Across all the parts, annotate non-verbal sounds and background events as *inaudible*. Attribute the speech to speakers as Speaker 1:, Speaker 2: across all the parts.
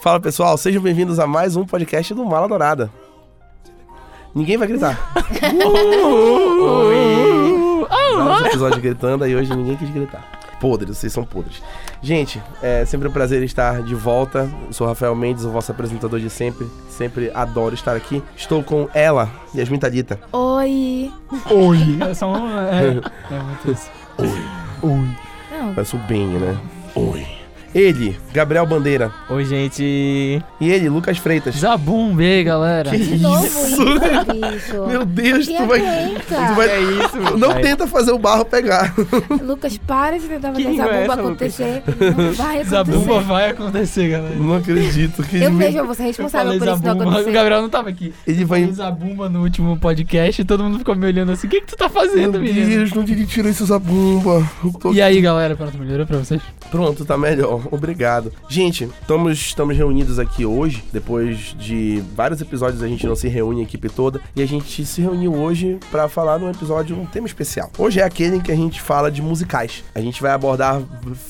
Speaker 1: Fala pessoal, sejam bem-vindos a mais um podcast do Mala Dourada. Ninguém vai gritar. Vários episódios gritando, aí hoje ninguém quis gritar. Podres, vocês são podres. Gente, é sempre um prazer estar de volta. Eu sou o Rafael Mendes, o vosso apresentador de sempre. Sempre adoro estar aqui. Estou com ela, Yasmin Thalita.
Speaker 2: Oi.
Speaker 3: Oi. É só um- É, é muito isso. Oi.
Speaker 2: Não,
Speaker 1: Parece o Ben, né? Oi. Ele, Gabriel Bandeira.
Speaker 4: Oi, gente.
Speaker 1: E ele, Lucas Freitas.
Speaker 3: Zabumbê, um galera.
Speaker 1: Que
Speaker 2: de novo isso,
Speaker 1: isso?
Speaker 2: bicho.
Speaker 1: Meu Deus,
Speaker 2: Quem
Speaker 1: tu vai... Tu
Speaker 2: aguenta?
Speaker 1: vai...
Speaker 4: É isso,
Speaker 1: *laughs*
Speaker 4: mano.
Speaker 1: Não
Speaker 4: Vai.
Speaker 1: tenta fazer o barro pegar.
Speaker 2: Lucas, para de tentar fazer
Speaker 4: Que
Speaker 2: essa
Speaker 4: língua é
Speaker 2: bomba
Speaker 4: essa,
Speaker 2: acontecer. Não vai
Speaker 3: Zabumba
Speaker 2: acontecer.
Speaker 3: vai acontecer, galera.
Speaker 1: Não acredito. Que
Speaker 2: Eu
Speaker 1: me-
Speaker 2: vejo você
Speaker 3: Eu
Speaker 2: responsável
Speaker 3: falei
Speaker 2: por isso não
Speaker 3: Zabumba. O
Speaker 2: acontecer.
Speaker 3: Gabriel não tava aqui.
Speaker 1: Ele vai.
Speaker 3: Falei Zabumba no último podcast e todo mundo ficou me olhando assim. O que, que tu tá fazendo,
Speaker 1: Meu
Speaker 3: menino?
Speaker 1: Deus, onde ele tirou isso zabumba? Eu tô-
Speaker 3: E aí, galera, pronto, melhorou pra vocês?
Speaker 1: Pronto, tá melhor. Obrigado. Gente, estamos, estamos reunidos aqui hoje. Depois de vários episódios, a gente não se reúne a equipe toda. E a gente se reuniu hoje pra falar num episódio, um tema especial. Hoje é aquele em que a gente fala de musicais. A gente vai abordar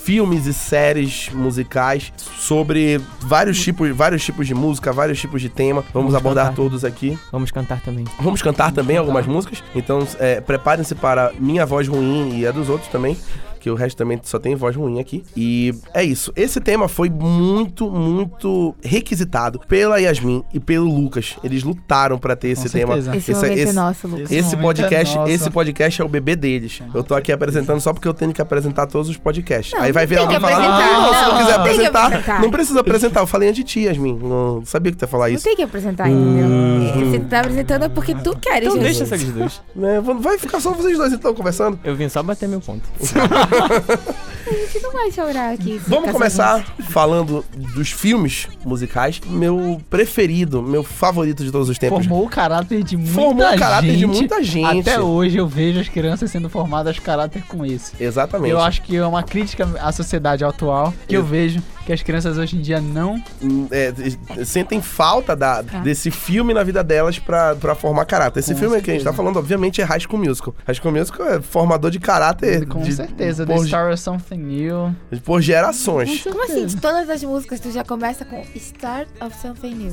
Speaker 1: filmes e séries musicais sobre vários tipos, vários tipos de música, vários tipos de tema. Vamos
Speaker 4: Vamos
Speaker 1: abordar
Speaker 4: cantar.
Speaker 1: todos aqui.
Speaker 4: Vamos cantar também.
Speaker 1: Vamos cantar também algumas músicas. Então, é, preparem-se para minha voz ruim e a dos outros também. Que o resto também só tem voz ruim aqui. E é isso. Esse tema foi muito, muito requisitado pela Yasmin e pelo Lucas. Eles lutaram para ter esse
Speaker 3: Com
Speaker 1: tema.
Speaker 3: certeza.
Speaker 2: Esse
Speaker 1: Esse-
Speaker 2: momento
Speaker 1: esse-
Speaker 2: é nosso, Lucas.
Speaker 1: Esse
Speaker 3: momento
Speaker 1: podcast,
Speaker 3: é nosso.
Speaker 1: esse podcast é o bebê deles. Eu tô aqui apresentando só porque eu tenho que apresentar todos os podcasts.
Speaker 2: Não,
Speaker 1: Aí vai
Speaker 2: não
Speaker 1: ver
Speaker 2: tem
Speaker 1: alguém
Speaker 2: que
Speaker 1: falar,
Speaker 2: apresentar,
Speaker 1: "Ah, se
Speaker 2: não,
Speaker 1: não quiser
Speaker 2: não tem que
Speaker 1: apresentar,
Speaker 2: apresentar."
Speaker 1: não precisa apresentar. Eu falei antes de ti, Yasmin. Não sabia que tu ia falar
Speaker 2: Não
Speaker 1: isso.
Speaker 2: tem que apresentar ainda.
Speaker 1: Hum.
Speaker 2: Você tá apresentando porque tu queres.
Speaker 4: Então
Speaker 2: Jesus.
Speaker 4: deixa esses dois.
Speaker 1: Né? Vai ficar só vocês dois então conversando.
Speaker 4: Eu vim só bater meu ponto.
Speaker 2: A gente não vai chorar aqui. se
Speaker 1: Vamos
Speaker 2: ficar
Speaker 1: começar
Speaker 2: sozinho.
Speaker 1: falando dos filmes musicais. Meu preferido, meu favorito de todos os tempos.
Speaker 3: Formou o caráter de muita
Speaker 1: Formou o caráter de
Speaker 3: gente.
Speaker 1: muita gente.
Speaker 3: Até hoje eu vejo as crianças sendo formadas caráter com esse.
Speaker 1: Exatamente.
Speaker 3: Eu acho que é uma crítica à sociedade atual que eu vejo que as crianças hoje em dia não.
Speaker 1: Hum, é, é, sentem falta da- desse filme na vida delas pra, pra formar caráter. Esse
Speaker 3: Com
Speaker 1: filme que a gente
Speaker 3: certeza.
Speaker 1: tá falando, obviamente, é High School Musical. High School Musical é formador de caráter.
Speaker 3: Com
Speaker 1: de-
Speaker 3: certeza, The
Speaker 1: Por,
Speaker 3: Star is Something New.
Speaker 1: por gerações.
Speaker 2: Como assim? De todas as músicas, tu já começa com Start of Something New.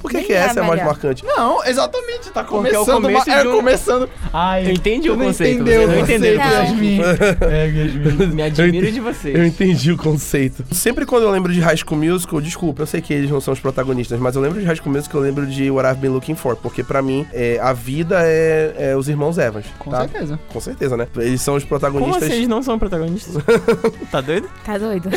Speaker 1: Por que,
Speaker 2: Nem
Speaker 1: que
Speaker 2: é
Speaker 1: essa é a mais
Speaker 2: melhor.
Speaker 1: marcante?
Speaker 3: Não, exatamente, tá
Speaker 4: Porque é o começo
Speaker 3: uma-
Speaker 4: de
Speaker 3: é
Speaker 4: um-
Speaker 3: começando. Ai,
Speaker 4: Entende
Speaker 3: tu
Speaker 4: o
Speaker 3: não
Speaker 4: conceito,
Speaker 3: entendeu
Speaker 4: você não
Speaker 3: o
Speaker 4: entendeu o
Speaker 3: conceito, Yasmin. *laughs* É, Yasmin.
Speaker 4: Me admiro de vocês.
Speaker 1: Eu entendi o conceito. Sempre quando eu lembro de High School Musical, desculpa, eu sei que eles não são os protagonistas, mas eu lembro de High School Musical, eu lembro de What I've Been Looking For, porque pra mim é, a vida é, é os irmãos Evans,
Speaker 3: Com
Speaker 1: tá?
Speaker 3: certeza. né?
Speaker 1: Com certeza, né? Eles são os
Speaker 4: Como
Speaker 1: protagonistas.
Speaker 4: assim eles não são protagonistas? *laughs* tá doido?
Speaker 2: Tá doido?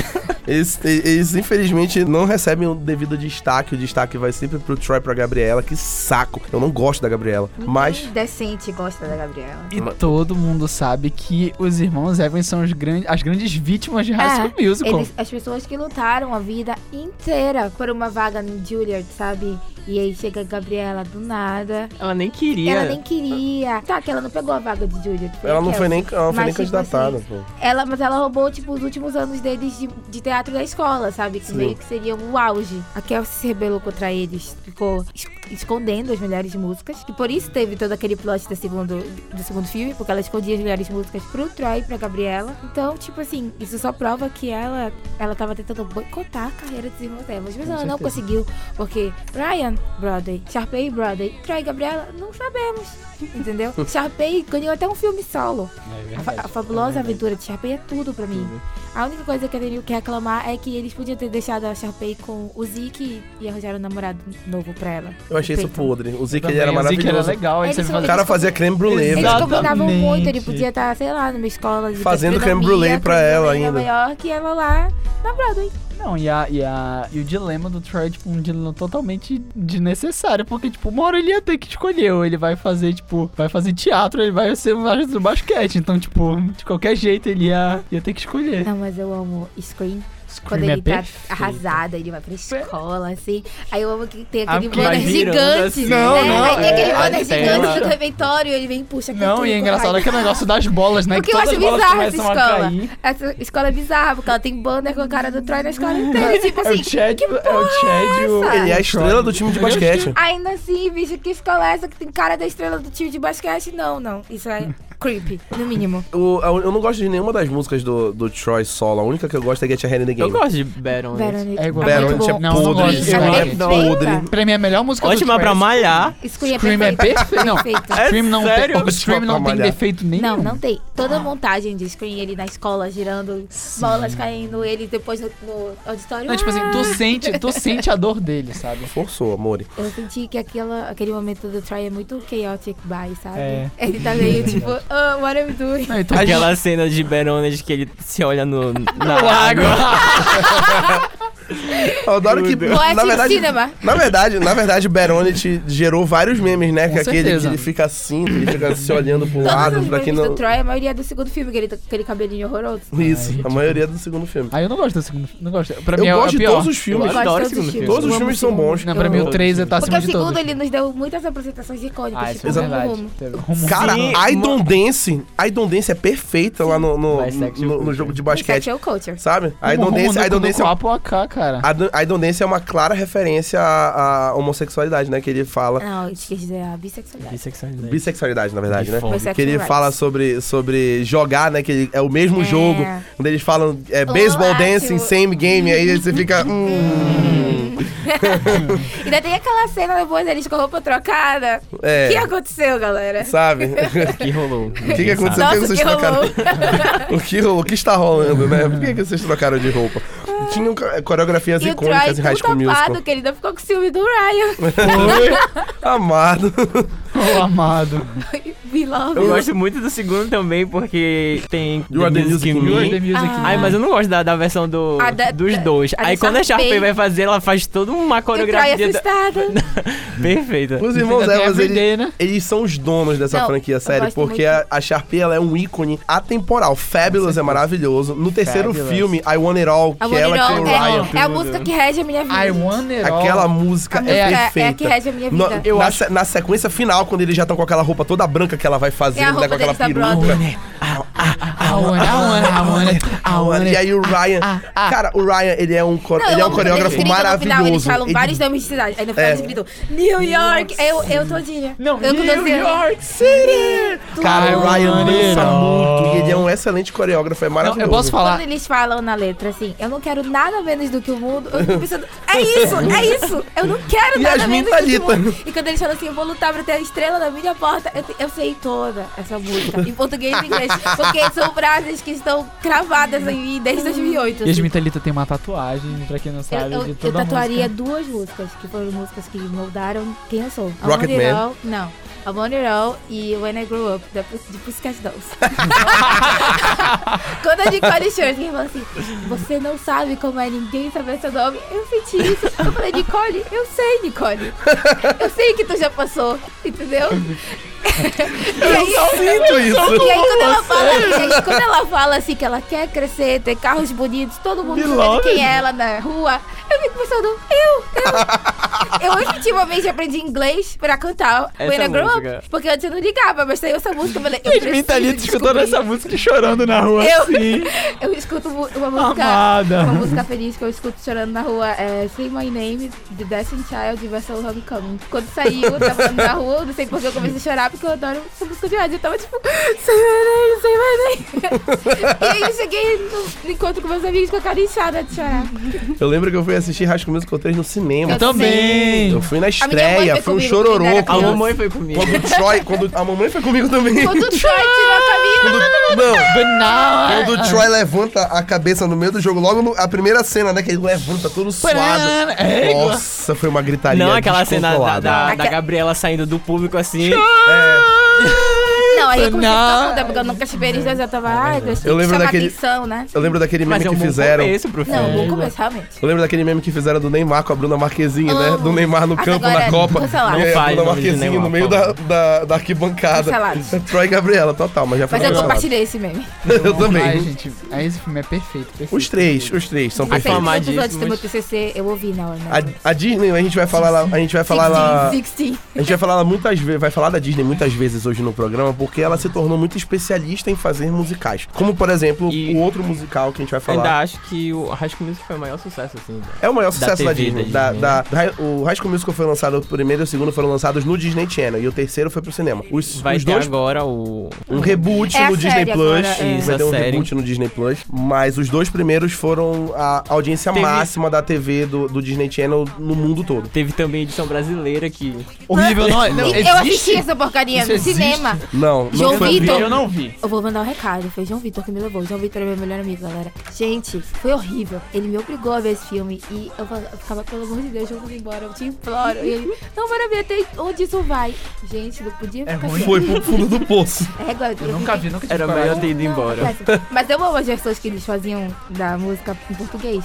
Speaker 1: Eles, e- eles, infelizmente, não recebem o devido destaque. O destaque vai sempre pro Troy, e pra Gabriela. Que saco. Eu não gosto da Gabriela. Mas.
Speaker 2: Ninguém decente gosta da Gabriela.
Speaker 3: E todo mundo sabe que os irmãos Evans são os grandes, as grandes vítimas de High School Musical.
Speaker 2: É, Eles- as pessoas que lutaram a vida inteira por uma vaga no Juilliard, sabe? E aí chega a Gabriela do nada.
Speaker 4: Ela nem queria.
Speaker 2: Ela nem queria. Tá, que ela não pegou a vaga de Juilliard.
Speaker 1: é? Ela não foi nem, ela não foi nem
Speaker 2: Mas, tipo
Speaker 1: candidatada. pô.
Speaker 2: Ela, mas ela roubou, tipo, os últimos anos deles de, de teatro da escola, sabe? Que
Speaker 1: Sim.
Speaker 2: meio que seria o auge. A Kelsey se rebelou contra eles, ficou es- escondendo as melhores músicas. E por isso teve todo aquele plot da segundo, do segundo filme, porque ela escondia as melhores músicas pro Troy e pra Gabriela. Então, tipo assim, isso só prova que ela, ela tava tentando boicotar a carreira dos irmãos Evans. Mas ela não
Speaker 3: certeza.
Speaker 2: conseguiu, porque Ryan Broadway, Sharpay Broadway, Troy e Gabriela, não sabemos. Entendeu? Sharpay ganhou até um filme solo.
Speaker 3: É
Speaker 2: A, fa- a fabulosa aventura de Sharpay é tudo pra mim. A única coisa que eu tenho que reclamar é que eles podiam ter deixado a Sharpay com o Zeke e arranjar um namorado novo pra ela.
Speaker 1: Eu achei isso
Speaker 2: Perfeito.
Speaker 1: podre. O Zeke ele era
Speaker 3: era
Speaker 1: maravilhoso.
Speaker 3: legal, ele
Speaker 2: Eles
Speaker 3: sempre
Speaker 1: O
Speaker 2: são
Speaker 3: fazia-
Speaker 1: cara fazia creme brulee,
Speaker 2: Eles
Speaker 1: velho.
Speaker 3: Exatamente.
Speaker 2: combinavam muito, ele podia estar, sei lá, numa escola de
Speaker 1: Fazendo creme
Speaker 2: gastronomia,
Speaker 1: brulee pra
Speaker 2: creme
Speaker 1: ela
Speaker 2: brulee
Speaker 1: ainda.
Speaker 2: Em Nova York e ela lá na Broadway.
Speaker 3: Não, e, a, e, a, e o dilema do Troy, tipo, um dilema totalmente desnecessário, porque, tipo, uma hora ele ia ter que escolher, ou ele vai fazer, tipo, vai fazer teatro, ou ele vai ser um agente do basquete, então, tipo, de qualquer jeito ele ia, ia ter que escolher.
Speaker 2: Não, mas eu amo Scream. Quando
Speaker 3: Scream
Speaker 2: ele tá
Speaker 3: é perfeito.
Speaker 2: arrasado, ele vai pra escola, assim. Aí eu amo que tem
Speaker 4: Ah,
Speaker 2: aquele
Speaker 4: porque vai
Speaker 2: banner
Speaker 4: girando
Speaker 2: gigante.
Speaker 4: assim.
Speaker 2: né?
Speaker 3: Não, não,
Speaker 2: Aí tem aquele
Speaker 3: é,
Speaker 2: banner
Speaker 3: aí tem
Speaker 2: gigante
Speaker 3: uma-
Speaker 2: do refeitório, ele vem e puxa. com
Speaker 3: Não,
Speaker 2: tudo,
Speaker 3: e é
Speaker 2: com
Speaker 3: engraçado
Speaker 2: raiva.
Speaker 3: aquele negócio das bolas, né?
Speaker 2: Porque
Speaker 3: que
Speaker 2: eu
Speaker 3: todas
Speaker 2: acho
Speaker 3: as bolas
Speaker 2: bizarro essa
Speaker 3: começam a
Speaker 2: escola.
Speaker 3: cair.
Speaker 2: Essa escola é bizarra, porque ela tem banner com a cara do Troy na escola
Speaker 3: *laughs*
Speaker 2: inteira. Tipo
Speaker 3: É
Speaker 2: assim,
Speaker 3: o Chad, é o Chad, e o...
Speaker 2: essa?
Speaker 1: Ele é a estrela do time de basquete.
Speaker 2: ainda assim, bicho, que escola é essa que tem cara da estrela do time de basquete? Não, não. Isso é Creepy, no mínimo.
Speaker 1: O- eu, eu não gosto de nenhuma das músicas do, do Troy solo. A única que eu gosto é Get Your Hand in the
Speaker 4: Eu
Speaker 1: Game.
Speaker 4: gosto de Baron.
Speaker 2: Veronique.
Speaker 3: É
Speaker 2: muito
Speaker 3: igual-
Speaker 1: Veronique é
Speaker 2: bom.
Speaker 3: Não, eu não
Speaker 1: podre.
Speaker 3: gosto. Eu
Speaker 2: Ela é
Speaker 3: gosto.
Speaker 1: Não,
Speaker 2: perfeita.
Speaker 1: podre.
Speaker 3: Pra mim, é a melhor música
Speaker 4: Ótima
Speaker 3: do
Speaker 4: pra
Speaker 3: Travis.
Speaker 2: *laughs*
Speaker 4: malhar.
Speaker 2: Scream é
Speaker 3: Scream é
Speaker 2: perfeita. É?
Speaker 3: perfe- não.
Speaker 2: perfeita.
Speaker 3: Scream não,
Speaker 4: Sério?
Speaker 3: tem, Scream não
Speaker 1: Ótima
Speaker 3: tem
Speaker 1: pra malhar.
Speaker 3: defeito nenhum.
Speaker 2: Não, não tem. Toda a montagem de Scream, ele na escola, girando, bolas caindo, ele depois no, no auditório. Ah!
Speaker 3: Não, tipo assim, tu sente, tu sente a dor dele, sabe?
Speaker 1: Forçou, amore.
Speaker 2: Eu senti que aquela, aquele momento do Troy é muito chaotic by, sabe?
Speaker 3: É.
Speaker 2: Ele tá meio tipo, oh, what am I doing?
Speaker 3: Não, então, e tu-
Speaker 4: Aquela cena de Baronage que ele se olha no,
Speaker 1: *laughs*
Speaker 4: na
Speaker 3: Lago.
Speaker 4: água.
Speaker 1: Eu adoro que. Na
Speaker 2: Poetic
Speaker 1: verdade,
Speaker 2: é cinema.
Speaker 1: na verdade, na verdade, Beronit gerou vários memes, né?
Speaker 3: Com
Speaker 1: Que é aquele que
Speaker 3: certeza.
Speaker 1: ele fica assim, que ele fica se olhando pro
Speaker 2: Todas
Speaker 1: lado,
Speaker 2: as
Speaker 1: pra quem
Speaker 2: imagens
Speaker 1: não.
Speaker 2: do Troy, a maioria é do segundo filme, que ele tá com aquele cabelinho horroroso.
Speaker 1: Isso,
Speaker 3: gente.
Speaker 1: a maioria do segundo filme.
Speaker 3: Ah, eu não gosto do segundo filme. Não gosto. Pra
Speaker 1: Eu
Speaker 3: mim é o
Speaker 1: gosto de
Speaker 3: pior.
Speaker 1: todos os filmes.
Speaker 4: Eu acho- adoro segundo filme.
Speaker 1: Todos os
Speaker 2: Eu amo
Speaker 1: filmes são
Speaker 2: segundo.
Speaker 1: bons.
Speaker 3: Não, pra mim o 3 tá
Speaker 2: Porque
Speaker 3: acima
Speaker 2: o
Speaker 3: de
Speaker 2: segundo
Speaker 3: todos.
Speaker 2: ele nos deu muitas apresentações icônicas.
Speaker 3: Ah, isso é
Speaker 2: tipo,
Speaker 3: verdade.
Speaker 2: Rumo.
Speaker 3: Rumo.
Speaker 1: Cara,
Speaker 4: Sim,
Speaker 1: a I
Speaker 4: mo-
Speaker 1: Don't Dance, I Don't Dance é perfeita lá no, no,
Speaker 4: Vai, sexy,
Speaker 1: no- no
Speaker 4: culture.
Speaker 1: jogo de
Speaker 2: Isso
Speaker 1: basquete,
Speaker 2: é o culture.
Speaker 1: sabe? A I
Speaker 3: Rumo,
Speaker 1: Don't
Speaker 3: rumo,
Speaker 1: Dance, I
Speaker 3: no-
Speaker 1: Don't
Speaker 3: no
Speaker 1: Dance é
Speaker 3: copo AK, cara.
Speaker 1: A do- a idondência é uma clara referência à, à homossexualidade, né? Que ele fala.
Speaker 2: Não, eu esqueci de dizer a bissexualidade.
Speaker 4: Bissexualidade.
Speaker 1: Bissexualidade, na verdade, né?
Speaker 4: Bifo-
Speaker 1: Que ele
Speaker 2: Bisexual
Speaker 1: fala
Speaker 2: rights.
Speaker 1: sobre, sobre jogar, né? Que ele- é o mesmo
Speaker 2: É.
Speaker 1: jogo. Quando eles falam é, baseball dancing,
Speaker 2: ótimo.
Speaker 1: same game, aí você fica. Hum.
Speaker 2: *laughs* E Ainda tem aquela cena depois deles com a roupa trocada. O que
Speaker 1: É.
Speaker 2: aconteceu, galera?
Speaker 1: Sabe? *laughs* O
Speaker 4: Que rolou. O
Speaker 1: que, que aconteceu? Por que
Speaker 2: Nossa,
Speaker 1: vocês
Speaker 2: que
Speaker 1: trocaram?
Speaker 2: rolou.
Speaker 1: *laughs* O que, rolou? o que está rolando, né? Por que, que vocês trocaram de roupa? Tinham co- coreografias
Speaker 2: Ah. E o Troy
Speaker 1: icônicas em High School
Speaker 2: tão tapado
Speaker 1: Musical.
Speaker 2: que ele ainda ficou com ciúme do Ryan. *laughs*
Speaker 1: Amado. Ah.
Speaker 3: *laughs* Ô, amado.
Speaker 2: We love
Speaker 4: Eu
Speaker 2: you.
Speaker 4: gosto muito do segundo também, porque tem
Speaker 1: *laughs* You Are The Music in
Speaker 4: Me.
Speaker 3: You are the music.
Speaker 2: Ah.
Speaker 4: Ai, mas eu não gosto da, da versão do,
Speaker 2: A da-
Speaker 4: dos
Speaker 2: da-
Speaker 4: dois.
Speaker 2: a
Speaker 4: Aí
Speaker 2: da
Speaker 4: quando a
Speaker 2: Sharpay.
Speaker 4: Sharpay vai fazer, ela faz toda uma
Speaker 2: E o Troy
Speaker 4: coreografia
Speaker 3: *laughs*
Speaker 4: da-
Speaker 2: assustado.
Speaker 4: perfeita.
Speaker 1: Os irmãos
Speaker 3: Ainda tem
Speaker 1: Evans, eles,
Speaker 3: Everyday, né?
Speaker 1: Eles são os donos dessa
Speaker 2: Não,
Speaker 1: franquia,
Speaker 2: eu
Speaker 1: sério,
Speaker 2: gosto
Speaker 1: porque
Speaker 2: muito.
Speaker 1: a, a Sharpay ela é um ícone atemporal. Fabulous é maravilhoso. No terceiro
Speaker 4: Fabulous.
Speaker 1: filme, I Want It All,
Speaker 2: A
Speaker 1: que é ela que é o
Speaker 2: Wonder
Speaker 1: Ryan.
Speaker 2: é, é a música que rege a minha vida.
Speaker 3: I want it all.
Speaker 1: Aquela música
Speaker 2: a música
Speaker 1: é
Speaker 2: é, é a
Speaker 1: perfeita.
Speaker 2: que rege a minha
Speaker 1: No-
Speaker 2: vida.
Speaker 1: na, se- na sequência final, quando eles já estão com aquela roupa toda branca que ela vai
Speaker 2: É a
Speaker 1: fazendo, né, com
Speaker 2: roupa
Speaker 1: aquela
Speaker 2: deles da
Speaker 1: peruca.
Speaker 2: Broadway.
Speaker 3: I want, I want, I want it, I want
Speaker 1: E
Speaker 3: it. Ah,
Speaker 1: aí o Ryan. Cara, o Ryan, ele é um, cor-
Speaker 2: Não,
Speaker 1: ele
Speaker 2: eu
Speaker 1: é um
Speaker 2: amo quando eles
Speaker 1: coreógrafo
Speaker 2: gritam No final, eles
Speaker 1: maravilhoso.
Speaker 2: falam
Speaker 1: Ele-
Speaker 2: vários nomes de cidade. Aí no final
Speaker 1: É.
Speaker 2: eles gritam New York. Eu, eu todinha.
Speaker 3: Não,
Speaker 2: eu com 12 anos.
Speaker 3: New York City!
Speaker 2: Tudo.
Speaker 1: Cara, o é Ryan dança
Speaker 3: Maneiro.
Speaker 1: muito. E ele é um excelente coreógrafo, é
Speaker 3: Não,
Speaker 1: maravilhoso.
Speaker 3: eu posso
Speaker 2: Quando
Speaker 3: falar.
Speaker 2: eles falam na letra assim, eu não quero nada menos do que o mundo, eu fico pensando, é isso, é isso, eu não quero nada
Speaker 1: Yasmin
Speaker 2: menos do que
Speaker 1: Thalita.
Speaker 2: o mundo. E quando eles falam assim, eu vou lutar pra ter a estrela na minha porta, eu, te- eu sei toda essa música, em português e inglês, porque são frases que estão cravadas em mim desde 2008. assim.
Speaker 3: Yasmin Thalita tem uma tatuagem, pra quem não
Speaker 2: Eu,
Speaker 3: sabe,
Speaker 2: eu-
Speaker 3: de
Speaker 2: eu
Speaker 3: toda a
Speaker 2: tatuaria
Speaker 3: música.
Speaker 2: duas músicas, que foram músicas que moldaram quem eu sou. A
Speaker 1: Rocket
Speaker 2: Wonder
Speaker 1: Man.
Speaker 2: All- Não. A Wonder All e When I Grow Up, da, Pus- de Pussycat
Speaker 1: *laughs*
Speaker 2: Dolls. Quando a Nicole Scherzinger falou assim, você não sabe como é ninguém saber seu nome, eu senti isso. Eu falei, Nicole, eu sei, Nicole. Eu sei que tu já passou, entendeu? e aí,
Speaker 1: Sinto isso. assim?
Speaker 2: e aí quando ela fala, e aí quando ela fala assim que ela quer crescer, ter carros bonitos, todo mundo sabendo quem é ela na rua, eu fico pensando, eu, eu. Eu efetivamente aprendi inglês pra cantar
Speaker 4: Essa
Speaker 2: When I Grow
Speaker 4: música.
Speaker 2: Up, porque antes eu não ligava, mas saiu essa música, eu falei, eu
Speaker 3: Yasmin
Speaker 2: preciso
Speaker 1: tá
Speaker 3: Thalita escutando
Speaker 2: descobrir.
Speaker 3: essa música e chorando na rua
Speaker 2: Eu-
Speaker 3: assim.
Speaker 2: Eu escuto mu- uma música...
Speaker 3: Amada.
Speaker 2: Uma música feliz que eu escuto chorando na rua é Say My Name, The Destiny Child, versão Homecoming. Quando saiu, eu tava andando na rua, não sei porque eu comecei a chorar, porque eu adoro essa música de ódio. Eu tava tipo, Say My Name, Say My Name. *laughs* e aí eu cheguei no- no encontro com meus amigos com a cara inchada de chorar.
Speaker 1: Eu lembro que eu fui assistir High School Musical 3 no cinema.
Speaker 3: Eu também.
Speaker 1: Eu fui na
Speaker 2: minha mãe
Speaker 1: estreia, foi um
Speaker 2: foi comigo né? quando
Speaker 1: chororô.
Speaker 2: era
Speaker 4: A
Speaker 1: Quando,
Speaker 2: criança.
Speaker 4: mamãe foi comigo.
Speaker 1: quando o Troy. Quando, a mamãe foi comigo também.
Speaker 2: Quando o Troy tirou a camisa,
Speaker 1: Quando- não,
Speaker 3: But now I-
Speaker 1: quando o Troy levanta a cabeça no meio do jogo, logo no- a primeira cena, né? Que ele levanta todo suado.
Speaker 2: né?
Speaker 3: É, igual.
Speaker 1: Nossa, foi uma gritaria.
Speaker 4: Não, aquela cena da, da- da
Speaker 2: Aquela-
Speaker 4: Gabriela saindo do público assim.
Speaker 2: não, aí eu comecei a
Speaker 3: Não.
Speaker 2: mudar, porque eu nunca tive eles, mas eu tava, ai, gostei
Speaker 1: É Eu
Speaker 2: de
Speaker 1: lembro
Speaker 2: chamar
Speaker 1: daquele-
Speaker 2: atenção, né?
Speaker 1: Eu lembro daquele meme
Speaker 4: Mas é
Speaker 1: que
Speaker 4: um bom
Speaker 1: fizeram.
Speaker 4: começo pro
Speaker 2: Não,
Speaker 4: filme.
Speaker 2: vou começar realmente.
Speaker 1: Eu lembro daquele meme que fizeram do Neymar com a Bruna Marquezine, né?
Speaker 2: Amo.
Speaker 1: Do Neymar no
Speaker 2: Até
Speaker 1: campo na
Speaker 2: Ah, agora, é
Speaker 1: Copa. é
Speaker 2: cancelado.
Speaker 1: E aí,
Speaker 4: Não
Speaker 1: a
Speaker 4: fale
Speaker 1: Bruna
Speaker 4: o nome de
Speaker 1: Marquezine
Speaker 4: Neymar,
Speaker 1: no meio
Speaker 4: por
Speaker 1: da,
Speaker 4: favor.
Speaker 1: da, da arquibancada.
Speaker 2: Cancelado.
Speaker 1: Troy e Gabriela, total, mas já foi
Speaker 2: Mas eu
Speaker 1: cancelado.
Speaker 2: compartilhei esse meme.
Speaker 1: Eu também.
Speaker 3: Ai, gente, aí esse filme é perfeito. perfeito.
Speaker 1: Os três, os três são
Speaker 2: Até
Speaker 1: perfeitos.
Speaker 4: Afamadíssimos.
Speaker 2: todos os antes do meu TCC, eu ouvi na hora. né?
Speaker 1: A, a Disney, a gente vai falar lá, a gente vai falar lá,
Speaker 2: 16, 16.
Speaker 1: a gente vai falar lá muitas vezes, vai falar da Disney muitas vezes hoje no programa, porque ela se tornou muito especialista em fazer musicais. Como, por exemplo,
Speaker 4: E- É
Speaker 1: o outro musical que a gente vai falar.
Speaker 4: Ainda acho que o High School Music foi o maior sucesso, assim.
Speaker 1: É o maior sucesso da,
Speaker 4: TV,
Speaker 1: Disney. Da,
Speaker 4: da né?
Speaker 1: da, Hi- o High School Musical foi lançado, o primeiro e o segundo foram lançados no Disney Channel. E o terceiro foi pro cinema. Os,
Speaker 4: Vai
Speaker 1: os
Speaker 4: ter
Speaker 1: dois...
Speaker 4: agora o...
Speaker 1: Um reboot
Speaker 2: É a
Speaker 1: no Disney
Speaker 2: série
Speaker 1: Plus.
Speaker 2: agora, é.
Speaker 1: Vai
Speaker 4: Isso,
Speaker 1: ter
Speaker 4: a
Speaker 1: um
Speaker 4: série.
Speaker 1: reboot no Disney Plus. Mas os dois primeiros foram a audiência
Speaker 4: Teve-
Speaker 1: máxima da TV do, do Disney Channel no mundo todo.
Speaker 4: Teve também a edição brasileira que...
Speaker 3: Horrível, não, não
Speaker 2: Eu assisti
Speaker 3: existe?
Speaker 2: essa porcaria
Speaker 3: Isso
Speaker 2: no
Speaker 3: existe?
Speaker 2: cinema.
Speaker 1: Não, não
Speaker 2: João
Speaker 1: foi.
Speaker 2: Vitor.
Speaker 3: Eu não vi.
Speaker 2: Eu vou mandar um recado. Foi João Vitor que me levou. João Vitor é meu melhor amigo, galera. Gente, foi horrível. Ele me obrigou a ver esse filme e eu fa- eu ficava, pelo amor de Deus, vamos embora, eu te imploro. E ele, não, bora ver até onde isso vai. Gente, não podia
Speaker 3: É
Speaker 2: ficar assim.
Speaker 3: ruim.
Speaker 1: Foi pro fundo do poço.
Speaker 2: É, agora,
Speaker 3: Eu nunca vi, nunca tive
Speaker 4: Era
Speaker 3: coragem.
Speaker 4: melhor ter ido
Speaker 2: Não,
Speaker 4: embora.
Speaker 2: acontece. Mas eu amo as versões que eles faziam da música em português.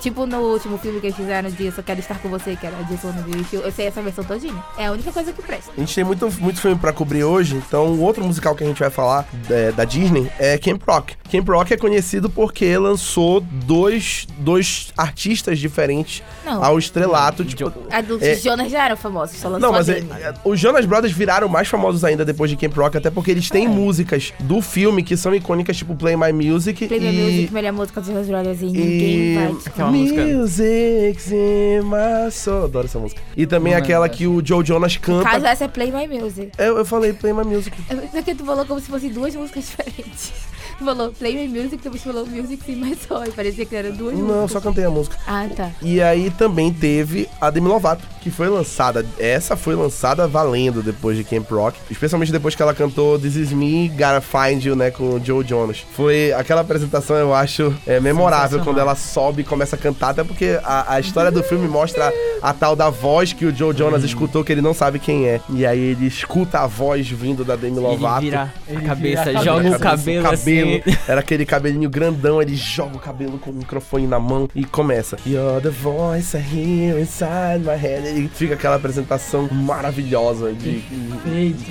Speaker 2: Tipo no último filme que eles fizeram de Eu Só Quero Estar Com Você, que era de Sono de Eu sei essa versão todinha. É a única coisa que presta.
Speaker 1: A gente tem muito, muito filme pra cobrir hoje, então o outro musical que a gente vai falar é, da Disney é Camp Rock. Camp Rock é conhecido porque lançou dois, dois artistas diferentes
Speaker 2: Não.
Speaker 1: ao estrelato.
Speaker 4: de-
Speaker 1: Tipo,
Speaker 2: A do
Speaker 1: É.
Speaker 2: Jonas já eram famosos, só lançou
Speaker 1: não, mas
Speaker 2: a
Speaker 1: é,
Speaker 2: dele.
Speaker 1: é, os Jonas Brothers viraram mais famosos ainda depois de Camp Rock, até porque eles
Speaker 2: É.
Speaker 1: têm músicas do filme que são icônicas, tipo Play My Music
Speaker 2: Play My
Speaker 1: e...
Speaker 2: Music, melhor música dos Jonas Brothers e ninguém
Speaker 1: E...
Speaker 2: vai te...
Speaker 4: Aquela música.
Speaker 1: Music's in my soul. Adoro essa música. E também
Speaker 3: Não lembro
Speaker 1: aquela
Speaker 3: dessa.
Speaker 1: que o Joe Jonas
Speaker 2: Caso
Speaker 1: canta.
Speaker 2: essa é Play My Music.
Speaker 1: Eu, eu falei Play My Music.
Speaker 2: Só que tu falou como se fossem duas músicas *laughs* diferentes. Tu falou Play My Music, depois tu falou Music Sim My Soul. E parecia que eram duas
Speaker 1: Não, eu
Speaker 2: músicas.
Speaker 1: só cantei a música.
Speaker 2: Ah, tá.
Speaker 1: E aí também teve a Demi Lovato, que foi lançada. Essa foi lançada valendo depois de Camp Rock. Especialmente depois que ela cantou This Is Me, Gotta Find You, né, com o Joe Jonas. Foi aquela apresentação, eu acho, é, memorável,
Speaker 3: Sensacional.
Speaker 1: quando ela sobe e começa a cantar. Até porque a, a história do filme mostra a, a tal da voz que o Joe Jonas
Speaker 4: Hum.
Speaker 1: escutou, que ele não sabe quem é. E aí ele escuta a voz vindo da Demi
Speaker 4: Ele
Speaker 1: Lovato.
Speaker 4: vira
Speaker 3: Ele
Speaker 4: a cabeça,
Speaker 3: vira a
Speaker 4: joga
Speaker 3: cabeça,
Speaker 4: o cabelo,
Speaker 1: cabelo.
Speaker 4: assim.
Speaker 1: Era aquele cabelinho grandão, ele joga o cabelo com o microfone na mão e começa. You're the voice I hear inside my head. E fica aquela apresentação maravilhosa de.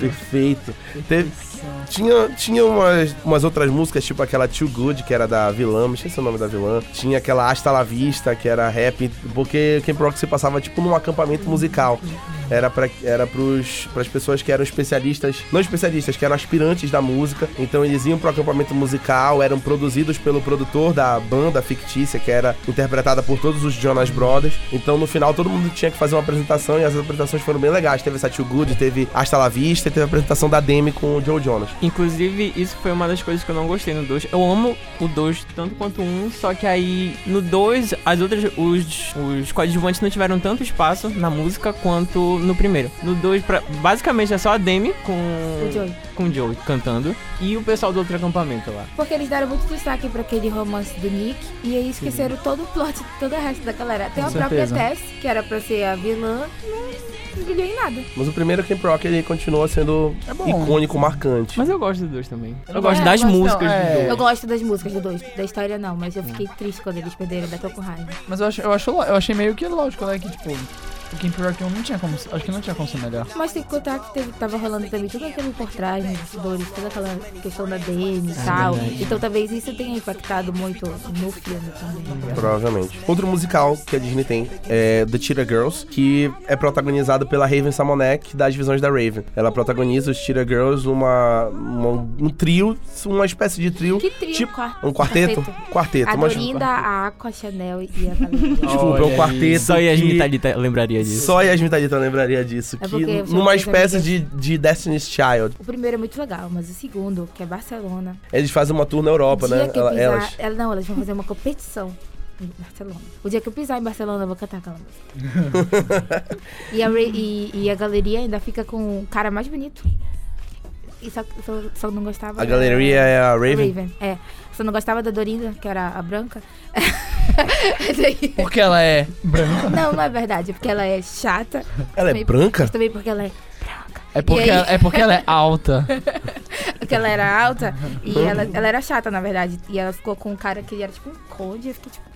Speaker 3: Perfeito.
Speaker 1: Perfeito. Teve- tinha tinha umas, umas outras músicas, tipo aquela Too Good, que era da vilã, não sei se é o nome da vilã. Tinha aquela Hasta La Vista, que era rap, porque Camp Rock se passava tipo num acampamento musical. Era para era para as pessoas que eram especialistas, não especialistas, que eram aspirantes da música. Então eles iam pro acampamento musical, eram produzidos pelo produtor da banda fictícia, que era interpretada por todos os Jonas Brothers. Então no final todo mundo tinha que fazer uma apresentação e as apresentações foram bem legais. Teve essa Too Good, teve Hasta La Vista e teve a apresentação da Demi com o Joe Jonas.
Speaker 4: Inclusive, isso foi uma das coisas que eu não gostei no 2. Eu amo o 2 tanto quanto o 1, um, só que aí no 2, as outras. Os, os coadjuvantes não tiveram tanto espaço na música quanto no primeiro. No 2, basicamente é só a Demi com.
Speaker 2: O Joey.
Speaker 4: Com o Joey cantando. E o pessoal do outro acampamento lá.
Speaker 2: Porque eles deram muito destaque pra aquele romance do Nick e aí esqueceram todo o plot, todo o resto da galera. Até
Speaker 3: Com
Speaker 2: a própria
Speaker 3: certeza.
Speaker 2: Tess, que era pra ser a vilã, não brilhou em nada.
Speaker 1: Mas o primeiro Camp Rock ele continua sendo
Speaker 3: É bom.
Speaker 1: icônico, marcante.
Speaker 4: Mas eu gosto do 2 também. Eu,
Speaker 3: não
Speaker 4: gosto
Speaker 3: gosto-
Speaker 4: das
Speaker 3: eu gosto não,
Speaker 4: músicas
Speaker 3: é.
Speaker 4: do 2.
Speaker 2: Eu gosto das músicas do dois, da história não, mas eu fiquei triste quando eles perderam, bateu com raiva.
Speaker 3: Mas eu, acho, eu, acho, eu achei meio que lógico, né? Que tipo, o Camp Rock 1 não tinha como. Acho que não tinha como ser melhor.
Speaker 2: Mas tem que contar que teve, tava rolando também tudo aquilo por trás, né, dos dores, toda aquela questão da DM e
Speaker 3: É
Speaker 2: tal. Então talvez isso tenha impactado muito no filme também.
Speaker 1: Provavelmente. Outro musical que a Disney tem é The Cheetah Girls, que é protagonizado pela Raven Samonek das Visões da Raven. Ela protagoniza os Cheetah Girls numa, uma- um trio, uma espécie de trio.
Speaker 2: Que trio,
Speaker 1: Tipo,
Speaker 2: quar-
Speaker 1: um quarteto? Quarteto.
Speaker 2: A
Speaker 1: mas-
Speaker 2: Dorinda, a Aqua, a Chanel e a
Speaker 3: *laughs*
Speaker 2: Valeria.
Speaker 1: Desculpa, é um
Speaker 4: Olha aí,
Speaker 1: quarteto
Speaker 4: Só Yasmin tá
Speaker 1: que-
Speaker 4: Thalita lembraria disso.
Speaker 1: Só Yasmin tá Thalita lembraria disso.
Speaker 2: É
Speaker 1: que
Speaker 2: porque foi
Speaker 1: numa
Speaker 2: uma
Speaker 1: espécie de,
Speaker 2: amiga.
Speaker 1: de Destiny's Child.
Speaker 2: O primeiro é muito legal, mas o segundo, que é Barcelona.
Speaker 1: Eles fazem uma tour na Europa,
Speaker 2: o dia
Speaker 1: né?
Speaker 2: que eu
Speaker 1: Ela-
Speaker 2: pisar,
Speaker 1: elas.
Speaker 2: ela- não, elas vão fazer uma competição em Barcelona. O dia que eu pisar em Barcelona, eu vou cantar aquela música.
Speaker 1: *laughs*
Speaker 2: e, a, Ra- e- e a galeria ainda fica com o cara mais bonito. E só, só, só não gostava.
Speaker 1: A
Speaker 2: da-
Speaker 1: galeria é a
Speaker 2: da
Speaker 1: Raven.
Speaker 2: É. Só não gostava da Dorinda, que era a branca.
Speaker 3: Porque ela é branca.
Speaker 2: não, não é verdade, porque ela é chata.
Speaker 1: Ela é
Speaker 2: Também-
Speaker 1: branca?
Speaker 2: Mas também porque ela é
Speaker 3: É porque,
Speaker 2: E aí?
Speaker 3: ela, é porque ela é alta.
Speaker 2: *laughs* Porque ela era alta e
Speaker 1: Uhum.
Speaker 2: ela, ela era chata, na verdade. E ela "Ah,
Speaker 1: Uhum.
Speaker 2: ficou com um cara que era tipo um conde. Eu fiquei tipo.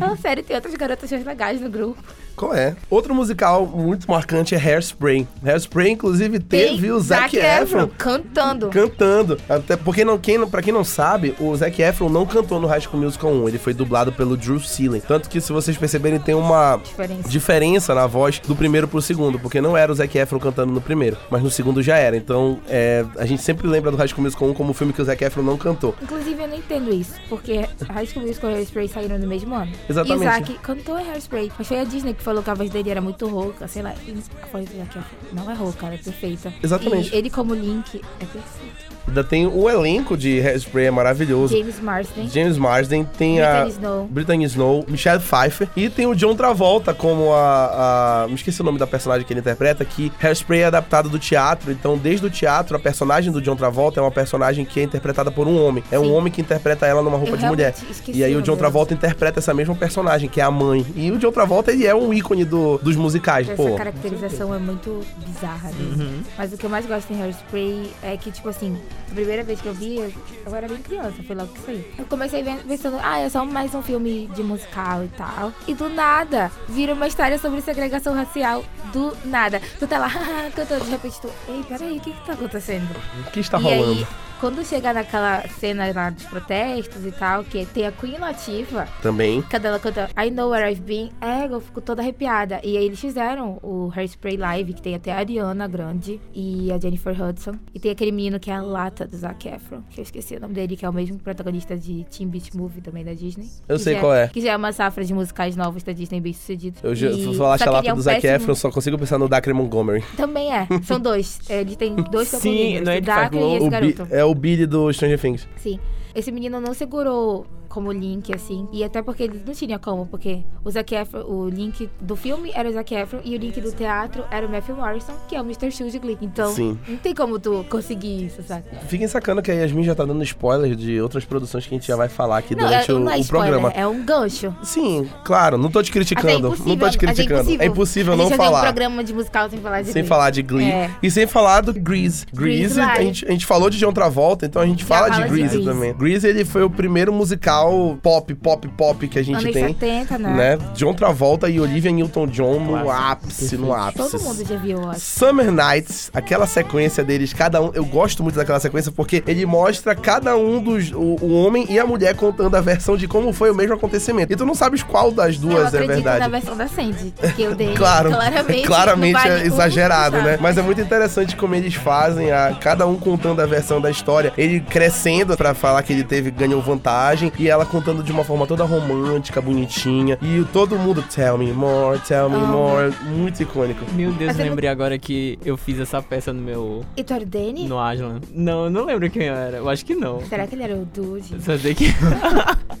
Speaker 2: Ela, sério, tem outras garotas mais legais no grupo.
Speaker 1: Qual é? Outro musical muito marcante é Hairspray. Hairspray, inclusive, teve o Zac, Efron.
Speaker 2: cantando.
Speaker 1: Cantando. Até porque, não, quem, pra quem não sabe, o Zac Efron não cantou no High School Musical 1. Ele foi dublado pelo Drew Seeley. Tanto que, se vocês perceberem, tem uma
Speaker 2: Diferença.
Speaker 1: diferença na voz do primeiro pro segundo. Porque não era o Zac Efron cantando no primeiro, mas no segundo já era. Então, é, a gente sempre lembra do High School Musical 1 como o filme que o Zac Efron não cantou.
Speaker 2: Inclusive, eu não entendo isso, porque High School Musical e Hairspray saíram no mesmo ano.
Speaker 1: Exatamente.
Speaker 2: E o Zac cantou em Hairspray, mas foi a Disney que falou que a voz dele era muito rouca, sei lá. E a voz do Zac Efron não é rouca, ela é perfeita.
Speaker 1: Exatamente.
Speaker 2: E ele como Link é perfeito.
Speaker 1: Ainda tem o elenco de Hairspray, é maravilhoso.
Speaker 2: James Marsden,
Speaker 1: James Marsden, tem a...
Speaker 2: Brittany Snow.
Speaker 1: Brittany Snow, Michelle Pfeiffer e tem o John Travolta como a, a- Me esqueci o nome da personagem que ele interpreta, que Hairspray é adaptado do teatro, então desde o teatro a personagem do John Travolta é uma personagem que é interpretada por um homem. É um
Speaker 2: Sim.
Speaker 1: homem que interpreta ela numa roupa
Speaker 2: Eu
Speaker 1: de mulher.
Speaker 2: realmente esqueci
Speaker 1: E aí o
Speaker 2: nome
Speaker 1: John
Speaker 2: dela.
Speaker 1: Travolta interpreta essa mesma personagem, que é a mãe. E o John Travolta, ele é um ícone do- dos musicais,
Speaker 2: Essa
Speaker 1: pô. Uhum.
Speaker 2: caracterização é muito bizarra, né? Mas o que eu mais gosto em Hairspray é que, tipo assim, a primeira vez que eu vi, eu, eu era bem criança, foi logo que saiu. Eu comecei ven- pensando, ah, é só mais um filme de musical e tal. E do nada, vira uma história sobre segregação racial. Do nada. Tu tá lá, *laughs* cantando, de repente tu, ei, peraí, o que que tá acontecendo?
Speaker 1: O que está
Speaker 2: e
Speaker 1: Tá rolando?
Speaker 2: aí, quando chega naquela cena lá dos protestos e tal, que tem a Queen Latifah,
Speaker 1: Também.
Speaker 2: quando ela canta I Know Where I've Been, é, eu fico toda arrepiada. E aí eles fizeram o Hairspray Live, que tem até a Ariana Grande e a Jennifer Hudson. E tem aquele menino que é a lata do Zac Efron, que eu esqueci o nome dele, que é o mesmo protagonista de Teen Beach Movie também da Disney.
Speaker 1: Eu
Speaker 2: Que
Speaker 1: sei
Speaker 2: já-
Speaker 1: qual é.
Speaker 2: Que já é uma safra de musicais novos da Disney bem sucedido.
Speaker 1: Eu já
Speaker 2: E-
Speaker 1: vou falar
Speaker 2: só que ele
Speaker 1: chalato
Speaker 2: é um
Speaker 1: do Zac
Speaker 2: péssimo-
Speaker 1: Efron, só consigo pensar no Dacre Montgomery.
Speaker 2: Também é, são dois. Ele tem
Speaker 1: *laughs*
Speaker 2: dois
Speaker 4: Sim,
Speaker 2: companheiros,
Speaker 4: não é
Speaker 2: o
Speaker 4: que faz
Speaker 2: Zac e
Speaker 4: Glow-
Speaker 2: esse
Speaker 1: O Bi-
Speaker 2: garoto.
Speaker 1: é o Billy do Stranger Things.
Speaker 2: Sim. Esse menino não segurou como Link, assim. E até porque ele não tinha como, porque o Zac Efron, o Link do filme era o Zac Efron e o Link do teatro era o Matthew Morrison, que é o Mr. Shield de Glee. Então,
Speaker 1: Sim.
Speaker 2: não tem como tu conseguir isso, sabe?
Speaker 1: Fiquem sacando que a Yasmin já tá dando spoilers de outras produções que a gente já vai falar aqui
Speaker 2: Não,
Speaker 1: durante
Speaker 2: é,
Speaker 1: o,
Speaker 2: não é
Speaker 1: o
Speaker 2: spoiler,
Speaker 1: programa.
Speaker 2: é um gancho.
Speaker 1: Sim, claro, não tô te
Speaker 2: Mas é
Speaker 1: criticando.
Speaker 2: impossível,
Speaker 1: não tô te
Speaker 2: mas é
Speaker 1: criticando.
Speaker 2: impossível. a
Speaker 1: não
Speaker 2: gente já tem um
Speaker 1: falar.
Speaker 2: programa de musical sem falar de
Speaker 1: sem
Speaker 2: Glee.
Speaker 1: falar de Glee.
Speaker 2: É.
Speaker 1: E sem falar do Grease.
Speaker 2: Grease
Speaker 1: Grease,
Speaker 2: vai.
Speaker 1: a, gente, a gente falou de John Travolta, então a gente
Speaker 2: Já
Speaker 1: fala de
Speaker 2: fala de
Speaker 1: Grease
Speaker 2: Grease.
Speaker 1: também. Grease, ele foi o primeiro musical pop, pop, pop que a gente
Speaker 2: Anos
Speaker 1: tem.
Speaker 2: 70, né?
Speaker 1: Né? John Travolta e Olivia Newton-John no
Speaker 4: Clássico.
Speaker 1: ápice, no
Speaker 4: Todo
Speaker 1: ápice.
Speaker 2: Todo mundo já viu, eu acho.
Speaker 1: Summer Nights, aquela sequência deles, cada um. Eu gosto muito daquela sequência porque ele mostra cada um dos. O, o homem e a mulher contando a versão de como foi o mesmo acontecimento. E tu não sabes qual das
Speaker 2: eu
Speaker 1: duas é
Speaker 2: acredito na
Speaker 1: verdade.
Speaker 2: versão da Sandy, que o dele
Speaker 1: *laughs* Claro,
Speaker 2: claramente,
Speaker 1: claramente
Speaker 2: não vale
Speaker 1: é
Speaker 2: um
Speaker 1: exagerado,
Speaker 2: centavo.
Speaker 1: né? Mas é muito interessante como eles fazem, a, cada um contando a versão da história, ele crescendo pra falar que ele teve, ganhou vantagem, e ela contando de uma forma toda romântica, bonitinha, e todo mundo, tell me more, tell me
Speaker 2: Amo.
Speaker 1: more, muito icônico.
Speaker 4: Meu Deus,
Speaker 2: Mas
Speaker 4: eu
Speaker 2: eu não-
Speaker 4: lembrei agora que eu fiz essa peça no meu.
Speaker 2: E tu era o Danny?
Speaker 4: no Aslan. Não, eu não lembro quem eu era. Eu acho
Speaker 2: *laughs*
Speaker 4: que não.
Speaker 2: Será que ele era o Dude?
Speaker 4: Só sei que.
Speaker 2: *laughs*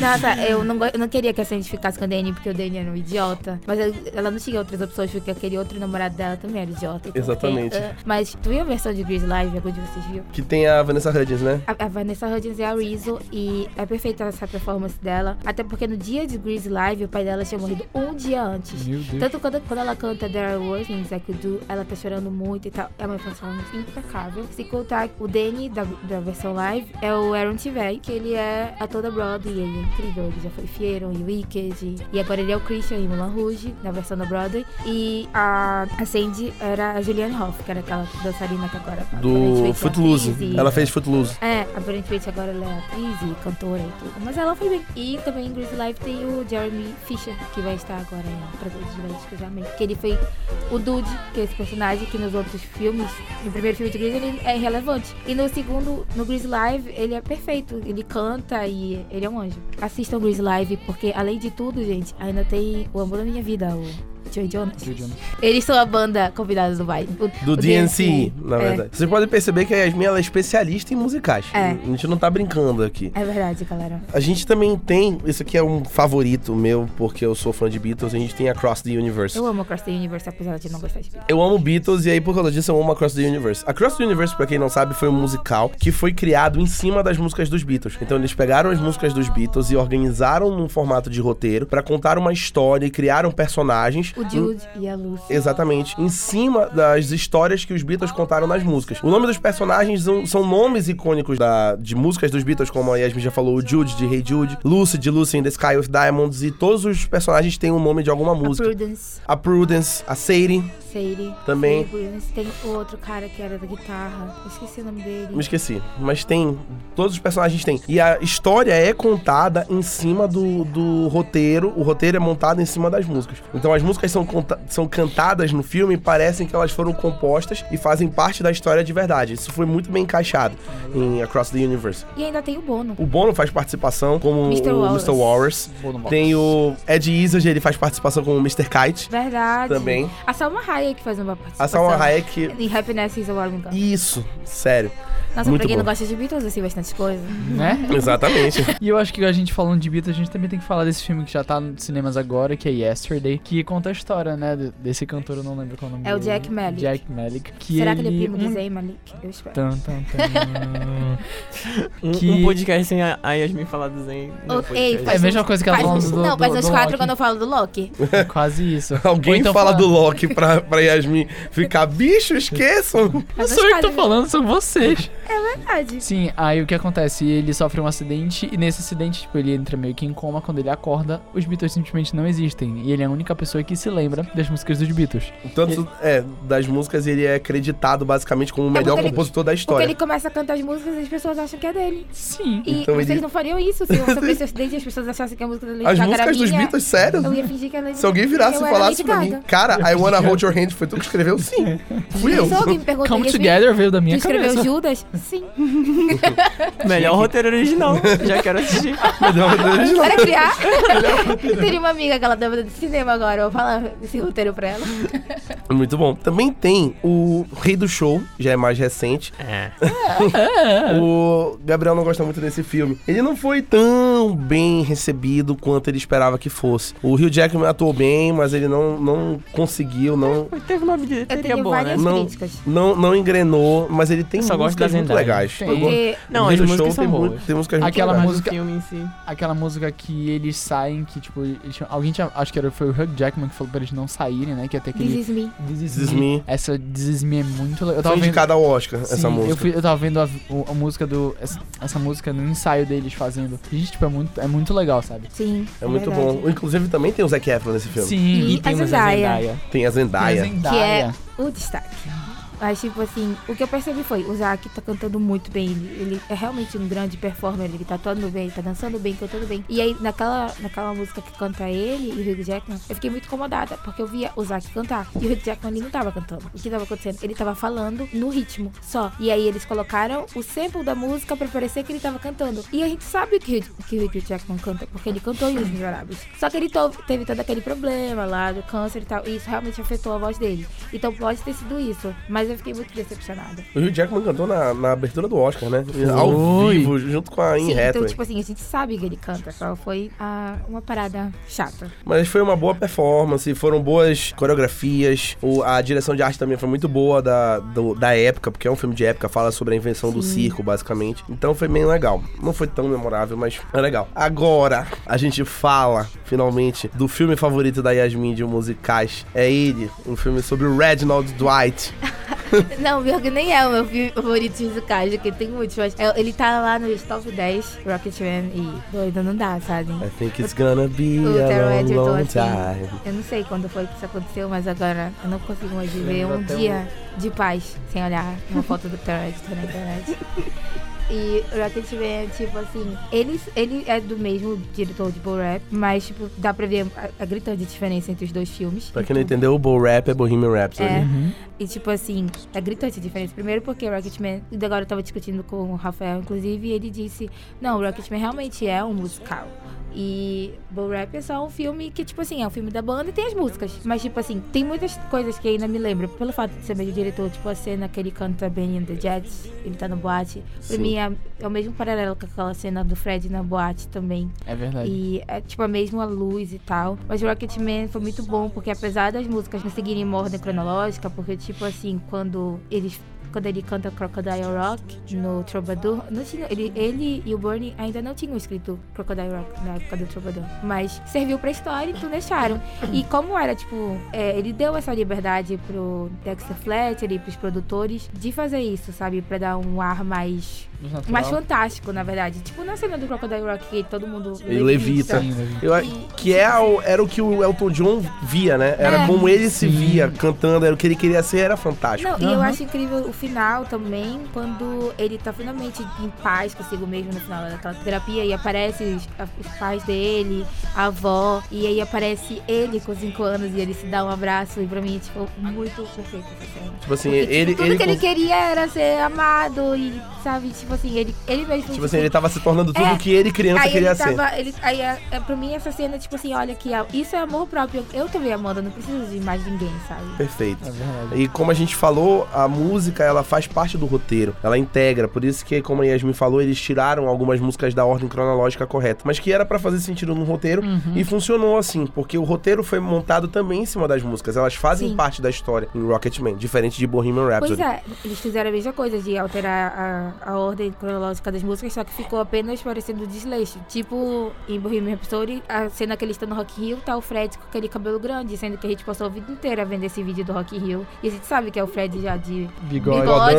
Speaker 2: Nossa, eu não, go- eu não queria que a Sandy ficasse com o Danny porque o Danny era um idiota. Mas eu- ela não tinha outras opções porque aquele outro namorado dela também era idiota. então
Speaker 1: Exatamente.
Speaker 2: fiquei, "Ah". mas tu viu a versão de Grease Live? Algum de vocês viu?
Speaker 1: Que tem a Vanessa Hudgens, né?
Speaker 2: A, a Vanessa Hudgens é a Rizzo e é perfeita essa performance dela. Até porque no dia de Grease Live, o pai dela tinha morrido um dia antes.
Speaker 3: Meu Deus.
Speaker 2: Tanto quando, quando ela canta There I Was, no Zack Do, ela tá chorando muito e tal. É uma performance impecável. Se contar o Danny, da, da versão live, é o Aaron Tveit, que ele é ator da Broadway, ele é incrível. Ele já foi Fieron e Wicked, e- e agora ele é o Christian em Moulin Rouge, na versão da Broadway. E a, a Sandy era a Julianne Hoff, que era aquela dançarina que agora... aparentemente é
Speaker 1: do
Speaker 2: atriz
Speaker 1: Footloose.
Speaker 2: e-
Speaker 1: Ela fez Footloose.
Speaker 2: é, aparentemente agora ela é atriz e cantora e tudo. Mas ela foi bem. E também em Grease Live tem o Jeremy Fisher, que vai estar agora em Produtos de Leite, que eu já amei. Que ele foi o Dude, que é esse personagem que nos outros filmes, no primeiro filme de Grease, ele é irrelevante. E no segundo, no Grease Live, ele é perfeito. Ele canta e ele é um anjo. Assistam Grease Live, porque além de tudo, gente, ainda tem o amor da minha vida, o Joey Jonas.
Speaker 3: Joe Jonas.
Speaker 2: Eles são a banda convidada do baile. O-
Speaker 1: Do
Speaker 2: o
Speaker 1: DNC, na
Speaker 2: É.
Speaker 1: verdade. Vocês podem perceber que a Yasmin ela é especialista em musicais.
Speaker 2: É.
Speaker 1: A gente não tá brincando aqui.
Speaker 2: É verdade, galera.
Speaker 1: A gente também tem, isso aqui é um favorito meu, porque eu sou fã de Beatles, a gente tem Across the Universe.
Speaker 2: Eu amo Cross the Universe, apesar de não gostar de mim.
Speaker 1: Eu amo Beatles e aí por causa disso eu amo Across the Universe. Across the Universe, pra quem não sabe, foi um musical que foi criado em cima das músicas dos Beatles. Então eles pegaram as músicas dos Beatles e organizaram num formato de roteiro pra contar uma história e criaram personagens
Speaker 2: o Jude e a
Speaker 1: É
Speaker 2: Lucy.
Speaker 1: Exatamente. Em cima das histórias que os Beatles contaram nas músicas. O nome dos personagens são, são nomes icônicos da, de músicas dos Beatles, como a Yasmin já falou, o Jude de Hey Jude, Lucy de Lucy in the Sky with Diamonds, e todos os personagens têm o nome de alguma
Speaker 2: A
Speaker 1: música.
Speaker 2: Prudence,
Speaker 1: A Prudence, a Sadie,
Speaker 2: Sadie.
Speaker 1: Também.
Speaker 2: Sadie Prudence. Tem o outro cara que era da guitarra. Eu esqueci o nome dele.
Speaker 1: me esqueci, mas tem, todos os personagens têm. E a história é contada em cima do, do roteiro, o roteiro é montado em cima das músicas. Então as músicas são, conta- são cantadas no filme e parecem que elas foram compostas e fazem parte da história de verdade. Isso foi muito bem encaixado em Across the Universe.
Speaker 2: E ainda tem o Bono.
Speaker 1: O Bono faz participação como
Speaker 2: Mr.
Speaker 1: o
Speaker 2: Walrus.
Speaker 1: Mr. Walrus.
Speaker 3: Bono Vox.
Speaker 1: Tem o Ed Izzard, ele faz participação como o Mr. Kite
Speaker 2: Verdade.
Speaker 1: também.
Speaker 2: A Salma Hayek faz uma participação.
Speaker 1: A Salma Hayek...
Speaker 2: E Happiness is a Warm Gun.
Speaker 1: Isso, sério.
Speaker 2: Nossa,
Speaker 1: muito
Speaker 2: pra quem não
Speaker 1: bom.
Speaker 2: gosta de Beatles, assim, bastante coisa.
Speaker 3: Né?
Speaker 1: Exatamente.
Speaker 3: E eu acho que a gente falando de Beatles, a gente também tem que falar desse filme que já tá nos cinemas agora, que é Yesterday, que conta a história, né, de- desse cantor, eu não lembro qual o nome
Speaker 2: É o
Speaker 3: dele.
Speaker 2: Jack Malik.
Speaker 3: Jack Malik. Que
Speaker 2: Será que ele é primo
Speaker 3: um-
Speaker 2: do Zayn Malik? Eu espero.
Speaker 3: Tan, tan, tan.
Speaker 4: Um,
Speaker 3: Que-
Speaker 4: um podcast sem a, a Yasmin falar do Zen. não é um
Speaker 2: Ok,
Speaker 3: É
Speaker 4: podcast.
Speaker 3: a
Speaker 2: Oh, faz-
Speaker 3: mesma coisa que ela
Speaker 2: Faz
Speaker 3: falando
Speaker 2: uns-
Speaker 3: do
Speaker 2: não,
Speaker 3: do-
Speaker 2: faz
Speaker 3: do
Speaker 2: uns quatro
Speaker 3: Loki.
Speaker 2: quando eu falo do Loki.
Speaker 3: É quase isso. Ou
Speaker 1: *laughs* Alguém
Speaker 3: então
Speaker 1: fala do Loki pra, pra Yasmin ficar, bicho, *laughs* esqueçam.
Speaker 3: Não
Speaker 2: Faz uns
Speaker 3: sou eu que tô
Speaker 2: quatro-
Speaker 3: falando, são vocês.
Speaker 2: Verdade.
Speaker 3: Tá *laughs* Sim, aí o que acontece? Ele sofre um acidente e nesse acidente, tipo, ele entra meio que em coma. Quando ele acorda, os Beatles simplesmente não existem. E ele é a única pessoa que se lembra das músicas dos Beatles.
Speaker 1: Tanto é, das músicas ele é acreditado basicamente como o
Speaker 2: É
Speaker 1: melhor
Speaker 2: porque ele-
Speaker 1: compositor da
Speaker 2: Porque
Speaker 1: história.
Speaker 2: ele começa a cantar as músicas e as pessoas acham que é dele.
Speaker 3: Sim.
Speaker 2: E
Speaker 1: Então
Speaker 2: vocês
Speaker 1: ele-
Speaker 2: não fariam isso se eu
Speaker 1: *laughs*
Speaker 2: sofresse um acidente e as pessoas achassem que a música da Lady
Speaker 1: As
Speaker 2: Gaga
Speaker 1: músicas
Speaker 2: era
Speaker 1: dos
Speaker 2: minha,
Speaker 1: Beatles, sério?
Speaker 2: Eu ia fingir que a Lady
Speaker 1: Se alguém virasse
Speaker 2: eu
Speaker 1: e
Speaker 2: era
Speaker 1: falasse
Speaker 2: Lady
Speaker 1: pra mim,
Speaker 2: Gaga.
Speaker 1: cara, I wanna hold your hand, foi tu que escreveu?
Speaker 2: *laughs*
Speaker 1: Sim. Fui eu. *laughs*
Speaker 2: Se alguém me pergunta,
Speaker 3: Come
Speaker 2: "Yasmin,
Speaker 3: Together veio da
Speaker 2: Tu
Speaker 3: minha
Speaker 2: escreveu
Speaker 3: cabeça.
Speaker 2: Judas? Sim.
Speaker 4: Melhor roteiro original. Já quero assistir.
Speaker 2: Para criar.
Speaker 1: *laughs*
Speaker 2: Eu teria uma amiga que ela tava de cinema agora. Eu vou falar esse roteiro pra ela.
Speaker 1: Muito bom. Também tem o Rei do Show, já é mais recente.
Speaker 4: É.
Speaker 3: É.
Speaker 1: O Gabriel não gosta muito desse filme. Ele não foi tão bem recebido quanto ele esperava que fosse. O Hugh Jackman atuou bem, mas ele não, não conseguiu, não,
Speaker 4: Teve uma
Speaker 2: Eu
Speaker 4: bilheteria
Speaker 2: tenho
Speaker 4: boa, né?
Speaker 2: várias
Speaker 1: Não.
Speaker 2: críticas.
Speaker 1: não, não engrenou, mas ele tem
Speaker 4: Eu só gosto
Speaker 1: músicas
Speaker 4: da
Speaker 1: muito
Speaker 4: Zendaya.
Speaker 1: legais.
Speaker 3: Tem.
Speaker 1: Eu gosto-
Speaker 2: Porque
Speaker 4: Não,
Speaker 1: O
Speaker 4: as
Speaker 1: Rei do
Speaker 4: músicas
Speaker 1: Show
Speaker 4: são
Speaker 1: tem,
Speaker 4: boas.
Speaker 1: muito- tem músicas muito
Speaker 3: Aquela
Speaker 1: legais.
Speaker 4: Mas
Speaker 3: música-
Speaker 4: o filme em si.
Speaker 3: Aquela música que eles saem, que tipo, eles tinham- alguém tinha. Acho que era, foi o Hugh Jackman que falou pra eles não saírem, né? Que até aquele.
Speaker 2: This is me.
Speaker 3: This is,
Speaker 1: This Is
Speaker 3: Me.
Speaker 1: Me.
Speaker 3: Essa This Is Me é muito legal. Eu
Speaker 1: Foi
Speaker 3: tava vendo,
Speaker 1: indicada ao Oscar
Speaker 3: Sim,
Speaker 1: essa música.
Speaker 3: Eu, fui- eu tava vendo a, o- a música do. Essa, essa música no ensaio deles fazendo. Gente, tipo, é muito, é muito legal, sabe?
Speaker 2: Sim.
Speaker 1: É muito
Speaker 2: verdade.
Speaker 1: bom. Inclusive também tem o Zac Efron nesse filme.
Speaker 3: Sim,
Speaker 2: E a
Speaker 3: uma
Speaker 2: Zendaya.
Speaker 1: Tem a Zendaya.
Speaker 3: Tem a
Speaker 2: Que é
Speaker 3: Zendaya.
Speaker 2: o destaque. Mas, tipo assim, o que eu percebi foi, o Zac tá cantando muito bem. Ele, ele é realmente um grande performer, ele tá todo bem, tá dançando bem, cantando bem. E aí, naquela, naquela música que canta ele e o Hugh Jackman, eu fiquei muito incomodada, porque eu via o Zac cantar. E o Hugh Jackman, ele não tava cantando. O que tava acontecendo? Ele tava falando no ritmo só. E aí, eles colocaram o sample da música pra parecer que ele tava cantando. E a gente sabe que, o- que o Hugh Jackman canta, porque ele cantou em Os Miseráveis. Só que ele to- teve todo aquele problema lá do câncer e tal, e isso realmente afetou a voz dele. Então pode ter sido isso, mas eu fiquei muito decepcionada.
Speaker 1: O Hugh Jackman cantou na, na abertura do Oscar, né? Ao
Speaker 3: Foi.
Speaker 1: vivo, junto com a Anne
Speaker 2: Sim, então,
Speaker 1: Hathaway.
Speaker 2: tipo assim, a gente sabe que ele canta, só foi ah, uma parada chata.
Speaker 1: Mas foi uma boa performance, foram boas coreografias, o- a direção de arte também foi muito boa da, do- da época, porque é um filme de época, fala sobre a invenção do
Speaker 2: Sim.
Speaker 1: circo, basicamente. Então foi bem legal. Não foi tão memorável, mas é legal. Agora, a gente fala, finalmente, do filme favorito da Yasmin de musicais. É ele, um filme sobre o Reginald Dwight.
Speaker 2: Não, pior que nem é o meu filme favorito de musicais, porque tem muitos, mas é- ele tá lá nos top 10, Rocketman, e doido não dá, sabe?
Speaker 1: I think it's gonna be
Speaker 2: é O
Speaker 1: a
Speaker 2: Terry
Speaker 1: long, long
Speaker 2: Edgerton, assim,
Speaker 1: time.
Speaker 2: eu não sei quando foi que isso aconteceu, mas agora eu não consigo mais viver
Speaker 3: Lembro
Speaker 2: um
Speaker 3: até
Speaker 2: dia de paz sem olhar uma foto do Terry Edgerton na internet. E o Rocketman, tipo assim, ele, ele é do mesmo diretor de Bo-Rap, mas, tipo, dá pra ver a, a gritante diferença entre os dois filmes.
Speaker 1: Pra quem não entendeu, o Bo Rap é Bohemian Rhapsody.
Speaker 2: É.
Speaker 3: Uhum.
Speaker 2: E tipo assim, é gritante a diferença. Primeiro porque Rocketman, e agora eu tava discutindo com o Rafael, inclusive, e ele disse, não, Rocketman realmente é um musical. E Bo Rap é só um filme que, tipo assim, é um filme da banda e tem as músicas. Mas, tipo assim, tem muitas coisas que ainda me lembro. Pelo fato de ser mesmo diretor, tipo a cena que ele canta Benny and the Jets, ele tá na boate. Pra
Speaker 1: Sim.
Speaker 2: mim é, é o mesmo paralelo com aquela cena do Fred na boate também.
Speaker 3: É verdade.
Speaker 2: E é tipo a mesma luz e tal. Mas Rocketman foi muito bom, porque apesar das músicas não seguirem uma ordem cronológica, porque tipo assim, quando eles quando ele canta Crocodile Rock no Troubadour. Não tinha, ele, ele e o Bernie ainda não tinham escrito Crocodile Rock na época do Troubadour. Mas serviu pra história, então deixaram. E como era, tipo, é, ele deu essa liberdade pro Dexter Fletcher e pros produtores de fazer isso, sabe? Pra dar um ar mais,
Speaker 3: Natural.
Speaker 2: mais fantástico, na verdade. Tipo, na cena do Crocodile Rock que todo mundo
Speaker 1: Ele levita.
Speaker 3: Sim, né?
Speaker 1: Eu, que é o- era o que o Elton John via, né? Era
Speaker 2: É.
Speaker 1: como ele se
Speaker 3: Sim.
Speaker 1: via cantando, era o que ele queria ser, era fantástico.
Speaker 2: Não, e eu
Speaker 3: Aham.
Speaker 2: acho incrível o final também, quando ele tá finalmente em paz consigo mesmo no final daquela terapia e aparece os, a- os pais dele, a avó, e aí aparece ele com 5 anos e ele se dá um abraço e pra mim, tipo, muito perfeito essa cena.
Speaker 1: Tipo assim,
Speaker 2: Porque, tipo,
Speaker 1: ele,
Speaker 2: tudo
Speaker 1: ele,
Speaker 2: que ele
Speaker 1: cons-
Speaker 2: queria era ser amado e, sabe, tipo assim, ele, ele mesmo.
Speaker 1: tipo assim, ele tava se tornando tudo
Speaker 2: É.
Speaker 1: o que ele criança
Speaker 2: Aí
Speaker 1: queria
Speaker 2: ele
Speaker 1: ser.
Speaker 2: tava. Ele, aí é, é, pra mim essa cena, tipo assim, olha que isso é amor próprio. Eu também, Amanda, não preciso de mais ninguém, sabe?
Speaker 1: Perfeito.
Speaker 3: É verdade.
Speaker 1: E como a gente falou, a música ela faz parte do roteiro, ela integra. Por isso que, como a Yasmin falou, eles tiraram algumas músicas da ordem cronológica correta, mas que era pra fazer sentido no roteiro e funcionou assim, porque o roteiro foi montado também em cima das músicas. Elas fazem
Speaker 2: Sim.
Speaker 1: parte da história em Rocketman, diferente de Bohemian Rhapsody.
Speaker 2: Pois é, eles fizeram a mesma coisa de alterar a, a ordem cronológica das músicas, só que ficou apenas parecendo desleixo. Tipo, em Bohemian Rhapsody, a cena que eles estão no Rock Hill, tá o Fred com aquele cabelo grande, sendo que a gente passou a vida inteira vendo esse vídeo do Rock Hill. E a gente sabe que é o Fred já de
Speaker 3: Bigode.
Speaker 2: bigode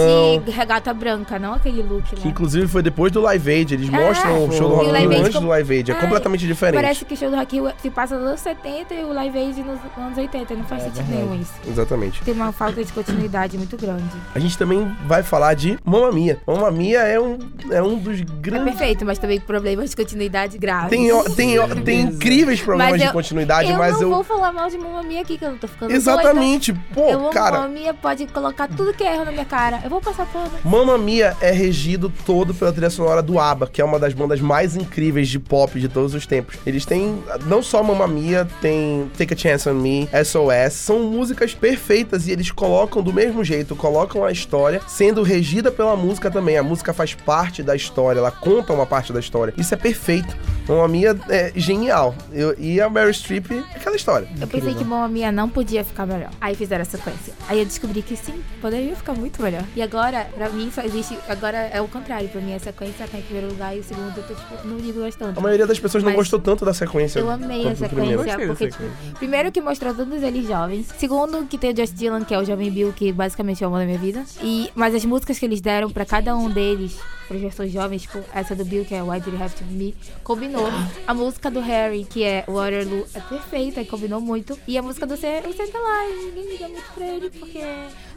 Speaker 2: e regata branca, não aquele look né?
Speaker 1: Que
Speaker 2: lá.
Speaker 1: inclusive foi depois do Live Aid.
Speaker 2: É,
Speaker 1: Eles mostram o show do
Speaker 3: E o
Speaker 1: Rock
Speaker 2: Live
Speaker 1: Hill
Speaker 2: Aid
Speaker 1: antes
Speaker 2: com-
Speaker 1: do Live Aid. É
Speaker 2: Ai,
Speaker 1: completamente diferente.
Speaker 2: Parece que o show do Rock Hill se passa nos anos 70 e o Live Aid nos anos 80. Não faz
Speaker 3: É
Speaker 2: sentido
Speaker 3: verdade.
Speaker 2: nenhum isso.
Speaker 1: Exatamente.
Speaker 2: Tem uma falta de continuidade muito grande.
Speaker 1: A gente também vai falar de Mamma Mia. Mamma Mia é um, é um dos
Speaker 2: É
Speaker 1: grandes...
Speaker 2: perfeito, mas também problemas de continuidade graves.
Speaker 1: tem, o- tem, o- tem incríveis problemas
Speaker 2: É Mas
Speaker 1: de
Speaker 2: eu-
Speaker 1: continuidade,
Speaker 2: eu
Speaker 1: mas
Speaker 2: não
Speaker 1: eu...
Speaker 2: vou falar mal de Mamma Mia aqui, que eu não tô ficando doida.
Speaker 1: Exatamente. Pô,
Speaker 2: eu amo
Speaker 1: cara...
Speaker 2: Mamma Mia, pode colocar tudo que é erro na minha cara. Eu vou passar pano.
Speaker 1: Mamma Mia é regido todo pela trilha sonora do ABBA, que é uma das bandas mais incríveis de pop de todos os tempos. Eles têm não só Mamma Mia, tem Take a Chance on Me, SOS, são músicas perfeitas e eles colocam do mesmo jeito, colocam a história sendo regida pela música também. A música faz parte da história, ela conta uma parte da história. Isso é perfeito. Mamma Mia é genial. Eu- e a Mary Streep é aquela história.
Speaker 2: Eu pensei que Mamma Mia não podia ficar melhor. Aí fizeram a sequência. Aí eu descobri que sim, poderia ficar muito melhor. E agora, pra mim, só existe... Agora é o contrário. Pra mim, a sequência tá em primeiro lugar e o segundo eu tô, tipo, não ligo mais tanto.
Speaker 1: A maioria das pessoas não
Speaker 2: Mas
Speaker 1: gostou tanto da sequência.
Speaker 2: Eu amei a
Speaker 1: quanto do primeiro.
Speaker 2: sequência,
Speaker 4: Gostei da
Speaker 2: porque,
Speaker 4: sequência.
Speaker 2: tipo, primeiro que mostrou todos eles jovens. Segundo, que tem o Just Dylan, que é o Jovem Bill, que basicamente é o amor da minha vida. E, mas as músicas que eles deram pra cada um deles, pras pessoas jovens, tipo, essa do Bill, que é Why Did You Have to Be Me, combinou. A música do Harry, que é Waterloo, é perfeita e combinou muito. E a música do Sam, o Sam tá lá, e ninguém liga muito pra ele, porque.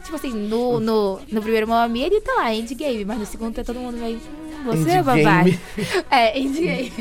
Speaker 2: Tipo assim, no, no, no primeiro Mamma Mia ele tá lá, endgame, mas no segundo tá todo mundo meio. "Hum, Você é
Speaker 1: Endgame.
Speaker 2: babaca. *laughs* É, endgame.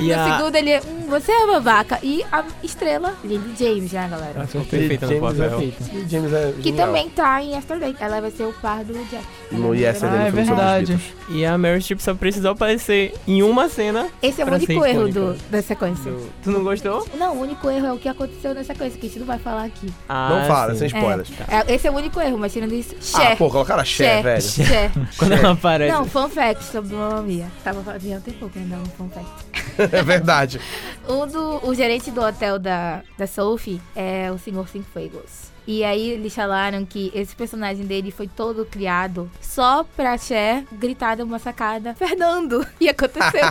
Speaker 4: E
Speaker 2: No
Speaker 4: a-
Speaker 2: segundo, ele, hum, você é babaca. E a estrela, Lily James, né, galera?
Speaker 4: Perfeita no
Speaker 1: James é
Speaker 4: papel.
Speaker 3: Perfeita.
Speaker 1: E James é
Speaker 2: Que
Speaker 1: genial.
Speaker 2: também tá em Yesterday. Ela vai ser o par do Jack.
Speaker 1: No Yesterday,
Speaker 3: Ah, é
Speaker 1: no filme sobre os
Speaker 3: verdade.
Speaker 1: Beatles.
Speaker 4: E a Mary Streep só precisou aparecer em uma cena.
Speaker 2: Esse é o
Speaker 4: Pra
Speaker 2: único
Speaker 4: ser né?
Speaker 2: erro
Speaker 4: icônica.
Speaker 2: do- da sequência.
Speaker 4: do- Tu não gostou?
Speaker 2: Não, o único erro é o que aconteceu nessa coisa, que a gente não vai falar aqui.
Speaker 4: Ah,
Speaker 1: Não fala,
Speaker 4: sim.
Speaker 1: sem spoilers.
Speaker 2: É, esse é o único erro, mas tirando isso,
Speaker 1: Ah,
Speaker 2: Cher.
Speaker 1: pô, colocaram a Cher,
Speaker 2: *laughs* Cher,
Speaker 1: velho.
Speaker 2: Cher.
Speaker 1: *laughs*
Speaker 4: Quando ela aparece.
Speaker 2: Não, fun fact sobre Mamma Mia. Tava falando até pouco, ainda um fun fact.
Speaker 1: É verdade.
Speaker 2: Um do, o gerente do hotel da, da Sophie é o Sr. Sinfuegos. E aí eles falaram que esse personagem dele foi todo criado só pra Cher gritar de uma sacada, *laughs* Fernando! E aconteceu.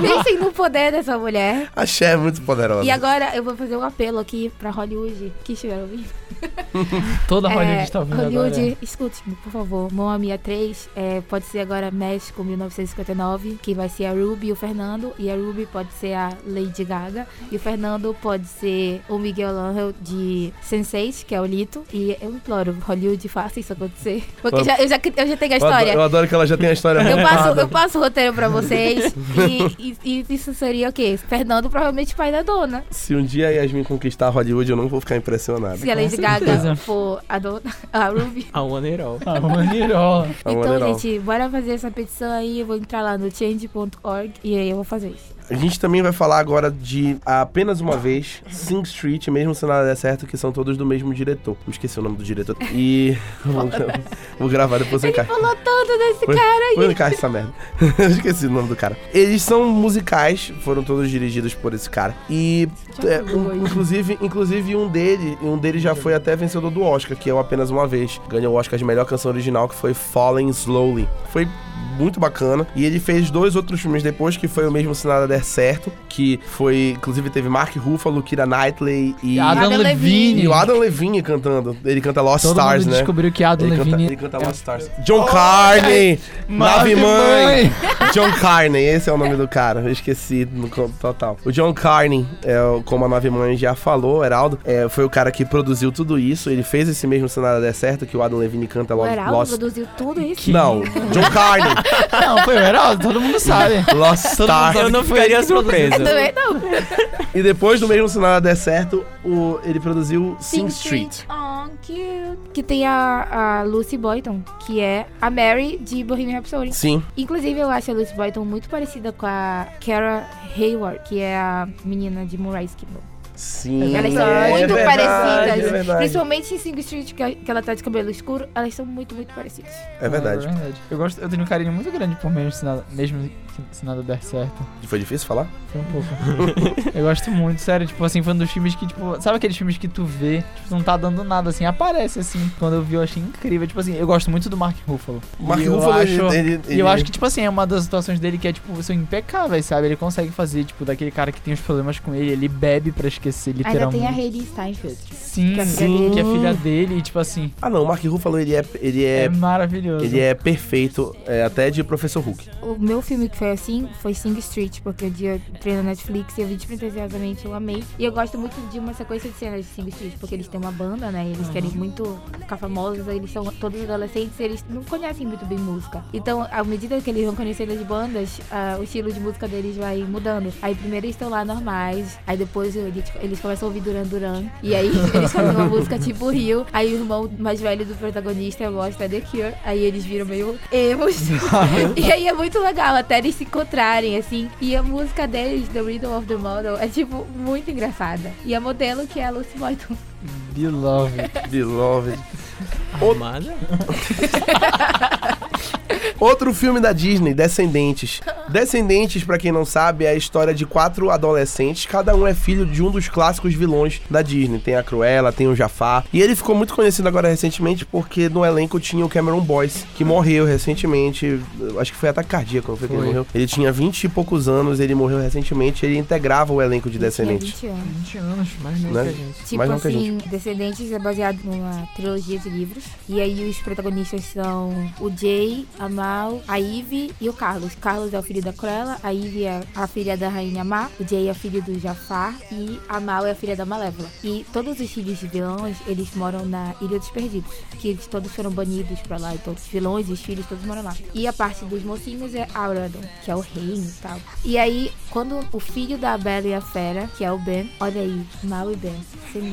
Speaker 2: Pensem no poder dessa mulher.
Speaker 1: A Cher é muito poderosa.
Speaker 2: E agora eu vou fazer um apelo aqui pra Hollywood, que estiver ouvindo.
Speaker 3: Toda Tá Hollywood
Speaker 2: É,
Speaker 3: está vindo
Speaker 2: Hollywood,
Speaker 3: agora.
Speaker 2: escute-me, por favor. Mamma Mia 3 é, pode ser agora México 1959, que vai ser a Ruby e o Fernando. E a Ruby pode ser a Lady Gaga. E o Fernando pode ser o Miguel Angel de Sense8, que é o Lito. E eu imploro, Hollywood, faça isso acontecer. Porque
Speaker 1: Eu-
Speaker 2: já- eu, já, eu já tenho
Speaker 1: eu adoro, eu
Speaker 2: a história.
Speaker 1: adoro que ela já tem a história
Speaker 2: Eu
Speaker 1: montada.
Speaker 2: passo, eu passo o roteiro pra vocês. e, e- e isso seria o quê? Fernando, provavelmente pai da dona.
Speaker 1: *laughs* Se um dia a Yasmin conquistar Hollywood, eu não vou ficar impressionado.
Speaker 2: Se a Lady
Speaker 3: certeza.
Speaker 2: Gaga for a dona, a Ruby.
Speaker 4: A One and All.
Speaker 3: A Manirola.
Speaker 1: A
Speaker 2: Então,
Speaker 1: maneira-
Speaker 2: gente, bora fazer essa petição aí. Eu vou entrar lá no change.org e aí eu vou fazer isso.
Speaker 1: A gente também vai falar agora de apenas uma vez, Sing Street, mesmo se nada der certo, que são todos do mesmo diretor. Me esqueci o nome do diretor. E. *laughs* vou, gra- vou gravar depois em casa.
Speaker 2: Falou todo desse
Speaker 1: Foi-
Speaker 2: cara aí.
Speaker 1: Põe no carro essa merda. *laughs* Eu esqueci o nome do cara. Eles são musicais, foram todos dirigidos por esse cara. E é, um- inclusive, inclusive um dele, um dele já foi até vencedor do Oscar, que é o apenas uma vez. Ganhou o Oscar de melhor canção original, que foi Falling Slowly. Foi muito bacana. E ele fez dois outros filmes depois, que foi o mesmo Se Nada Der Certo, que foi, inclusive teve Mark Ruffalo, Kira Knightley e,
Speaker 3: Adam,
Speaker 2: Adam
Speaker 3: Levine.
Speaker 2: Levine.
Speaker 1: e o Adam Levine cantando. Ele canta Lost
Speaker 3: Todo
Speaker 1: Stars,
Speaker 3: mundo
Speaker 1: né?
Speaker 3: descobriu que Adam
Speaker 1: Ele canta,
Speaker 3: Levine... é
Speaker 1: ele canta Lost Stars. John Carney! Nave Mãe! John Carney, esse é o nome do cara. Eu esqueci no co- total. O John Carney, é, o- como a Nave Mãe já falou, Heraldo, é, foi o cara que produziu tudo isso. Ele fez esse mesmo cenário der certo que o Adam Levine canta
Speaker 2: O
Speaker 1: Lo-
Speaker 2: Heraldo
Speaker 1: Lost.
Speaker 2: produziu tudo isso.
Speaker 1: Não, John Carney,
Speaker 3: *laughs* Não, foi o Heraldo, todo mundo sabe.
Speaker 1: Lost Star.
Speaker 4: Eu não ficaria
Speaker 2: Eu
Speaker 4: surpreso.
Speaker 2: *laughs* também não.
Speaker 1: *laughs* E depois do mesmo cenário der certo, o- ele produziu Sing Street.
Speaker 2: Oh, cute. Que tem a, a Lucy Boyton, que é a Mary de Bohemian Rhapsody.
Speaker 1: Sim,
Speaker 2: Inclusive, eu acho a Lucy Boyton muito parecida com a Kara Hayward, que é a menina de Moraes Kimball.
Speaker 1: sim.
Speaker 2: Elas são
Speaker 1: é
Speaker 2: muito
Speaker 1: verdade, É
Speaker 2: parecidas.
Speaker 1: verdade.
Speaker 2: Principalmente em Sing Street, que, que ela tá de cabelo escuro, elas são muito, muito parecidas.
Speaker 1: É verdade.
Speaker 3: Eu, gosto, eu tenho um carinho muito grande por mesmo se nada, mesmo se nada der certo.
Speaker 1: Foi difícil falar?
Speaker 3: Foi um pouco. *laughs* eu gosto muito, sério. Tipo assim, foi um dos filmes que, tipo, sabe aqueles filmes que tu vê, tipo, não tá dando nada assim, aparece assim. Quando eu vi, eu achei incrível. Tipo assim, eu gosto muito do Mark Ruffalo.
Speaker 1: Mark
Speaker 3: E eu
Speaker 1: Ruffalo,
Speaker 3: acho-
Speaker 1: ele, ele-
Speaker 3: E eu
Speaker 1: ele-
Speaker 3: acho que, tipo assim, é uma das situações dele que é, tipo, são impecáveis, sabe? Ele consegue fazer, tipo, daquele cara que tem os problemas com ele, ele bebe pra esquecer,
Speaker 2: Ainda
Speaker 3: literalmente.
Speaker 2: tem a Hailey Steinfeld.
Speaker 3: Sim,
Speaker 2: que é filha
Speaker 3: sim,
Speaker 2: dele.
Speaker 3: que é filha dele, e, tipo assim,
Speaker 1: Ah não, o Mark Ruffalo, ele é... Ele
Speaker 3: é,
Speaker 1: é...
Speaker 3: maravilhoso.
Speaker 1: Ele é perfeito, é, até de Professor Hulk.
Speaker 2: O meu filme que foi assim foi Sing Street, porque eu dia entrei na Netflix e eu vi despretensiosamente, eu amei. E eu gosto muito de uma sequência de cenas de Sing Street, porque eles têm uma banda, né? e Eles querem muito ficar famosos, eles são todos adolescentes, e eles não conhecem muito bem música. Então, à medida que eles vão conhecendo as bandas, ah, o estilo de música deles vai mudando. Aí primeiro eles estão lá normais, aí depois eles, eles começam a ouvir Duran Duran, e aí eles fazem uma música tipo Rio, aí o irmão mais velho do protagonista gosta de Cure, aí eles viram meio emos. *laughs* E aí é muito legal até eles se encontrarem, assim. E a música deles, The Riddle of the Model, é tipo muito engraçada. E a modelo que é a Lucy Boyton. É
Speaker 3: Beloved.
Speaker 1: Beloved.
Speaker 4: Armada?
Speaker 1: Outro filme da Disney, Descendentes. Descendentes, pra quem não sabe, é a história de quatro adolescentes. Cada um é filho de um dos clássicos vilões da Disney. Tem a Cruella, tem o Jafar. E ele ficou muito conhecido agora recentemente porque no elenco tinha o Cameron Boyce, que morreu recentemente. Eu Acho que foi ataque cardíaco, não foi que ele
Speaker 3: Foi.
Speaker 1: morreu. Ele tinha 20 e poucos anos, ele morreu recentemente. Ele integrava o elenco de Descendentes.
Speaker 2: Tinha 20 anos.
Speaker 3: 20 anos, mais
Speaker 1: Né?
Speaker 4: Muita gente.
Speaker 2: Tipo
Speaker 1: Mais um que a
Speaker 2: assim, Descendentes é baseado numa trilogia de livros. E aí os protagonistas são o Jay, a Mal, a Ivy e o Carlos. Carlos é o filho da Cruella, a Ivy é a filha da Rainha Má, o Jay é filho do Jafar e a Mal é a filha da Malévola. E todos os filhos de vilões, eles moram na Ilha dos Perdidos, que eles todos foram banidos pra lá. Então os vilões e os filhos todos moram lá. E a parte dos mocinhos é Auradon, que é o reino e tal. E aí, quando o filho da Bela e a Fera, que é o Ben, olha aí, Mal e Ben, você me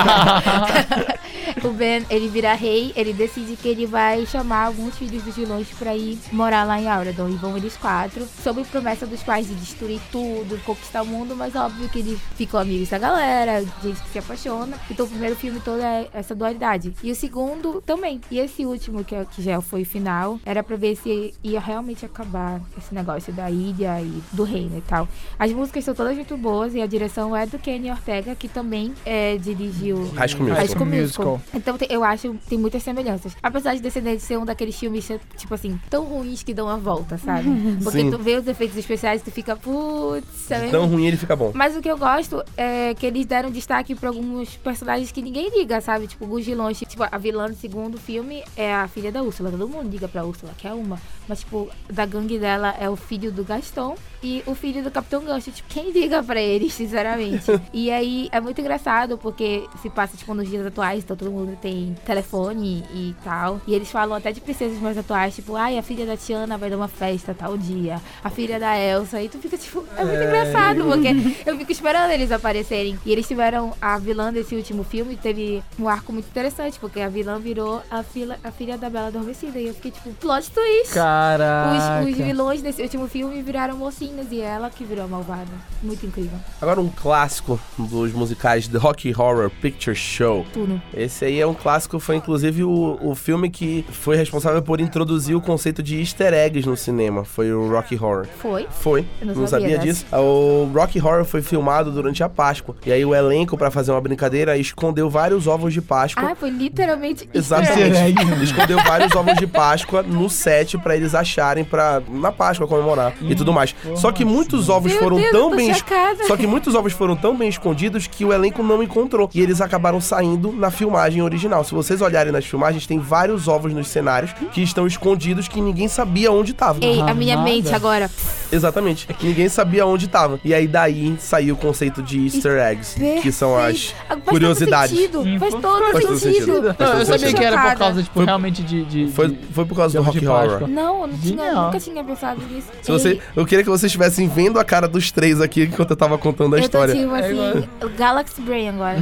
Speaker 2: acha. o Ben, ele vira rei, ele decide que ele vai chamar alguns filhos dos vilões pra ir morar lá em Auradon. E vão eles quatro, sob promessa dos pais de destruir tudo, conquistar o mundo, mas óbvio que ele ficou amigo dessa galera, gente que se apaixona. Então o primeiro filme todo é essa dualidade. E o segundo também. E esse último, que, é- que já foi o final, era pra ver se ia realmente acabar esse negócio da ilha e do reino e tal. As músicas são todas muito boas e a direção é do Kenny Ortega, que também é, dirigiu
Speaker 1: High School
Speaker 3: High
Speaker 1: Musical.
Speaker 3: School
Speaker 2: Musical.
Speaker 3: Musical.
Speaker 2: Então te- eu acho que tem muitas semelhanças. Apesar de Descendentes ser um daqueles filmes, tipo assim, tão ruins que dão a
Speaker 1: *laughs*
Speaker 2: volta, sabe? Porque
Speaker 1: Sim.
Speaker 2: tu vê os efeitos especiais e tu fica, putz, é
Speaker 1: Tão
Speaker 2: mesmo?"
Speaker 1: ruim ele fica bom.
Speaker 2: Mas o que eu gosto é que eles deram destaque pra alguns personagens que ninguém liga, sabe? Tipo, os vilões. Tipo, a vilã do segundo filme é a filha da Úrsula. Todo mundo liga pra Úrsula, que é uma. Mas, tipo, da gangue dela é o filho do Gaston e o filho do Capitão Gancho. Tipo, quem liga pra eles, sinceramente? e aí é muito engraçado porque se passa, tipo, nos dias atuais, então todo mundo tem telefone e tal. E eles falam até de princesas mais atuais, tipo, ai, a filha da Tiana vai dar uma festa tal dia, a filha da Elsa. E tu fica, tipo, é muito engraçado, porque eu fico esperando eles aparecerem. E eles tiveram a vilã desse último filme, teve um arco muito interessante, porque a vilã virou a, fila, a filha da Bela Adormecida. E eu fiquei, tipo, plot twist.
Speaker 3: Caraca.
Speaker 2: Os, os vilões desse último filme viraram mocinhos boazinhas e ela que virou a malvada. Muito incrível.
Speaker 1: Agora um clássico dos musicais The Rocky Horror Picture Show.
Speaker 2: Tudo.
Speaker 1: Esse aí é um clássico, foi inclusive o, o filme que foi responsável por introduzir o conceito de easter eggs no cinema. Foi o Rocky Horror.
Speaker 2: Foi?
Speaker 1: Foi.
Speaker 2: Eu não
Speaker 1: não sabia,
Speaker 2: sabia
Speaker 1: disso. O Rocky Horror foi filmado durante a Páscoa. E aí o elenco, pra fazer uma brincadeira, escondeu vários ovos de Páscoa.
Speaker 2: Ah, foi literalmente
Speaker 1: *laughs* Exatamente.
Speaker 2: easter egg.
Speaker 1: Escondeu vários ovos de Páscoa no set pra eles acharem para na Páscoa comemorar e tudo mais. Só que muitos ovos
Speaker 2: Meu
Speaker 1: foram
Speaker 2: Deus, eu
Speaker 1: tão
Speaker 2: tô
Speaker 1: bem es-
Speaker 2: chocada.
Speaker 1: só que muitos ovos foram tão bem escondidos que o elenco não encontrou. E eles acabaram saindo na filmagem original. Se vocês olharem nas filmagens, tem vários ovos nos cenários que estão escondidos que ninguém sabia onde tava.
Speaker 2: Ei, a minha
Speaker 3: Armada.
Speaker 2: mente agora.
Speaker 1: Exatamente. Ninguém sabia onde tava. E aí daí saiu o conceito de easter eggs, que são as
Speaker 2: Perfeito. Faz todo
Speaker 1: curiosidades.
Speaker 2: sentido, Faz
Speaker 3: Hum,
Speaker 2: todo
Speaker 1: faz todo
Speaker 2: sentido.
Speaker 1: sentido.
Speaker 3: Não, eu
Speaker 1: Mas tô
Speaker 3: sabia que era por
Speaker 2: chocada.
Speaker 3: causa, tipo,
Speaker 1: Foi-
Speaker 3: realmente de. de-
Speaker 1: Foi,
Speaker 3: de-
Speaker 1: foi por causa do
Speaker 3: de ovo
Speaker 1: Rock
Speaker 3: de
Speaker 1: Horror.
Speaker 3: Páscoa.
Speaker 2: Não, eu não tinha,
Speaker 3: Genial.
Speaker 2: nunca tinha pensado nisso.
Speaker 1: Se você,
Speaker 2: Ei,
Speaker 1: eu queria que vocês estivessem vendo a cara dos três aqui enquanto eu tava contando a
Speaker 2: eu tô
Speaker 1: história.
Speaker 2: tipo
Speaker 3: É
Speaker 2: assim, Galaxy
Speaker 1: *laughs*
Speaker 2: Brain agora.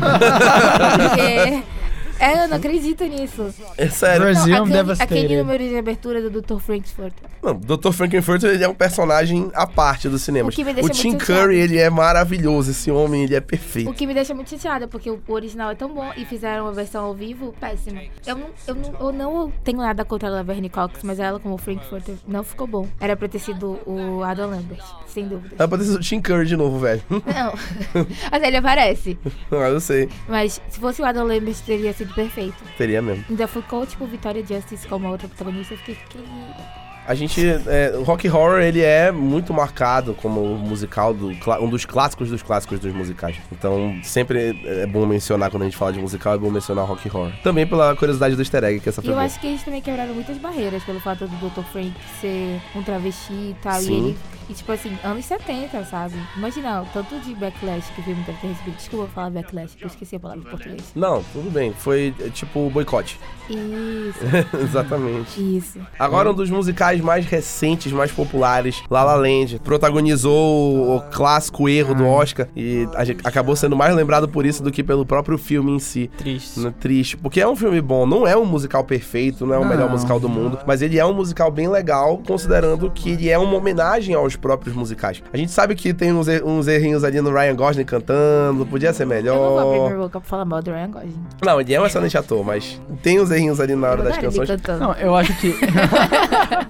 Speaker 2: Porque é, eu não acredito nisso.
Speaker 1: É sério.
Speaker 3: Brasil
Speaker 2: não, aquele,
Speaker 3: devastated.
Speaker 2: aquele número de abertura do Dr. Frankfurt.
Speaker 1: Não, Dr. Frankenfurter ele é um personagem à parte do cinema.
Speaker 2: O que me deixa muito
Speaker 1: Tim
Speaker 2: chateada.
Speaker 1: Curry, ele é maravilhoso. Esse homem, ele é perfeito.
Speaker 2: O que me deixa muito chateada, porque o original é tão bom e fizeram uma versão ao vivo péssima. Eu não, eu não, eu não tenho nada contra a Laverne Cox, mas ela, como Frankfurter, não ficou bom. Era pra ter sido o Adam Lambert, sem dúvida.
Speaker 1: Dá pra ter sido o Tim Curry de novo, velho. *laughs*
Speaker 2: Não, *laughs* mas ele aparece.
Speaker 1: Ah, eu sei.
Speaker 2: Mas se fosse o Adam Lambert, teria sido perfeito.
Speaker 1: Teria mesmo.
Speaker 2: Ainda ficou, tipo, Vitória Justice como a outra protagonista. Eu fiquei, que...
Speaker 1: A gente. é, o Rock Horror ele é muito marcado como um musical, do, cla- um dos clássicos dos clássicos dos musicais. Então, sempre é bom mencionar, quando a gente fala de musical, é bom mencionar Rock Horror. Também pela curiosidade do easter egg que essa
Speaker 2: E
Speaker 1: foi.
Speaker 2: eu
Speaker 1: boa.
Speaker 2: acho que eles também quebraram muitas barreiras pelo fato do Dr. Frank ser um travesti e tal.
Speaker 1: Sim.
Speaker 2: E ele. E tipo assim, anos 70, sabe? Imagina, o tanto de backlash que o filme deve ter recebido. Desculpa falar backlash, que eu esqueci a palavra em português.
Speaker 1: Não, tudo bem. Foi é, tipo boicote. *laughs*
Speaker 2: Isso,
Speaker 1: Exatamente. *laughs*
Speaker 2: isso.
Speaker 1: Agora um dos musicais mais recentes, mais populares, La La Land, protagonizou o clássico erro
Speaker 2: Hum.
Speaker 1: do Oscar e a gente acabou sendo mais lembrado por isso do que pelo próprio filme em si.
Speaker 4: Triste.
Speaker 1: No- Triste, porque é um filme bom, não é um musical perfeito, não é o
Speaker 3: Não.
Speaker 1: melhor musical do mundo, mas ele é um musical bem legal, considerando que ele é uma homenagem aos próprios musicais. A gente sabe que tem uns, er- uns errinhos ali no Ryan Gosling cantando, podia ser
Speaker 2: Eu não vou abrir minha
Speaker 1: melhor.
Speaker 2: boca pra falar mal do Ryan Gosling.
Speaker 1: Não, ele é um excelente ator, mas tem uns errinhos ali na hora das
Speaker 2: Eu não é
Speaker 1: canções.
Speaker 2: cantando.
Speaker 3: Não, eu acho
Speaker 1: *laughs*
Speaker 3: que.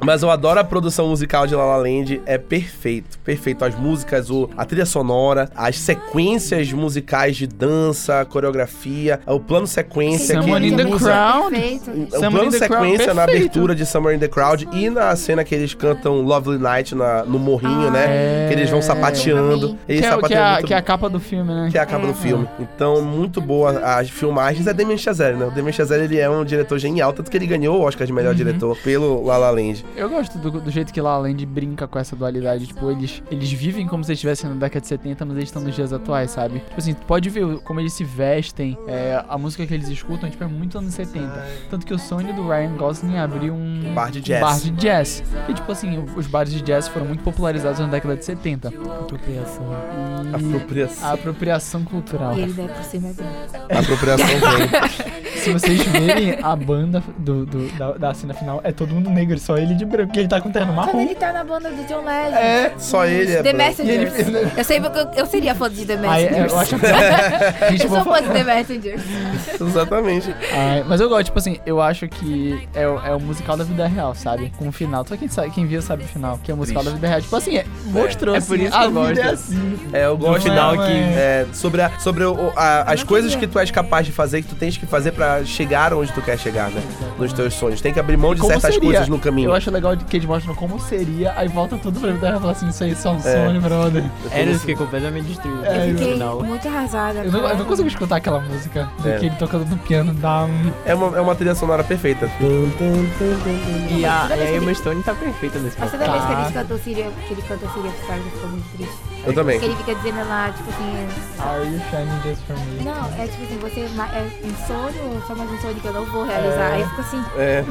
Speaker 1: Mas eu adoro a produção musical de La La Land, é perfeito, perfeito. As músicas, o, a trilha sonora, as sequências musicais de dança, coreografia, é o plano sequência.
Speaker 3: Someone
Speaker 1: que-
Speaker 3: in the
Speaker 1: Usa-
Speaker 3: Crown.
Speaker 2: Perfeito.
Speaker 1: O
Speaker 3: Summer
Speaker 1: plano
Speaker 3: in the Crowd,
Speaker 1: sequência na
Speaker 3: perfeito.
Speaker 1: abertura de Summer in the Crowd e na cena que eles cantam Lovely Night na- no morrinho,
Speaker 2: Ah,
Speaker 1: né?
Speaker 3: é.
Speaker 1: Que eles vão sapateando. Eles
Speaker 3: *laughs* que, é, que, é
Speaker 1: sapateiam
Speaker 3: a,
Speaker 1: muito
Speaker 3: que é a
Speaker 1: bom.
Speaker 3: capa do filme, né?
Speaker 1: Que é a capa do filme. Então, muito boa as filmagens. É Damien Chazelle, né? O Damien Chazelle, ele é um diretor genial. Tanto que ele ganhou o Oscar de
Speaker 3: Uhum.
Speaker 1: melhor diretor pelo La La Land.
Speaker 3: Eu gosto do, do jeito que La La Land brinca com essa dualidade. Tipo, eles, eles vivem como se estivessem na década de 70, mas eles estão nos dias atuais, sabe? Tipo assim, tu pode ver o- como eles se vestem, é, a música que eles escutam, tipo, é muito anos 70. Tanto que o sonho do Ryan Gosling abriu um
Speaker 1: Bar de
Speaker 3: um
Speaker 1: jazz.
Speaker 3: bar de jazz. E tipo assim, os bares de jazz foram muito popularizados na década de 70.
Speaker 4: Apropriação.
Speaker 3: E a
Speaker 1: Apropriação.
Speaker 3: apropriação cultural.
Speaker 2: E ele deve por cima bem. *laughs*
Speaker 1: Apropriação vem.
Speaker 3: Se vocês verem a banda do, do- da, da cena final, é todo mundo negro, só ele de branco, e ele tá com terno
Speaker 2: Quando
Speaker 3: marrom.
Speaker 2: ele tá na banda do John Legend.
Speaker 3: É.
Speaker 1: Só ele é
Speaker 2: The
Speaker 1: branco.
Speaker 2: Messengers.
Speaker 3: né?
Speaker 2: *laughs* Eu, sei, porque eu, eu seria fã de The
Speaker 3: Aí, é, tipo
Speaker 2: Messengers.
Speaker 3: eu
Speaker 2: *laughs*
Speaker 3: acho que. Gente,
Speaker 2: Eu
Speaker 3: vou
Speaker 2: sou
Speaker 3: falar-
Speaker 2: fã de The
Speaker 3: É,
Speaker 2: Messengers.
Speaker 1: Exatamente.
Speaker 3: Ai, mas eu gosto, tipo assim, eu acho que é, o- é o musical da vida real, sabe? Com o final. Só quem, sabe, quem viu sabe o final, que é o musical
Speaker 1: Triste.
Speaker 3: da vida real. Tipo assim, é, mostrou
Speaker 4: É
Speaker 3: assim,
Speaker 4: por isso que
Speaker 3: a
Speaker 4: eu
Speaker 3: vida
Speaker 4: gosto.
Speaker 3: é assim.
Speaker 1: É, eu gosto
Speaker 3: Não é,
Speaker 1: final
Speaker 3: não
Speaker 1: que é,
Speaker 3: é.
Speaker 1: sobre, a- sobre o- a- as
Speaker 2: não
Speaker 1: coisas
Speaker 2: sabia.
Speaker 1: que tu és capaz de fazer, que tu tens que fazer pra chegar onde tu quer chegar, né? Nos teus sonhos. Tem que abrir mão de
Speaker 3: Como
Speaker 1: certas
Speaker 3: seria?
Speaker 1: coisas no caminho.
Speaker 3: Eu acho legal que eles mostram como seria, aí volta tudo pra vida real e fala assim, isso aí é só um sonho, brother.
Speaker 4: Era isso que completamente destruído.
Speaker 3: É,
Speaker 4: no
Speaker 2: Fiquei
Speaker 4: final.
Speaker 2: muito arrasada.
Speaker 3: Eu não, eu não
Speaker 2: cara.
Speaker 3: consigo escutar aquela música
Speaker 1: É.
Speaker 3: do que ele tocando no piano, dá um...
Speaker 1: É uma, é uma trilha sonora perfeita.
Speaker 4: E a, e a Emma Stone tá perfeita nesse
Speaker 2: Mas
Speaker 4: papel.
Speaker 2: toda vez que
Speaker 3: Tá.
Speaker 2: ele canta o Siria, que ele canta o Siria Stars, eu fico muito triste.
Speaker 1: Eu também.
Speaker 2: Porque ele fica dizendo lá, tipo assim,
Speaker 3: Are you shining just for me?
Speaker 2: não, é tipo assim, você ma- é um sonho, é só mais um sonho que eu não vou realizar.
Speaker 1: É.
Speaker 2: Aí eu fico assim,
Speaker 1: É.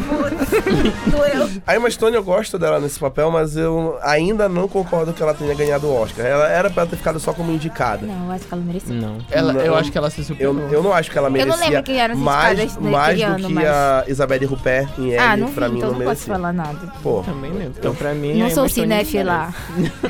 Speaker 2: doeu.
Speaker 1: A Emma Stone eu gosto dela nesse papel, mas eu ainda não concordo que ela tenha ganhado o Oscar. Ela era pra ter ficado só como indicada.
Speaker 2: Não, eu acho que ela mereceu.
Speaker 4: Não.
Speaker 3: Ela, eu
Speaker 1: Não.
Speaker 3: acho que ela se
Speaker 1: Eu,
Speaker 3: superou.
Speaker 1: eu não acho que ela
Speaker 2: Eu
Speaker 1: merecia.
Speaker 2: não lembro quem eram as
Speaker 1: mais,
Speaker 2: indicadas
Speaker 1: mais
Speaker 2: naquele
Speaker 1: do
Speaker 2: ano,
Speaker 1: que
Speaker 2: mas...
Speaker 1: a Isabelle Rupert em
Speaker 2: Ah,
Speaker 1: Ellie,
Speaker 2: não vi,
Speaker 1: É, pra mim
Speaker 2: então
Speaker 1: não
Speaker 2: não posso
Speaker 1: merecia.
Speaker 2: falar nada.
Speaker 1: Pô,
Speaker 4: Também não. Então pra mim...
Speaker 2: Não
Speaker 4: a
Speaker 2: sou
Speaker 4: Emma Stone não
Speaker 2: cinéfila lá.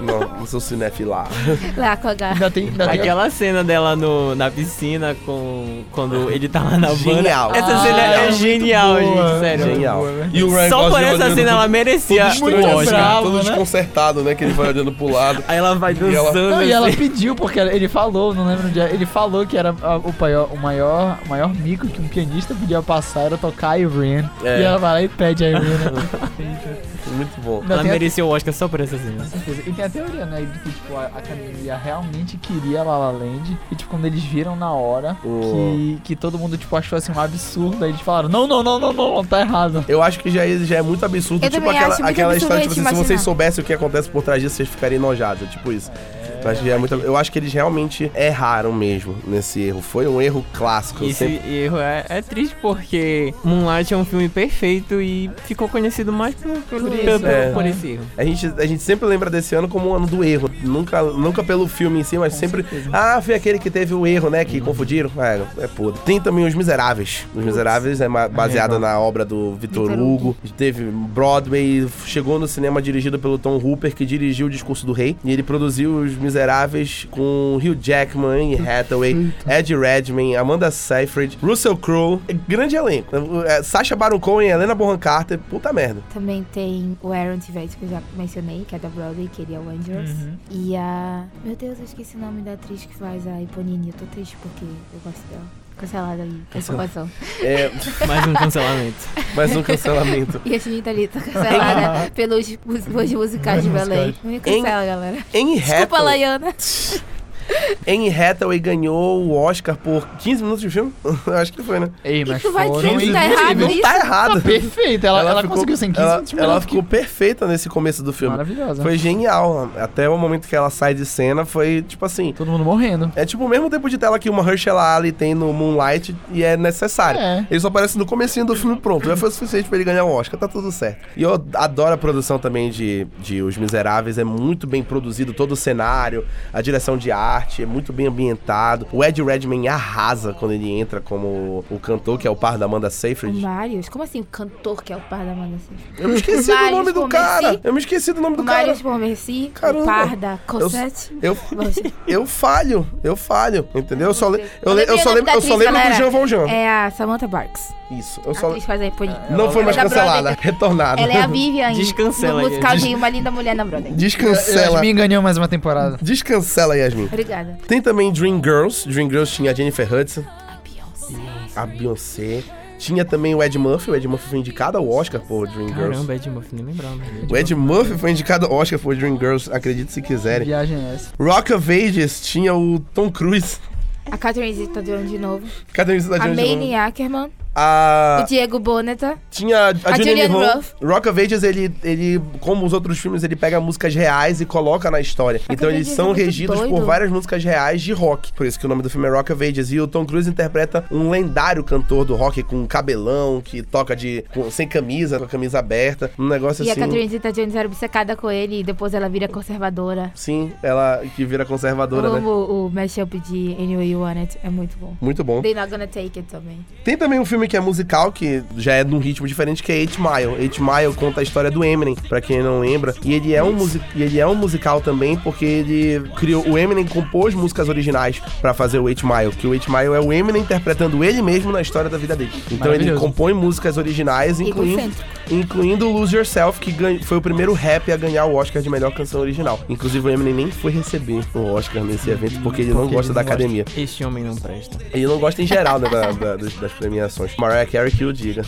Speaker 1: não, não
Speaker 5: *laughs*
Speaker 1: sou cinéfila.
Speaker 2: Lá com a garra.
Speaker 3: Ainda tem, ainda tem
Speaker 4: Aquela cena dela no, na piscina com quando ele tá lá na banda.
Speaker 1: Genial.
Speaker 4: Essa
Speaker 2: Ah,
Speaker 4: cena
Speaker 2: ela é
Speaker 4: é
Speaker 3: muito
Speaker 4: genial,
Speaker 3: boa.
Speaker 4: gente, sério.
Speaker 1: Genial.
Speaker 5: E o Ryan
Speaker 4: Só por
Speaker 5: Gosling
Speaker 4: essa
Speaker 5: olhando
Speaker 4: cena
Speaker 5: pro-
Speaker 4: ela assim, merecia
Speaker 5: pro
Speaker 4: o
Speaker 5: estúdio,
Speaker 4: Oscar.
Speaker 3: bravo,
Speaker 5: todo
Speaker 3: né?
Speaker 5: desconcertado, né? Que ele vai olhando pro lado.
Speaker 4: Aí ela vai
Speaker 5: E ela-
Speaker 4: dançando.
Speaker 3: Não, e
Speaker 4: assim.
Speaker 3: ela pediu, porque ela- ele falou, não lembro onde é, ele falou que era a- o, paior- o maior, o maior mico que um pianista podia passar era tocar Irene.
Speaker 1: É.
Speaker 3: E ela vai lá e pede a Irene. *laughs*
Speaker 1: Muito bom.
Speaker 3: Ainda
Speaker 4: Ela
Speaker 3: tem a-
Speaker 4: merecia o Oscar só por essa cena.
Speaker 3: com certeza. E tem a teoria, né, de que, tipo, a a academia realmente queria La La Land e, tipo, quando eles viram na hora
Speaker 1: O-
Speaker 3: que, que todo mundo, tipo, achou, assim, um absurdo, aí eles falaram, não, não, não, não, não, não, tá errado.
Speaker 1: Eu acho que já é, já é muito absurdo.
Speaker 2: Eu
Speaker 1: tipo
Speaker 2: também
Speaker 1: aquela,
Speaker 2: acho muito
Speaker 1: aquela
Speaker 2: absurdo
Speaker 1: história,
Speaker 2: a
Speaker 1: tipo,
Speaker 2: gente
Speaker 1: assim, se vocês
Speaker 2: imaginar.
Speaker 1: soubessem o que acontece por trás disso, vocês ficariam enojados. É Tipo isso. eu, acho que já é muito, eu acho que eles realmente erraram mesmo nesse erro. Foi um erro clássico. eu
Speaker 4: Esse
Speaker 1: sempre-
Speaker 4: erro é, é triste porque Moonlight é um filme perfeito e ficou conhecido mais por, por,
Speaker 3: Por isso,
Speaker 4: pelo- por,
Speaker 1: é.
Speaker 4: esse erro.
Speaker 1: A, gente, a gente sempre lembra desse ano como o ano do erro. Nunca, nunca pelo filme em si, mas sempre. Ah, foi aquele que teve o erro, né? Que confundiram. É, é podre. Tem também Os Miseráveis. Os Miseráveis é ma- baseado na obra do Vitor
Speaker 2: Vitor
Speaker 1: Hugo. Teve Broadway, chegou no cinema dirigido pelo Tom Hooper, que dirigiu O Discurso do Rei. E ele produziu Os Miseráveis com Hugh Jackman, Anne Hathaway, Ed Redman, Amanda Seyfried, Russell Crowe. Grande elenco. É, Sacha Baron Cohen, Helena Bonham Carter. Puta merda.
Speaker 2: Também tem o Aaron Tveit, que eu já mencionei, que é da Broadway, que ele é o Andrews.
Speaker 3: Uhum.
Speaker 2: E a... Meu Deus, eu esqueci o nome da atriz que faz a Iponini. Eu tô triste porque eu gosto dela. Cancelada aí, cancelação.
Speaker 1: É, *laughs*
Speaker 4: Mais um cancelamento.
Speaker 1: mais um cancelamento.
Speaker 2: E a Chinita ali tá
Speaker 1: Ah.
Speaker 2: cancelada pelos mus- pelos musicais de Belém. Não me cancela, galera.
Speaker 1: Anne
Speaker 2: Desculpa,
Speaker 1: Hathaway-
Speaker 2: Laiana.
Speaker 1: Anne Hathaway ganhou o Oscar por 15 minutos de filme? *laughs* Acho que foi, né?
Speaker 3: Ei,
Speaker 2: E
Speaker 3: mas
Speaker 2: tu vai
Speaker 3: foram
Speaker 2: dizer que tá
Speaker 3: incríveis.
Speaker 2: errado
Speaker 1: Não
Speaker 2: isso?
Speaker 1: tá errado.
Speaker 3: Tá perfeita, ela, ela,
Speaker 1: ficou-
Speaker 3: conseguiu sem 15
Speaker 1: ela,
Speaker 3: minutos,
Speaker 1: ela
Speaker 3: mas
Speaker 1: ficou perfeita nesse começo do filme.
Speaker 3: maravilhosa.
Speaker 1: Foi genial. Até o momento que ela sai de cena, foi tipo assim.
Speaker 3: Todo mundo morrendo.
Speaker 1: É tipo o mesmo tempo de tela que uma Herschel Ali tem no Moonlight e é necessário.
Speaker 3: É.
Speaker 1: Ele só aparece no comecinho do filme pronto. Já foi o suficiente pra ele ganhar o Oscar, tá tudo certo. E eu adoro a produção também de, de Os Miseráveis. É muito bem produzido todo o cenário, a direção de arte, é muito bem ambientado. O Ed Redman arrasa quando ele entra como o cantor, que é o par da Amanda
Speaker 2: O
Speaker 1: Seyfried.
Speaker 2: Marius? Como assim o cantor que é o par da Amanda Seyfried?
Speaker 1: Eu me esqueci do
Speaker 2: Marius
Speaker 1: nome do
Speaker 2: Pomerci.
Speaker 1: cara! Eu me esqueci do nome
Speaker 2: O
Speaker 1: do cara!
Speaker 2: Marius Pomerci,
Speaker 1: Caramba.
Speaker 2: o par da Cosette.
Speaker 1: Eu, *laughs* eu falho, eu falho, entendeu? Eu só, le- eu, le-
Speaker 2: Eu
Speaker 1: eu só
Speaker 2: lembrei
Speaker 1: lembro, eu
Speaker 2: da
Speaker 1: só
Speaker 2: atriz,
Speaker 1: lembro do
Speaker 2: galera.
Speaker 1: Jean Valjean.
Speaker 2: É a Samantha Barks.
Speaker 1: Isso, eu
Speaker 2: A
Speaker 1: só,
Speaker 2: atriz faz a Iponini.
Speaker 1: Não foi mais
Speaker 2: Da
Speaker 1: cancelada,
Speaker 2: Broadway.
Speaker 1: retornada.
Speaker 2: Ela é a Vivian.
Speaker 4: Descancela
Speaker 2: No
Speaker 4: aí.
Speaker 2: musical tem uma linda mulher na
Speaker 4: *laughs*
Speaker 1: *laughs*
Speaker 2: Broadway.
Speaker 1: Descancela.
Speaker 3: Yasmin ganhou mais uma temporada.
Speaker 1: Descancela, Yasmin.
Speaker 2: Obrigada.
Speaker 1: Tem também Dream Girls. Dream Girls tinha a Jennifer Hudson,
Speaker 2: A Beyoncé.
Speaker 1: a Beyoncé. Tinha também o Ed Murphy. O Ed Murphy foi indicado ao Oscar por Dream Girls.
Speaker 4: Caramba, Ed Murphy, nem lembrava.
Speaker 1: O Ed Murphy foi indicado ao Oscar por Dream Girls, acredite se
Speaker 3: Que
Speaker 1: quiserem.
Speaker 3: viagem é essa?
Speaker 1: Rock of Ages tinha o Tom Cruise. *laughs*
Speaker 2: A Catherine Zeta Jones de novo.
Speaker 1: Cadê o da
Speaker 2: A
Speaker 1: Jane
Speaker 2: Mayne
Speaker 1: Jones?
Speaker 2: Ackerman.
Speaker 1: A
Speaker 2: O Diego Boneta.
Speaker 1: Tinha a, a, Julianne
Speaker 2: Julianne
Speaker 1: Roth.
Speaker 2: Roth.
Speaker 1: Rock of Ages, ele, ele, como os outros filmes, ele pega músicas reais e coloca na história.
Speaker 2: Rock
Speaker 1: então
Speaker 2: of
Speaker 1: eles
Speaker 2: Ages
Speaker 1: são
Speaker 2: é muito
Speaker 1: regidos por
Speaker 2: doido.
Speaker 1: várias músicas reais de rock. Por isso que o nome do filme é Rock of Ages. E o Tom Cruise interpreta um lendário cantor do rock com um cabelão, que toca de com- sem camisa, com a camisa aberta. Um negócio
Speaker 2: E a
Speaker 1: assim.
Speaker 2: Catherine Zeta Jones era obcecada com ele e depois ela vira conservadora.
Speaker 1: Sim, ela que vira conservadora,
Speaker 2: Eu
Speaker 1: né?
Speaker 2: amo o mashup de Anyway You Want It. É muito bom.
Speaker 1: Muito bom.
Speaker 2: They Not Gonna Take It também.
Speaker 1: Tem também um filme que é musical, que já é num ritmo diferente, que é Eight Mile. Eight Mile conta a história do Eminem, pra quem não lembra. E ele é um, musi- e ele é um musical também, porque ele criou. O Eminem compôs músicas originais pra fazer o Eight Mile, que o Eight Mile é o Eminem interpretando ele mesmo na história da vida dele. Então ele
Speaker 3: Maravilhoso.
Speaker 1: compõe músicas originais, incluindo,
Speaker 2: Egocêntrico.
Speaker 1: incluindo Lose Yourself, que ganha- foi o primeiro rap a ganhar o Oscar de melhor canção original. Inclusive o Eminem nem foi receber o Oscar nesse evento, porque ele não
Speaker 3: Porque
Speaker 1: gosta
Speaker 3: ele
Speaker 1: da
Speaker 3: não gosta.
Speaker 1: academia.
Speaker 4: Este homem não presta.
Speaker 1: Ele não gosta em geral, né, da- da- das, das premiações. Mariah Carey que o diga.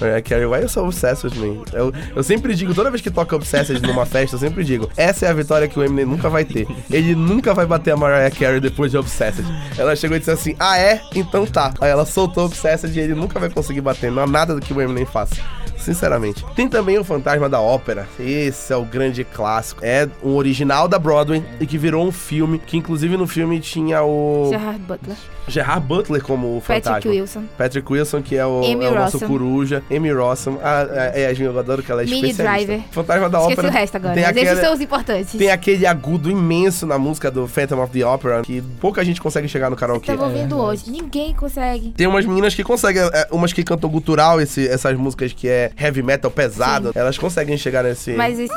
Speaker 1: Mariah Carey, why you so obsessed with me? Eu, eu sempre digo, toda vez que toca Obsessed numa festa, eu sempre digo, essa é a vitória que o Eminem nunca vai ter. Ele nunca vai bater a Mariah Carey depois de Obsessed. Ela chegou e disse assim, ah é? Então tá. Aí ela soltou Obsessed e ele nunca vai conseguir bater. Não há nada do que o Eminem faça. sinceramente. Tem também o Fantasma da Ópera. Esse é o grande clássico. É um original da Broadway e que virou um filme, que inclusive no filme tinha o
Speaker 2: Gerard Butler,
Speaker 1: Gerard Butler como o fantasma.
Speaker 2: Patrick Wilson,
Speaker 1: Patrick Wilson, que é o,
Speaker 2: Amy
Speaker 1: é o nosso
Speaker 2: Rossum.
Speaker 1: coruja. Amy Rossum. A, a, é, a eu adoro que ela é
Speaker 2: Minnie
Speaker 1: especialista.
Speaker 2: Driver.
Speaker 1: Fantasma da
Speaker 2: esqueci
Speaker 1: Tá Ópera.
Speaker 2: o resto agora.
Speaker 1: Tem
Speaker 2: mas
Speaker 1: aquele-
Speaker 2: Esses são os importantes.
Speaker 1: Tem aquele agudo imenso na música do Phantom of the Opera, que pouca gente consegue chegar no karaokê.
Speaker 2: Tava ouvindo hoje, ninguém consegue.
Speaker 1: Tem umas meninas que conseguem, é, umas que cantam gutural, esse- essas músicas que é heavy metal pesado, elas conseguem chegar nesse.
Speaker 2: Mas esse...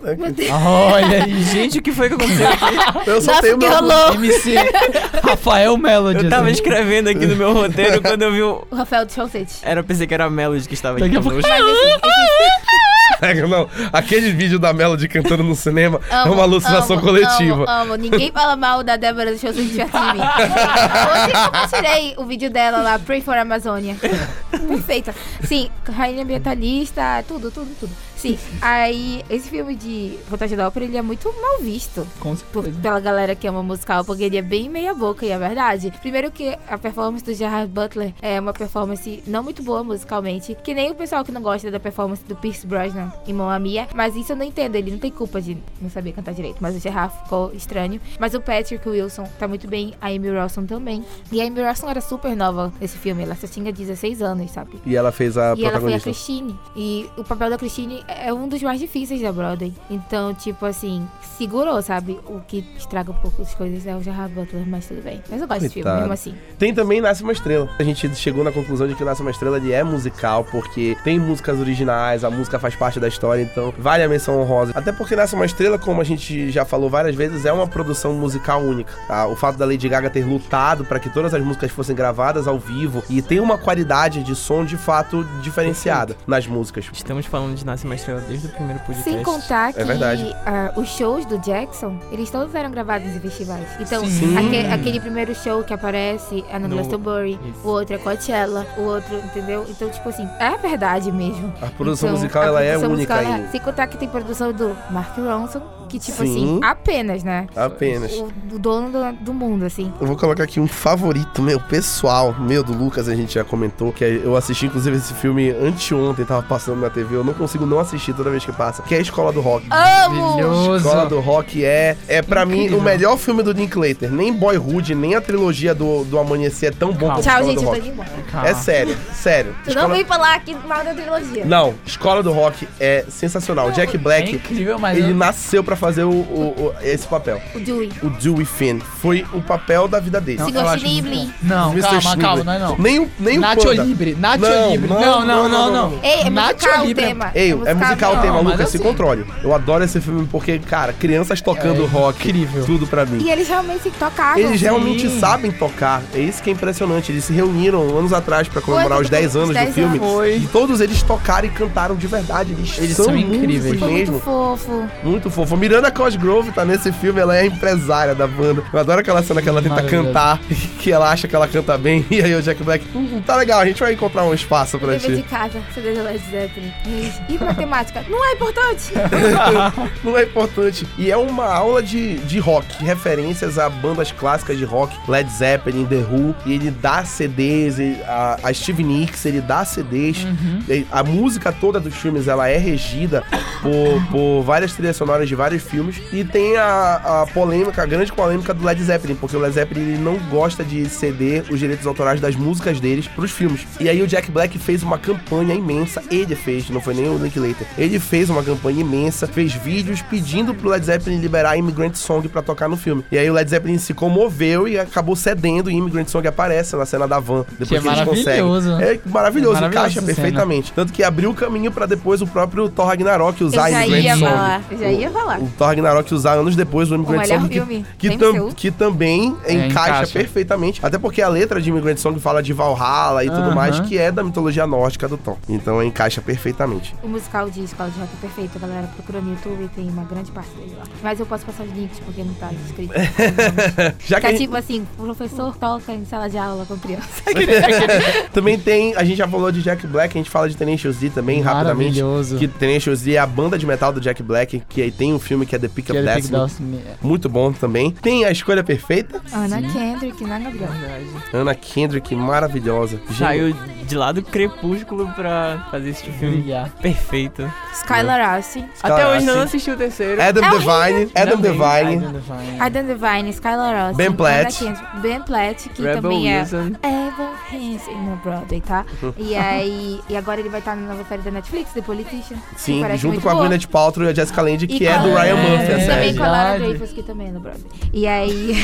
Speaker 1: Ah,
Speaker 2: Meu Deus.
Speaker 3: Ah, Olha aí,
Speaker 4: Gente, o que foi que *laughs* aconteceu?
Speaker 1: eu só
Speaker 2: Nossa,
Speaker 1: tenho
Speaker 2: que
Speaker 4: Tá
Speaker 1: meu-
Speaker 2: rolou!
Speaker 3: MC *laughs* Rafael Melody.
Speaker 4: Eu tava
Speaker 3: né?
Speaker 4: escrevendo aqui no meu roteiro quando eu vi o...
Speaker 2: O Rafael dos Falsetes.
Speaker 4: Era, eu pensei que era a Melody que estava aqui
Speaker 3: Daqui a pouco-
Speaker 4: conosco.
Speaker 2: Mas
Speaker 1: É.
Speaker 2: assim,
Speaker 1: Não, aquele vídeo da Melody cantando no cinema
Speaker 2: amo,
Speaker 1: é uma alucinação
Speaker 2: amo,
Speaker 1: coletiva.
Speaker 2: Amo, amo. Ninguém fala mal da Débora dos Falsetes perto
Speaker 1: *laughs*
Speaker 2: de mim. Ontem eu compartilhei o vídeo dela lá, Pray for Amazônia. Perfeita. Sim, rainha ambientalista, tudo, tudo, tudo. Sim, aí esse filme de Fantasia da Ópera, ele é muito mal visto.
Speaker 3: Com
Speaker 2: por-
Speaker 3: certeza.
Speaker 2: pela galera que ama musical, porque ele é bem meia boca, e é verdade. Primeiro que a performance do Gerard Butler é uma performance não muito boa musicalmente, que nem o pessoal que não gosta da performance do Pierce Brosnan em Mamma Mia, mas isso eu não entendo, ele não tem culpa de não saber cantar direito, mas o Gerard ficou estranho. Mas o Patrick Wilson tá muito bem, a Amy Rosson também. E a Amy Rosson era super nova nesse filme, ela só tinha 16 anos, sabe?
Speaker 1: E ela fez a
Speaker 2: E ela foi a
Speaker 1: protagonista.
Speaker 2: Christine. E o papel da Christine é um dos mais difíceis da Broadway. Então, tipo assim, segurou, sabe? O que estraga um pouco as coisas é o Gerard Butler, mas tudo bem. Mas eu gosto desse filme,
Speaker 1: Coitado.
Speaker 2: mesmo assim.
Speaker 1: Tem também Nasce Uma Estrela. A gente chegou na conclusão de que Nasce Uma Estrela ele é musical, porque tem músicas originais, a música faz parte da história, então vale a menção honrosa. Até porque Nasce Uma Estrela, como a gente já falou várias vezes, é uma produção musical única. tá? O fato da Lady Gaga ter lutado para que todas as músicas fossem gravadas ao vivo e tem uma qualidade de som de fato diferenciada nas músicas.
Speaker 4: *laughs* Estamos falando de Nasce Uma Estrela desde o primeiro podcast.
Speaker 2: Sem contar que
Speaker 1: É verdade.
Speaker 2: ah, os shows do Jackson, eles todos eram gravados em festivais. Então,
Speaker 3: Sim.
Speaker 2: aque- aquele primeiro show que aparece é no,
Speaker 4: No-
Speaker 2: Glastonbury,
Speaker 4: Isso.
Speaker 2: o outro é Coachella, o outro, entendeu? Então, tipo assim, é verdade mesmo.
Speaker 1: A produção
Speaker 2: Então,
Speaker 1: musical
Speaker 2: a
Speaker 1: ela é
Speaker 2: produção
Speaker 1: única
Speaker 2: musical,
Speaker 1: em
Speaker 2: é- Sem contar que tem produção do Mark Ronson, que tipo
Speaker 1: Sim.
Speaker 2: assim, apenas, né?
Speaker 1: apenas.
Speaker 2: O, o dono do, do mundo, assim.
Speaker 1: Eu vou colocar aqui um favorito meu, pessoal, meu, do Lucas, a gente já comentou, que é, eu assisti inclusive esse filme anteontem, tava passando na TV, eu não consigo não assistir toda vez que passa, que é a Escola do Rock.
Speaker 2: Ah! Amo!
Speaker 3: Maravilhoso.
Speaker 1: Escola do Rock é, é para mim,
Speaker 3: Incrível.
Speaker 1: o melhor filme do Linklater. Nem Boyhood, nem a trilogia do, do Amanhecer é tão bom como
Speaker 2: Tchau,
Speaker 1: Escola
Speaker 2: gente,
Speaker 1: do
Speaker 2: eu tô
Speaker 1: Rock.
Speaker 2: indo embora.
Speaker 1: É sério, sério.
Speaker 2: Tu não veio falar aqui mal da trilogia.
Speaker 1: Não, Escola do Rock é sensacional. Jack
Speaker 3: É
Speaker 1: Black,
Speaker 3: incrível, mas
Speaker 1: ele
Speaker 3: eu-
Speaker 1: nasceu pra fazer o- o- o- esse papel.
Speaker 2: O Dewey.
Speaker 1: O Dewey Finn foi o papel da vida dele.
Speaker 3: não,
Speaker 2: Senhor
Speaker 3: eu acho
Speaker 2: Schneebly.
Speaker 3: muito bom. Não,
Speaker 1: Mr.
Speaker 3: calma,
Speaker 1: Schindler.
Speaker 3: calma, não é não.
Speaker 1: Nem o, nem o
Speaker 3: Nacho
Speaker 1: Panda.
Speaker 3: Libre, Nacho
Speaker 1: Não,
Speaker 3: Libre.
Speaker 1: não,
Speaker 3: Não,
Speaker 1: não,
Speaker 3: não, não,
Speaker 1: não,
Speaker 3: não.
Speaker 2: Ei, é
Speaker 3: Nacho
Speaker 2: musical o
Speaker 3: Libre.
Speaker 2: tema.
Speaker 1: Ei, é musical o
Speaker 2: não.
Speaker 1: tema,
Speaker 3: mas
Speaker 1: Lucas, se
Speaker 3: assim-
Speaker 1: controle. Eu adoro esse filme porque, cara, crianças tocando
Speaker 3: É
Speaker 1: rock,
Speaker 3: incrível.
Speaker 1: tudo pra mim.
Speaker 2: E é assim. eles realmente tocaram.
Speaker 1: Eles realmente
Speaker 3: Sim.
Speaker 1: sabem tocar. É isso que é impressionante. Eles se reuniram anos atrás pra comemorar
Speaker 2: Foi,
Speaker 1: os 10 anos
Speaker 2: os 10
Speaker 1: do filme.
Speaker 2: anos.
Speaker 3: Foi.
Speaker 1: E todos eles tocaram e cantaram de verdade. Eles,
Speaker 3: Eles
Speaker 1: são,
Speaker 3: são incríveis.
Speaker 1: músicos
Speaker 2: Foi
Speaker 1: mesmo.
Speaker 2: muito fofo.
Speaker 1: Muito fofo. Miranda Cosgrove tá nesse filme, ela é a empresária da banda. Eu adoro aquela cena que ela tenta
Speaker 3: Maravilhoso.
Speaker 1: cantar, *laughs* que ela acha que ela canta bem, *laughs* e aí o Jack Black, hum, tá legal, a gente vai encontrar um espaço pra
Speaker 2: Dever
Speaker 1: ti.
Speaker 2: de casa, CD do Led Zeppelin. E matemática? Não é
Speaker 1: *laughs*
Speaker 2: importante.
Speaker 1: Não é importante. E é uma aula de, de rock, referências a bandas clássicas de rock, Led Zeppelin, The Who, e ele dá CDs, e a, a Steve Nicks, ele dá CDs. E A música toda dos filmes, ela é regida por, por várias trilhas sonoras de vários filmes. E tem a, a polêmica, a grande polêmica do Led Zeppelin, porque o Led Zeppelin ele não gosta de ceder os direitos autorais das músicas deles pros filmes. E aí o Jack Black fez uma campanha imensa, ele fez, não foi nem o Linklater. Ele fez uma campanha imensa, fez vídeos pedindo pro Led Zeppelin liberar Immigrant Song pra tocar no filme. E aí o Led Zeppelin se comoveu e acabou cedendo e Immigrant Song aparece na cena da van, depois que,
Speaker 3: Que é
Speaker 1: eles conseguem.
Speaker 3: maravilhoso.
Speaker 1: É maravilhoso,
Speaker 3: Maravilhosa
Speaker 1: encaixa
Speaker 3: essa cena.
Speaker 1: perfeitamente. Tanto que abriu o caminho pra depois o próprio Thor Ragnarok
Speaker 2: Eu
Speaker 1: usar
Speaker 2: já ia
Speaker 1: Immigrant Song.
Speaker 2: falar. Eu já ia falar.
Speaker 1: O Thor Ragnarok usar anos depois o
Speaker 2: O
Speaker 1: Immigrant
Speaker 2: melhor
Speaker 1: Song, que,
Speaker 2: filme.
Speaker 1: que,
Speaker 2: Tem
Speaker 1: tam-
Speaker 2: seu.
Speaker 1: que também
Speaker 3: É,
Speaker 1: encaixa,
Speaker 3: encaixa.
Speaker 1: perfeitamente. Até porque a letra de Immigrant Song fala de Valhalla e tudo
Speaker 3: Aham.
Speaker 1: mais, que é da mitologia nórdica do Thor. Então encaixa perfeitamente.
Speaker 2: O musical de Escola de Rock é perfeito, a galera procura no YouTube, tem uma grande parte dele lá. Mas eu posso passar os links porque não tá escrito.
Speaker 1: É, Já que a
Speaker 2: tá
Speaker 1: gente-
Speaker 2: tipo assim, o professor toca em sala de aula com criança.
Speaker 1: também tem, a gente já falou de Jack Black, a gente fala de Tenacious D também rapidamente.
Speaker 3: Maravilhoso.
Speaker 1: Que Tenacious D é a banda de metal do Jack Black, que aí tem um filme que é The Pick
Speaker 3: Que
Speaker 1: of
Speaker 3: era Big
Speaker 1: Destiny.
Speaker 3: Destiny.
Speaker 1: Muito bom também. Tem A Escolha Perfeita,
Speaker 2: Ana Kendrick, na Gabriel.
Speaker 4: Verdade.
Speaker 1: Ana Kendrick, maravilhosa. Gênio.
Speaker 4: Saiu de lá do crepúsculo pra fazer esse filme
Speaker 3: Brilhar.
Speaker 4: perfeito.
Speaker 2: Skylar
Speaker 1: Né?
Speaker 2: Austin.
Speaker 4: Até hoje não
Speaker 1: Skylar,
Speaker 4: assisti o terceiro.
Speaker 1: Adam
Speaker 2: É
Speaker 1: Devine, Adam
Speaker 3: Também,
Speaker 1: Devine,
Speaker 3: Adam Devine.
Speaker 2: Adam Devine, Skylar Austin.
Speaker 1: Ben Platt.
Speaker 2: Amanda Kent- Ben Platt, que
Speaker 4: Rebel
Speaker 2: também é
Speaker 4: Wilson.
Speaker 2: Evan Hansen no
Speaker 1: *laughs*
Speaker 2: Broadway, tá? E aí, e agora ele vai estar na nova série da Netflix, The Politician. que
Speaker 1: sim,
Speaker 2: parece
Speaker 1: junto
Speaker 2: muito
Speaker 1: com a
Speaker 2: boa.
Speaker 1: Gwyneth Paltrow e a Jessica Lange,
Speaker 2: E
Speaker 1: que
Speaker 2: com
Speaker 1: é
Speaker 2: a-
Speaker 1: do Ryan Murphy,
Speaker 3: É,
Speaker 1: a
Speaker 2: E também
Speaker 1: série.
Speaker 2: com a Lara
Speaker 3: verdade.
Speaker 2: Dreyfus, que também é no Broadway.
Speaker 1: *laughs*
Speaker 2: E aí,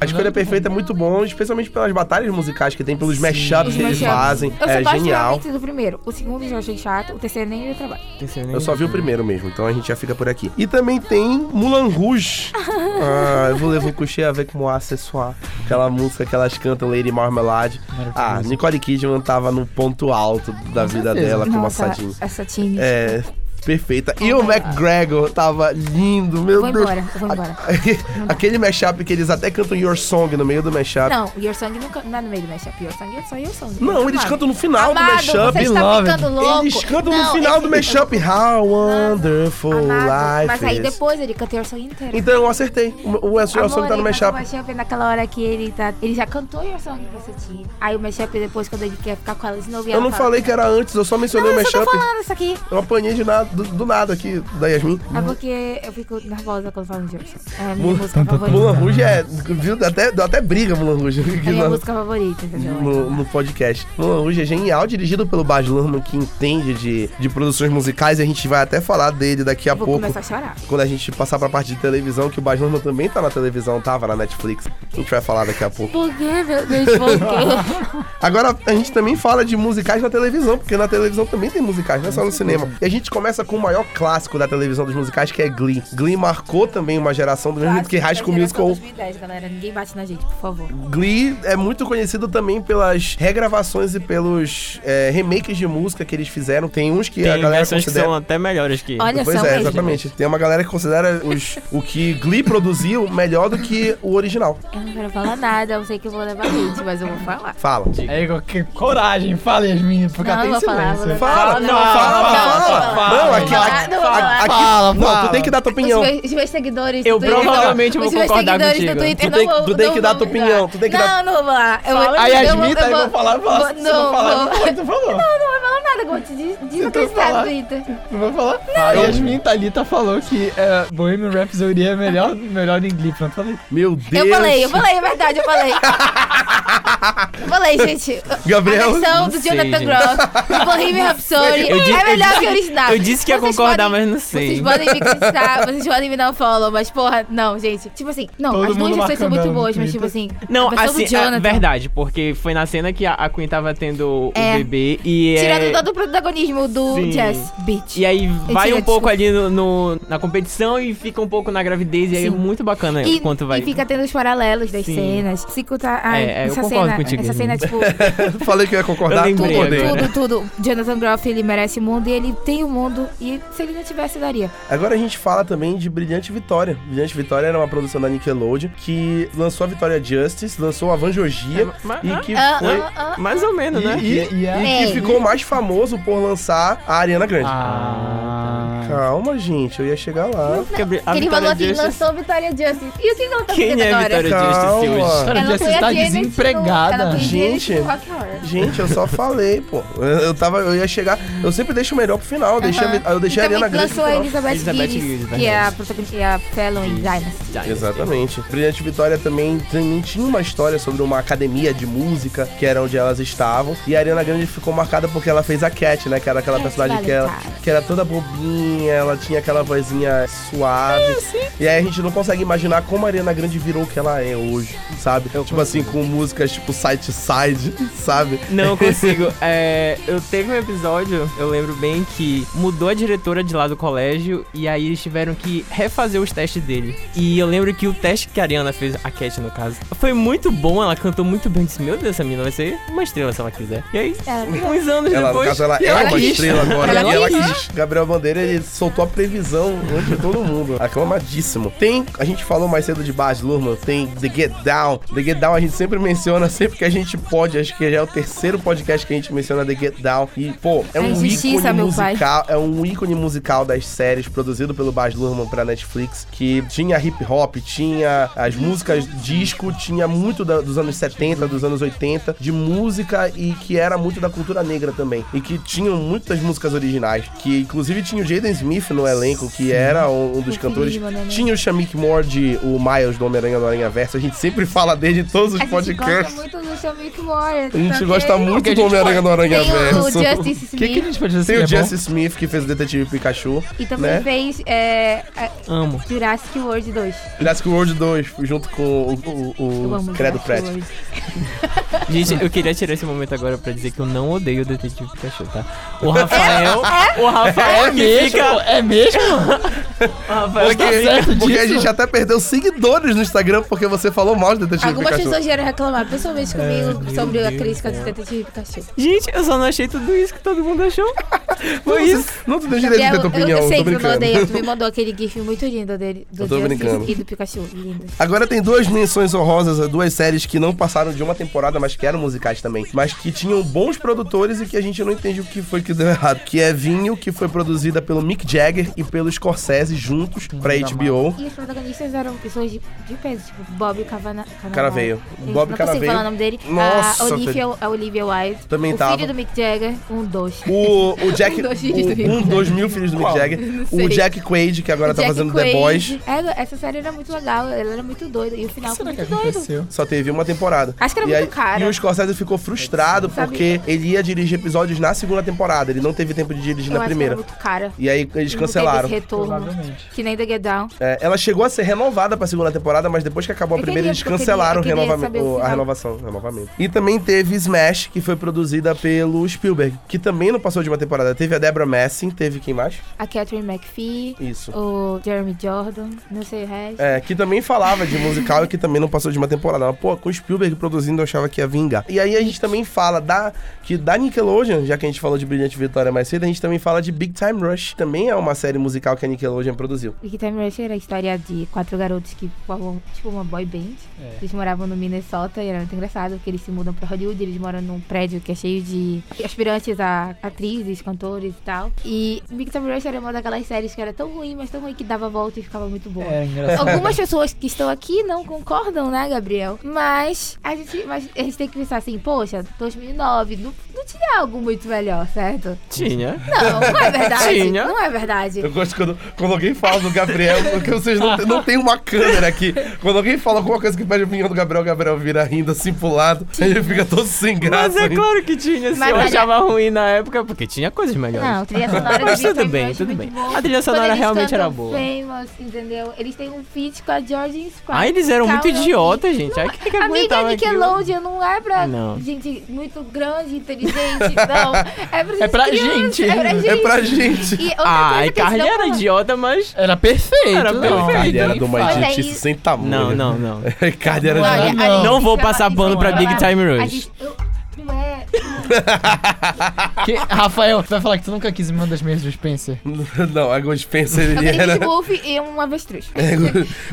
Speaker 1: A escolha perfeita é muito bom, especialmente pelas batalhas musicais que tem, pelos mashups que eles
Speaker 2: mashups.
Speaker 1: fazem,
Speaker 2: eu só
Speaker 1: é
Speaker 2: gosto
Speaker 1: genial. Tá
Speaker 2: realmente do primeiro. O segundo eu já achei chato, o terceiro nem eu trabalho.
Speaker 4: Terceiro, né?
Speaker 1: Eu só vi o primeiro mesmo, então a gente já fica por aqui. E também tem Mulan
Speaker 2: *laughs*
Speaker 1: Rouge. Ah, eu vou levar um coucher a ver como acessório. Aquela música que elas cantam, Lady Marmalade. Ah,
Speaker 3: Maravilhoso.
Speaker 1: Nicole Kidman tava no ponto alto da vida
Speaker 3: certeza.
Speaker 1: dela como
Speaker 2: Nossa,
Speaker 1: assadinha.
Speaker 2: essa teen.
Speaker 1: É, perfeita. E o McGregor tava lindo, meu
Speaker 2: Vou
Speaker 1: Deus.
Speaker 2: embora, vou embora.
Speaker 1: *laughs* Aquele mashup que eles até cantam Your Song no meio do mashup.
Speaker 2: Não, Your Song nunca, não é no meio do mashup. Your Song é só Your Song.
Speaker 1: Não, eles
Speaker 2: Amado.
Speaker 1: cantam no final do
Speaker 2: Amado,
Speaker 1: mashup.
Speaker 2: Você está
Speaker 3: Beloved.
Speaker 2: ficando louco.
Speaker 1: Eles cantam no
Speaker 2: Não,
Speaker 1: final do
Speaker 2: esse- é
Speaker 1: mashup. How wonderful
Speaker 2: Amado,
Speaker 1: life
Speaker 2: Mas aí
Speaker 1: is.
Speaker 2: depois ele canta Your Song inteiro.
Speaker 1: Então eu acertei. O, o Your Song tá no
Speaker 2: ele
Speaker 1: mashup.
Speaker 2: canta mashup naquela hora que ele tá. Ele já cantou Your Song que você tinha. Aí o mashup é depois, quando ele quer ficar com ela de novo, e
Speaker 1: Eu
Speaker 2: ela
Speaker 1: não
Speaker 2: fala, é.
Speaker 1: falei que era antes, eu só mencionei
Speaker 2: Não,
Speaker 1: o
Speaker 2: eu só tô
Speaker 1: mashup.
Speaker 2: falando isso aqui.
Speaker 1: Eu apanhei de nada, do, do nada aqui da Yasmin.
Speaker 2: É porque eu fico nervosa quando falo de Your Song. É a minha música
Speaker 1: Mulan
Speaker 2: favorita.
Speaker 1: Rouge é. Viu? Até, deu até briga, Mulan Rouge. *laughs*
Speaker 2: É a minha música favorita, entendeu? Então,
Speaker 1: no, no podcast. Mulan Rouge é genial, dirigido pelo Baz Luhrmann, que entende de, de produções musicais, e a gente vai até falar dele daqui a
Speaker 2: Vou
Speaker 1: pouco.
Speaker 2: começar a chorar.
Speaker 1: Quando a gente passar pra parte de televisão, que o Baz Luhrmann também tá na televisão, tava na Netflix. A gente vai falar daqui a pouco.
Speaker 2: Por que, meu Deus, por
Speaker 1: *laughs*
Speaker 2: quê?
Speaker 1: Agora, a gente também fala de musicais na televisão, porque na televisão também tem musicais, não é só no cinema. E a gente começa com o maior clássico da televisão dos musicais, que é Glee. Glee marcou também uma geração, do mesmo jeito que High School
Speaker 2: é Geração
Speaker 1: Musical
Speaker 2: 2010, galera. Ninguém bate na gente, por favor.
Speaker 1: Glee é muito conhecido também pelas regravações e pelos é, remakes de música que eles fizeram. Tem uns que a
Speaker 4: Tem
Speaker 1: galera
Speaker 4: versões que
Speaker 1: considera.
Speaker 4: são até melhores que.
Speaker 2: Olha
Speaker 1: Pois
Speaker 2: só, né,
Speaker 1: é,
Speaker 2: mesmo.
Speaker 1: exatamente. Tem uma galera que considera os, o que Glee produziu melhor do que o original.
Speaker 2: Eu não quero falar nada, eu sei que eu vou levar hate, mas eu vou falar.
Speaker 1: Fala.
Speaker 3: É igual que coragem, fala Yasmin, porque
Speaker 2: Não,
Speaker 3: ela
Speaker 2: eu vou
Speaker 3: tem
Speaker 2: falar,
Speaker 3: silêncio.
Speaker 2: vou
Speaker 1: Fala,
Speaker 2: Não,
Speaker 1: não,
Speaker 2: não,
Speaker 1: fala,
Speaker 2: não,
Speaker 1: fala,
Speaker 2: não,
Speaker 1: fala. Não,
Speaker 4: não,
Speaker 1: aqui,
Speaker 2: não,
Speaker 1: aqui,
Speaker 2: não, não.
Speaker 1: aqui-
Speaker 3: Fala,
Speaker 1: Não, tu
Speaker 3: fala.
Speaker 1: tem que dar tua opinião.
Speaker 2: Os meus, os meus seguidores
Speaker 4: Eu
Speaker 2: do Twitter-
Speaker 4: provavelmente vou
Speaker 2: os meus
Speaker 4: concordar
Speaker 2: seguidores
Speaker 4: contigo.
Speaker 2: do Twitter
Speaker 1: Tu tem-
Speaker 2: não vão-
Speaker 1: tu tem
Speaker 2: não
Speaker 1: que dar
Speaker 2: vão
Speaker 1: tua
Speaker 2: mudar.
Speaker 1: opinião, tu tem que
Speaker 2: não,
Speaker 1: dar-
Speaker 2: Não, vou falar. Eu, vou-
Speaker 3: A
Speaker 2: eu
Speaker 3: Yasmin tá aí,
Speaker 2: eu
Speaker 3: vou falar, vou falar.
Speaker 2: vou-
Speaker 3: Se você não falar, não
Speaker 2: vou-
Speaker 3: foi, tu
Speaker 2: *laughs*
Speaker 3: falou.
Speaker 2: Não, não vou falar nada, eu vou te des- desacreditar do
Speaker 3: falar.
Speaker 2: Twitter.
Speaker 3: Não vou falar? A Yasmin Thalita falou que é, Bohemian Rhapsody é melhor, melhor em Glee. Pronto, falei.
Speaker 1: Meu Deus.
Speaker 2: Eu falei, eu falei, é verdade, eu falei. Eu falei, gente.
Speaker 1: Gabriel,
Speaker 2: a versão do
Speaker 4: não sei,
Speaker 2: Jonathan
Speaker 4: gente.
Speaker 2: Groff, do Bohemian Rhapsody,
Speaker 4: Eu di-
Speaker 2: é
Speaker 4: eu
Speaker 2: melhor
Speaker 4: di-
Speaker 2: que o original.
Speaker 4: eu disse que ia
Speaker 2: Vocês
Speaker 4: concordar,
Speaker 2: podem-
Speaker 4: mas não
Speaker 2: Vocês
Speaker 4: sei.
Speaker 2: podem me
Speaker 4: *laughs*
Speaker 2: criticar, vocês podem me dar um follow, mas porra, não, gente. Tipo assim, não,
Speaker 3: Todo
Speaker 2: as duas
Speaker 3: mundo
Speaker 2: versões são
Speaker 3: marcando
Speaker 2: muito
Speaker 3: ela no
Speaker 2: boas, mas tipo
Speaker 3: Twitter.
Speaker 2: assim.
Speaker 4: Não,
Speaker 2: a versão
Speaker 4: assim,
Speaker 2: do Jonathan.
Speaker 4: é verdade, porque foi na cena que a, a Queen tava tendo
Speaker 2: É.
Speaker 4: o bebê e. é-
Speaker 2: Tirando todo o protagonismo do
Speaker 4: Sim.
Speaker 2: Jess, bitch.
Speaker 4: E aí vai
Speaker 2: tira,
Speaker 4: um pouco ali no, no- na competição e fica um pouco na gravidez, e aí é
Speaker 2: Sim.
Speaker 4: muito bacana
Speaker 2: E,
Speaker 4: quanto vai.
Speaker 2: e fica tendo os paralelos das
Speaker 4: Sim.
Speaker 2: cenas. Se contar. Ai,
Speaker 4: É, é, eu
Speaker 2: essa
Speaker 4: concordo
Speaker 2: cena.
Speaker 4: contigo, É
Speaker 2: essa cena, tipo,
Speaker 4: *laughs*
Speaker 1: Falei que eu ia concordar,
Speaker 4: Eu lembrei
Speaker 2: tudo,
Speaker 1: concordei.
Speaker 4: agora.
Speaker 2: tudo, tudo. Jonathan Groff, ele merece o mundo e ele tem o mundo. E se ele não tivesse, daria.
Speaker 1: Agora a gente fala também de Brilhante Vitória. Brilhante Vitória era uma produção da Nickelodeon que lançou a Vitória Justice, lançou a Vanjogia
Speaker 4: Ma-
Speaker 1: e que
Speaker 2: Ah,
Speaker 1: foi.
Speaker 2: ah, ah.
Speaker 4: Mais ou menos, né?
Speaker 1: E, e-
Speaker 3: E- e a-
Speaker 1: e que
Speaker 2: É.
Speaker 1: ficou mais famoso por lançar a Ariana Grande.
Speaker 3: Ah,
Speaker 1: Calma, gente, eu ia chegar lá.
Speaker 4: Porque a Bri- a
Speaker 2: Que ele falou
Speaker 4: Vitória
Speaker 2: assim,
Speaker 4: Justice-
Speaker 2: lançou Vitória Justice. E o que que ela tá
Speaker 4: Quem
Speaker 2: fazendo
Speaker 4: é a
Speaker 2: agora?
Speaker 4: Vitória Justice Tá
Speaker 1: Calma.
Speaker 4: hoje?
Speaker 3: Cara,
Speaker 2: Ela
Speaker 3: Jess
Speaker 2: foi a
Speaker 3: está
Speaker 2: Janet no- ela
Speaker 3: desempregada.
Speaker 2: foi a Janet
Speaker 1: Gente.
Speaker 2: no Rock Horror.
Speaker 1: Gente, eu só falei, pô. Eu- Eu tava, eu ia chegar. Eu sempre deixo o melhor pro final. Eu deixei, a Vi- eu deixei a
Speaker 2: E também
Speaker 1: Ariana Grande. pro
Speaker 2: lançou a
Speaker 1: final.
Speaker 2: Elizabeth,
Speaker 4: Elizabeth
Speaker 2: Gillies,
Speaker 4: Gillies,
Speaker 2: que é a
Speaker 4: verdade.
Speaker 2: protagonista, é a Fallon em Dynasty.
Speaker 4: Já,
Speaker 1: Exatamente. Brilhante Vitória também, também tinha uma história sobre uma academia de música, que era onde elas estavam. E a Ariana Grande ficou marcada porque ela fez a Cat, né? Que era aquela
Speaker 2: Cat
Speaker 1: personagem que era,
Speaker 2: Valentine.
Speaker 1: que era toda bobinha, ela tinha aquela vozinha suave. E aí a gente não consegue imaginar como a Ariana Grande virou o que ela é hoje, sabe? tipo assim, com músicas tipo Side to Side, *laughs* sabe? *laughs*
Speaker 4: Não consigo. É, eu teve um episódio, eu lembro bem, que mudou a diretora de lá do colégio e aí eles tiveram que refazer os testes dele. E eu lembro que o teste que a Ariana fez, a Cat no caso, foi muito bom, ela cantou muito bem. Eu disse, meu Deus, essa menina vai ser uma estrela se ela quiser. E aí,
Speaker 2: Ela-
Speaker 4: uns anos
Speaker 1: Ela, no
Speaker 4: depois.
Speaker 1: caso, ela
Speaker 4: e
Speaker 1: é uma
Speaker 4: quis.
Speaker 1: estrela agora. né?
Speaker 2: Ela
Speaker 1: e ela
Speaker 2: quis.
Speaker 1: quis. Gabriel Bandeira, ele soltou a previsão antes de todo mundo. Aclamadíssimo. Tem, a gente falou mais cedo de Baz Luhrmann, tem The Get Down. The Get Down a gente sempre menciona, sempre que a gente pode, acho que já é o terceiro podcast que a gente menciona The Get Down. E, pô, é
Speaker 2: É
Speaker 1: um
Speaker 2: injustiça,
Speaker 1: ícone
Speaker 2: meu pai.
Speaker 1: musical, é um ícone musical das séries produzido pelo Baz Luhrmann pra Netflix, que tinha hip hop, tinha as músicas disco, tinha muito da- dos anos 70, dos anos 80, de música e que era muito da cultura negra também. E que tinham muitas músicas originais, que inclusive tinha o Jaden Smith no elenco, que era um, um dos
Speaker 2: O
Speaker 1: cantores.
Speaker 2: Kirima, né, né?
Speaker 1: Tinha o Shamik Moore de o Miles do Homem-Aranha no Aranha Verso, a gente sempre fala dele em todos os
Speaker 2: A gente gosta
Speaker 1: podcasts.
Speaker 2: muito do Shamik Moore.
Speaker 1: A gente gosta muito
Speaker 3: Porque a
Speaker 1: do
Speaker 3: gente
Speaker 1: Homem-Aranha no Aranha
Speaker 2: então Tem o
Speaker 1: Verso.
Speaker 2: Justice Smith
Speaker 3: O que, que a gente pode
Speaker 1: Tem o
Speaker 3: dizer assim? É bom?
Speaker 1: Jesse Smith, que fez o Detetive Pikachu.
Speaker 2: e também
Speaker 1: né?
Speaker 2: fez é, a
Speaker 4: Amo.
Speaker 2: Jurassic World 2.
Speaker 1: Jurassic World 2, junto com o,
Speaker 2: Eu
Speaker 1: o,
Speaker 2: amo
Speaker 1: o Credo
Speaker 2: Jurassic
Speaker 1: Pratt.
Speaker 2: World.
Speaker 4: Gente, eu queria tirar esse momento agora pra dizer que eu não odeio o Detetive Pikachu, tá?
Speaker 1: *laughs*
Speaker 4: O
Speaker 1: É,
Speaker 4: Rafael. o Rafael
Speaker 3: É
Speaker 4: que
Speaker 3: mesmo?
Speaker 4: fica-
Speaker 3: É mesmo?
Speaker 4: o Rafael que-
Speaker 3: tá certo
Speaker 1: Porque a
Speaker 3: disso?
Speaker 1: gente até perdeu seguidores no Instagram porque você falou mal de Detetive
Speaker 2: Algumas
Speaker 1: Pikachu.
Speaker 2: pessoas vieram reclamar,
Speaker 1: É,
Speaker 2: principalmente comigo,
Speaker 4: meu
Speaker 2: sobre a
Speaker 4: Deus
Speaker 2: crítica
Speaker 4: do
Speaker 2: do
Speaker 4: céu.
Speaker 2: Detetive Pikachu.
Speaker 4: Gente, eu só não achei tudo isso que todo mundo
Speaker 1: *laughs*
Speaker 4: achou. Foi
Speaker 1: Não,
Speaker 4: isso.
Speaker 1: você- Não, tu tem direito de ter tua
Speaker 2: eu,
Speaker 1: opinião,
Speaker 2: eu
Speaker 1: tô
Speaker 2: sei que tu não
Speaker 1: brincando. *laughs*
Speaker 2: odeia, tu me mandou aquele gif muito lindo dele, do
Speaker 1: Eu tô
Speaker 2: Justice
Speaker 1: brincando.
Speaker 2: e do Pikachu. Lindo.
Speaker 1: Agora tem duas menções honrosas, duas séries que não passaram de uma temporada, mas que eram musicais também. Mas que tinham bons produtores e que a gente não entende o que foi que deu errado. Que é Vinho, que foi produzida pelo Mick Jagger e pelo Scorsese juntos pra HBO.
Speaker 2: E os protagonistas eram pessoas de, de peso, tipo Bob Cavana, Cannavale.
Speaker 1: Canaveio.
Speaker 2: Gente,
Speaker 1: Bob
Speaker 2: não consigo
Speaker 1: Canaveio.
Speaker 2: falar o nome dele.
Speaker 1: Nossa,
Speaker 2: a Olivia, a Olivia Wilde.
Speaker 1: Também
Speaker 2: o
Speaker 1: tava.
Speaker 2: filho do Mick Jagger, um dois.
Speaker 1: O, o Jack.
Speaker 2: *laughs* Um, dois filhos do Mick
Speaker 1: o- um, dois mil filhos do Mick Jagger.
Speaker 2: Não
Speaker 1: O
Speaker 2: sei.
Speaker 1: Jack Quaid, que agora tá
Speaker 2: Jack
Speaker 1: fazendo The
Speaker 2: Quaid.
Speaker 1: Boys.
Speaker 2: É, essa série era muito legal, ela era muito doida. E o final foi
Speaker 3: Será que
Speaker 2: muito doido.
Speaker 3: aconteceu?
Speaker 1: Só teve uma temporada.
Speaker 2: Acho que era
Speaker 1: e
Speaker 2: muito caro.
Speaker 1: E o Scorsese ficou frustrado
Speaker 2: Sabe-
Speaker 1: porque ele ia dirigir episódios na segunda temporada. Ele não teve tempo de dirigir
Speaker 2: Eu
Speaker 1: na
Speaker 2: acho
Speaker 1: primeira.
Speaker 2: que era muito cara.
Speaker 1: E aí eles
Speaker 2: Não
Speaker 1: cancelaram.
Speaker 2: teve esse retorno.
Speaker 3: Provavelmente.
Speaker 2: Que nem The Get Down.
Speaker 1: É, ela chegou a ser renovada pra segunda temporada, mas depois que acabou a
Speaker 2: Eu
Speaker 1: primeira,
Speaker 2: queria,
Speaker 1: eles
Speaker 2: porque eu queria-
Speaker 1: cancelaram
Speaker 2: eu queria
Speaker 1: o renova-
Speaker 2: saber o
Speaker 1: o- a
Speaker 2: final.
Speaker 1: renovação. Renovamento. E também teve Smash, que foi produzida pelo Spielberg, que também não passou de uma temporada. Teve a Deborah Messing, teve quem mais?
Speaker 2: A Catherine McPhee,
Speaker 1: Isso.
Speaker 2: o Jeremy Jordan, não sei o resto.
Speaker 1: É, que também falava de musical e que também não passou de uma temporada. Mas, pô, com o Spielberg produzindo, eu achava que ia vingar. E aí a gente também fala da que da Nickelodeon, já que a gente falou de Brilhante Vitória mais cedo, a gente também fala de Big Time Rush. Também é uma série musical que a Nickelodeon produziu.
Speaker 2: E que também era a história de quatro garotos que formam, tipo, uma boy band.
Speaker 3: É.
Speaker 2: Eles moravam no Minnesota e era muito engraçado, porque eles se mudam pra Hollywood, eles moram num prédio que é cheio de aspirantes a atrizes, cantores e tal. E Big Time Rush era uma daquelas séries que era tão ruim, mas tão ruim que dava volta e ficava muito boa.
Speaker 3: É engraçado.
Speaker 2: Algumas pessoas que estão aqui não concordam, né, Gabriel? Mas a gente, mas a gente tem que pensar assim, poxa, 2009, não, não tinha algo muito melhor, certo?
Speaker 4: Tinha.
Speaker 2: Não, não é verdade.
Speaker 4: Tinha.
Speaker 2: Não é verdade.
Speaker 1: Eu gosto quando, quando alguém fala do Gabriel, porque vocês não, não tem uma câmera aqui. Quando alguém fala alguma coisa que pede opinião do Gabriel, o Gabriel vira rindo assim pro lado. *laughs* Aí ele fica todo sem graça.
Speaker 4: Mas é claro que tinha. Se
Speaker 2: Mas
Speaker 4: eu
Speaker 2: olha-
Speaker 4: achava ruim na época, porque tinha coisas melhores.
Speaker 2: Não, a trilha sonora
Speaker 4: *laughs* Mas
Speaker 2: do Victor
Speaker 4: tudo bem,
Speaker 2: Crash é
Speaker 4: tudo
Speaker 2: muito
Speaker 4: bem.
Speaker 2: boa.
Speaker 4: A trilha
Speaker 2: Quando
Speaker 4: sonora
Speaker 2: eles
Speaker 4: realmente era
Speaker 2: cantam
Speaker 4: boa.
Speaker 2: Famous, entendeu? Eles têm um feat com a Georgie Squad.
Speaker 4: Ah, eles eram
Speaker 2: é
Speaker 4: muito idiotas, gente. Ai, que que
Speaker 2: Amiga,
Speaker 4: aguentava aquilo?
Speaker 2: Nickelodeon não é pra
Speaker 4: Não.
Speaker 2: gente muito grande, inteligente, não. É pra,
Speaker 3: É pra
Speaker 2: crianças,
Speaker 3: gente.
Speaker 2: É pra gente.
Speaker 1: É pra gente.
Speaker 2: E outra
Speaker 4: Ah,
Speaker 2: coisa
Speaker 4: e
Speaker 2: que eles
Speaker 4: Carly
Speaker 2: não
Speaker 4: era
Speaker 2: falam-
Speaker 4: idiota, mas.
Speaker 3: Era perfeito.
Speaker 4: Era
Speaker 3: não.
Speaker 4: perfeito.
Speaker 1: Carne era de uma
Speaker 2: Olha aí.
Speaker 1: idiotice sem tamanho.
Speaker 4: um
Speaker 1: é
Speaker 4: Não,
Speaker 1: *laughs*
Speaker 4: não, não.
Speaker 1: Carne era de
Speaker 2: Olha, a
Speaker 3: Não.
Speaker 2: gente
Speaker 4: Não vou
Speaker 2: fala-
Speaker 4: passar
Speaker 2: a gente
Speaker 4: pano pra
Speaker 2: fala-
Speaker 4: Big Time
Speaker 2: a
Speaker 4: Rush.
Speaker 2: gente- eu- Não é.
Speaker 3: Que- Rafael, tu vai falar que tu nunca quis uma das meias do Spencer?
Speaker 1: *laughs* Não, a Ghost Spencer
Speaker 2: Eu
Speaker 1: ele
Speaker 2: queria
Speaker 1: *laughs* era. É,
Speaker 2: de Wolf e um avestruz. *laughs*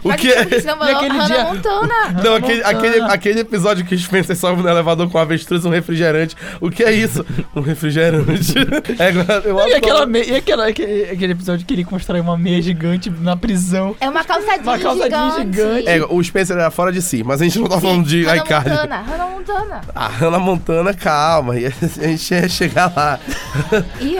Speaker 1: O
Speaker 2: Mas
Speaker 1: que
Speaker 2: então, porque senão
Speaker 3: E aquele
Speaker 2: Hannah
Speaker 3: dia-
Speaker 2: Montana.
Speaker 1: Não, aquele,
Speaker 3: Montana.
Speaker 1: aquele, aquele episódio que o Spencer sobe no elevador com a avestruz e um refrigerante. O que é isso? Um refrigerante. *laughs* É, agora, eu
Speaker 3: E
Speaker 1: adoro.
Speaker 3: aquela meia- e aquela- aquele, aquele episódio que ele constrói uma meia gigante na prisão.
Speaker 2: É uma calçadinha,
Speaker 3: Uma calçadinha gigante.
Speaker 1: É, o Spencer era fora de si, mas a gente não tá falando de
Speaker 2: Hannah
Speaker 1: iCarly.
Speaker 2: Montana, Hannah Montana.
Speaker 1: A Hannah Montana, calma. A gente ia chegar lá.
Speaker 2: Ih,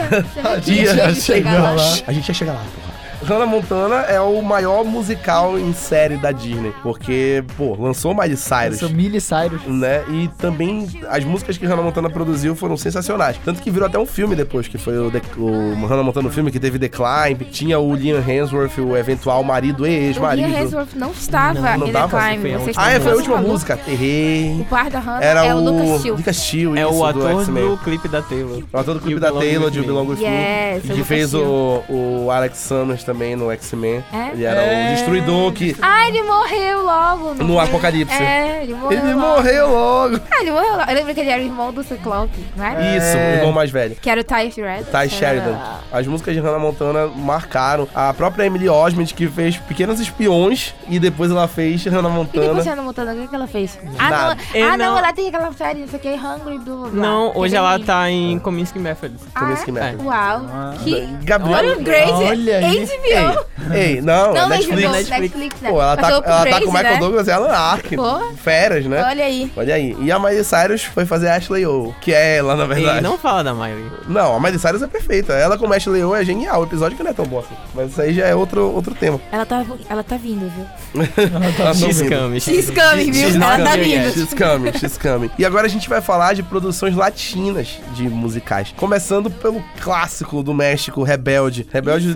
Speaker 1: *laughs* A
Speaker 2: você
Speaker 1: gente ia
Speaker 2: vai ter que chegar lá.
Speaker 1: A gente ia chegar lá, porra. Hannah Montana é o maior musical em série da Disney. Porque, pô, lançou Miley Cyrus.
Speaker 3: Sou Miley Cyrus.
Speaker 1: né? E também as músicas que Hannah Montana produziu foram sensacionais. Tanto que virou até um filme depois, que foi o, The- o Hannah Montana no filme, que teve The Climb. Tinha o Liam Hemsworth, o eventual marido e
Speaker 2: O Ian
Speaker 1: ex-marido.
Speaker 2: Hemsworth não estava
Speaker 4: Não,
Speaker 1: não
Speaker 2: em The
Speaker 1: dava?
Speaker 4: Foi a
Speaker 2: Climb. Vocês
Speaker 4: última.
Speaker 1: Ah, é, foi a
Speaker 2: estão
Speaker 1: última
Speaker 2: malucos.
Speaker 1: música. Errei.
Speaker 2: O par da Hannah
Speaker 1: Era
Speaker 2: é o Lucas
Speaker 1: o
Speaker 2: Till.
Speaker 1: Lucas Steele,
Speaker 4: É
Speaker 1: isso,
Speaker 4: o ator
Speaker 1: X-Men.
Speaker 4: do clipe da Taylor.
Speaker 1: O ator do
Speaker 4: E
Speaker 1: clipe
Speaker 4: o
Speaker 1: da
Speaker 4: Belong With
Speaker 1: Taylor, de
Speaker 4: Me.
Speaker 1: Belong With Me.
Speaker 2: Yes, é o
Speaker 1: que
Speaker 2: Lucas
Speaker 1: fez
Speaker 2: Till.
Speaker 1: o, o Alex Summers também no X-Men.
Speaker 2: É?
Speaker 1: Ele era
Speaker 3: É.
Speaker 1: o destruidor que.
Speaker 2: Ah, ele morreu logo. não
Speaker 1: No
Speaker 2: foi?
Speaker 1: Apocalipse.
Speaker 2: É, ele morreu
Speaker 1: Ele
Speaker 2: logo.
Speaker 1: morreu logo.
Speaker 2: Ah, ele morreu logo. Eu lembro que ele era o irmão do Ciclope, não era?
Speaker 1: Isso, o irmão mais velho.
Speaker 2: Que era o Ty Sheridan.
Speaker 1: Ty Sheridan. As músicas de Hannah Montana marcaram. A própria Emily Osment, que fez Pequenos Espiões, e depois ela fez Hannah
Speaker 2: E depois
Speaker 1: Montana.
Speaker 2: Hannah Montana, o que, que ela fez?
Speaker 1: Nada.
Speaker 2: Ah,
Speaker 4: Eu
Speaker 2: não, ah,
Speaker 4: não-
Speaker 2: não, ela tem aquela série, não sei o que, Hungry, blá, blá, blá.
Speaker 4: Não,
Speaker 2: Que
Speaker 4: hoje
Speaker 2: tem-
Speaker 4: ela tá em Cominsky Methods.
Speaker 2: Ah,
Speaker 1: Começo que é merda.
Speaker 2: Uau. Que... Olha o
Speaker 1: Gabriel.
Speaker 2: Grace,
Speaker 3: Olha aí.
Speaker 2: HBO.
Speaker 1: Ei, não, é
Speaker 2: Não,
Speaker 1: Netflix.
Speaker 2: HBO,
Speaker 4: Netflix.
Speaker 2: Netflix, né?
Speaker 1: Pô, ela tá,
Speaker 2: Passou pro
Speaker 1: ela tá
Speaker 2: Grace,
Speaker 1: com o Michael
Speaker 2: né?
Speaker 1: Douglas e Alan Arkin.
Speaker 2: Porra.
Speaker 1: Feras, né?
Speaker 2: Olha aí.
Speaker 1: Olha aí. E a Miley Cyrus foi fazer Ashley O, que é ela, na verdade.
Speaker 4: Ele não fala da Miley.
Speaker 1: Não, a Miley Cyrus é perfeita. Ela com Ashley O é genial. O episódio que não é tão bom assim. Mas isso aí já é outro, outro tema. Tá
Speaker 2: Ela tá, ela tá
Speaker 1: *laughs*
Speaker 2: vindo, viu?
Speaker 4: X-Cam.
Speaker 2: X-Coming, viu? Ela tá vindo.
Speaker 1: X-Coming, X-Coming. E agora a gente vai falar de produções latinas de musicais. Começando pelo clássico do México, Rebelde. Rebelde.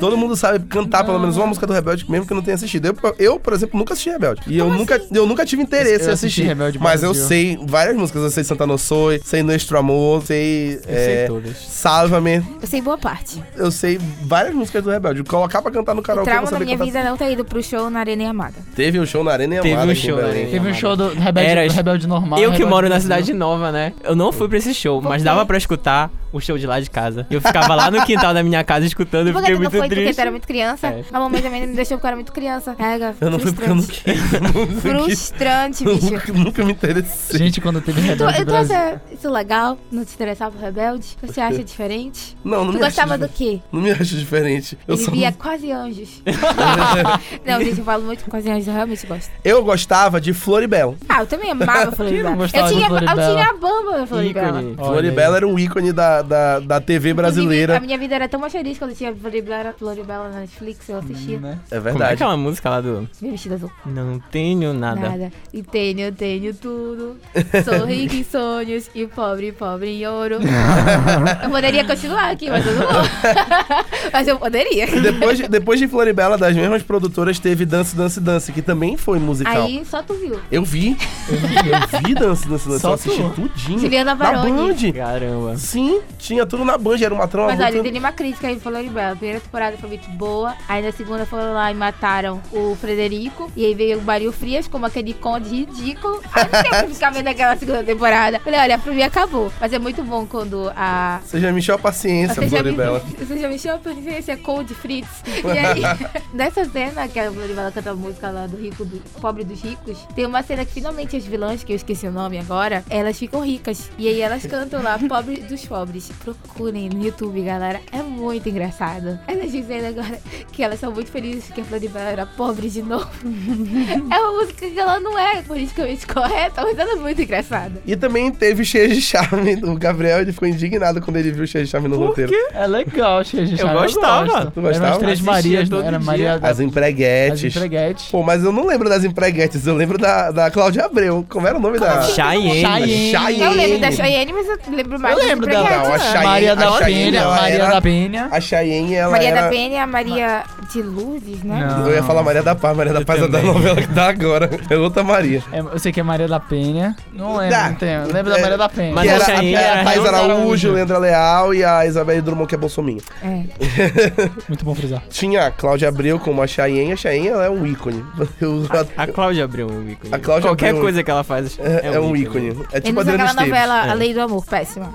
Speaker 1: Todo mundo sabe cantar pelo menos uma música do Rebelde, mesmo que não tenha assistido. Eu, eu, por exemplo, nunca assisti Rebelde. E eu nunca,
Speaker 2: assim?
Speaker 1: eu nunca tive interesse
Speaker 3: Eu
Speaker 1: em
Speaker 3: assisti
Speaker 1: assistir.
Speaker 3: Rebelde
Speaker 1: mas eu
Speaker 3: Brasil.
Speaker 1: sei várias músicas. Eu sei Santa No Soy, sei Nuestro Amor, sei.
Speaker 4: Eu sei
Speaker 1: é,
Speaker 4: todas.
Speaker 1: Salva-me.
Speaker 2: Eu sei boa parte.
Speaker 1: Eu sei várias músicas do Rebelde. Colocar pra cantar no
Speaker 2: O
Speaker 1: karaokê, eu vou
Speaker 2: trauma da
Speaker 1: saber
Speaker 2: minha
Speaker 1: cantar.
Speaker 2: vida é não ter ido pro show na Arena Amada.
Speaker 1: Teve um show na Arena e
Speaker 4: Teve
Speaker 1: Amada
Speaker 4: um
Speaker 1: aqui em
Speaker 4: show na
Speaker 1: Belém.
Speaker 4: Arena.
Speaker 3: Teve um show do Rebelde,
Speaker 4: Era-
Speaker 3: Rebelde Normal.
Speaker 4: Eu que
Speaker 3: Rebelde
Speaker 4: moro na
Speaker 3: Brasil.
Speaker 4: cidade nova, né? Eu não fui pra esse show, mas dava pra escutar o show de lá de casa. Eu ficava lá no quintal da minha casa escutando e
Speaker 2: Porque
Speaker 4: fiquei
Speaker 2: tu não
Speaker 4: muito
Speaker 2: foi porque tu
Speaker 4: triste.
Speaker 2: era muito criança.
Speaker 4: É.
Speaker 2: A mamãe também não me deixou porque eu era muito criança. Pega,
Speaker 1: Eu não fui porque eu não
Speaker 2: frustrante.
Speaker 1: quis. não quis.
Speaker 2: Frustrante,
Speaker 1: *laughs* Eu
Speaker 2: bicho.
Speaker 1: nunca, nunca me interessei.
Speaker 3: Gente, quando teve
Speaker 2: Tu,
Speaker 3: Rebelde
Speaker 2: eu tu
Speaker 3: Brasil.
Speaker 2: acha isso legal? Não te interessar pro Rebelde? Você acha diferente?
Speaker 1: Não, não
Speaker 2: tu
Speaker 1: me acho.
Speaker 2: gostava do
Speaker 1: diferente.
Speaker 2: quê?
Speaker 1: Não me acho diferente. Eu,
Speaker 2: Ele
Speaker 1: só
Speaker 2: via
Speaker 1: não- *laughs*
Speaker 2: quase anjos. não, gente, eu falo muito com quase anjos, eu realmente gosto.
Speaker 1: eu gostava de Floribela.
Speaker 2: Ah, eu também amava Floribela. Eu
Speaker 3: gostava de
Speaker 2: tinha, eu
Speaker 3: Floribela?
Speaker 2: tinha a bamba da Floribela.
Speaker 4: Ícone.
Speaker 3: Olha
Speaker 1: Floribela
Speaker 3: aí.
Speaker 1: era um ícone da, da, da TV
Speaker 2: Inclusive, A
Speaker 1: brasileira.
Speaker 2: minha vida era tão mais feliz quando tinha Floribela, Floribela na Netflix, eu assistia.
Speaker 3: Né?
Speaker 1: É
Speaker 4: Como é
Speaker 1: verdade.
Speaker 4: aquela música lá do
Speaker 2: Minha vestida azul.
Speaker 4: Não tenho nada?
Speaker 2: Nada. E tenho, eu tenho tudo. Sou rico em sonhos e pobre, pobre em ouro. eu poderia continuar aqui, mas eu não vou. *laughs* mas eu poderia.
Speaker 1: Depois, de, depois de Floribela, das mesmas produtoras, teve Dance, Dance, Dance, que também foi musical.
Speaker 2: Aí só tu viu.
Speaker 1: Eu vi. Eu vi Dance, Dance, Dance.
Speaker 3: Só
Speaker 1: eu assisti
Speaker 3: tu.
Speaker 1: tudinho. na
Speaker 2: Juliana
Speaker 1: Band.
Speaker 2: Baroni.
Speaker 4: Caramba.
Speaker 1: Sim, tinha tudo na Band. Era uma trama
Speaker 2: Mas olha, eu
Speaker 1: muito...
Speaker 2: dei uma crítica aí pro Loribel. A primeira temporada foi muito boa. Aí na segunda foram lá e mataram o Frederico. E aí veio o Baril Frias, como aquele conde ridículo. Aí não tem pra ficar vendo aquela segunda temporada. Falei, olha, pra mim acabou. Mas é muito bom quando a.
Speaker 1: Você já me encheu a paciência,
Speaker 2: Você já, me,
Speaker 1: Floribela.
Speaker 2: *laughs* você já me chama pra dizer esse é Cold Fritz. E aí, *laughs* nessa cena que a Floribela canta a música lá do rico, do pobre dos ricos, tem uma cena que finalmente as vilãs, que eu esqueci o nome agora, elas ficam ricas. E aí elas cantam lá, pobre dos pobres. Procurem no YouTube, galera. É muito engraçado. Elas dizendo agora que elas são muito felizes que a Floribela era pobre de *laughs* novo. é uma música que ela não é politicamente correta, mas ela é muito engraçada.
Speaker 1: E também teve Cheia de Charme. O Gabriel ele ficou indignado quando ele viu Cheia de Charme no roteiro.
Speaker 3: É legal, cheio de charme,
Speaker 4: gostava.
Speaker 3: gosto.
Speaker 1: Tu gostava?
Speaker 3: Eram as Três
Speaker 4: Assistia
Speaker 3: Marias, né?
Speaker 4: todo
Speaker 3: Era
Speaker 4: dia.
Speaker 3: Maria
Speaker 1: As
Speaker 3: as
Speaker 1: empreguetes.
Speaker 3: Empreguetes.
Speaker 1: Pô, mas eu não lembro das empreguetes, eu lembro da, da Cláudia Abreu. Como era o nome da.
Speaker 4: Cheyenne.
Speaker 3: Cheyenne.
Speaker 1: Cheyenne.
Speaker 2: Eu lembro da Cheyenne, mas eu lembro mais
Speaker 3: Eu lembro
Speaker 2: do
Speaker 3: dela.
Speaker 2: Empreguete,
Speaker 1: Não, a
Speaker 2: né?
Speaker 1: Cheyenne-
Speaker 3: Maria da
Speaker 1: a Cheyenne,
Speaker 3: Penha,
Speaker 1: ela
Speaker 3: Maria
Speaker 1: era-
Speaker 3: da Penha.
Speaker 1: A Cheyenne, ela
Speaker 2: Maria
Speaker 1: era.
Speaker 2: da Penha é a Maria de Lourdes, né?
Speaker 3: Não.
Speaker 1: Eu ia falar Maria da Paz, Maria da
Speaker 4: Eu
Speaker 1: Paz é da
Speaker 4: também.
Speaker 1: novela que tá agora. *laughs* É outra Maria.
Speaker 3: É, eu sei que é Maria da Penha. Não lembro,
Speaker 1: Tá.
Speaker 3: não tenho. Eu Lembro da
Speaker 1: É,
Speaker 3: Maria da Penha.
Speaker 4: Mas
Speaker 1: que
Speaker 4: a
Speaker 1: era a,
Speaker 4: Cheyenne
Speaker 1: era
Speaker 4: era um-
Speaker 1: a Thais
Speaker 3: Renan
Speaker 1: Araújo,
Speaker 3: Araújo.
Speaker 1: Leandra Leal e a Isabelle Drummond, que é bolsominha.
Speaker 2: É.
Speaker 3: Muito bom frisar.
Speaker 1: Tinha a Cláudia Abreu como a Cheyenne, a Cheyenne ela é um ícone. *laughs* Eu-
Speaker 4: A Cláudia abriu um ícone.
Speaker 1: A Cláudia
Speaker 4: Qualquer
Speaker 1: Abreu-
Speaker 4: coisa que ela faz
Speaker 1: é, é um ícone. É
Speaker 2: Ele
Speaker 1: tipo a
Speaker 2: usa
Speaker 1: Adriana
Speaker 2: aquela
Speaker 1: Esteves.
Speaker 2: novela
Speaker 4: É.
Speaker 2: A Lei do Amor, péssima.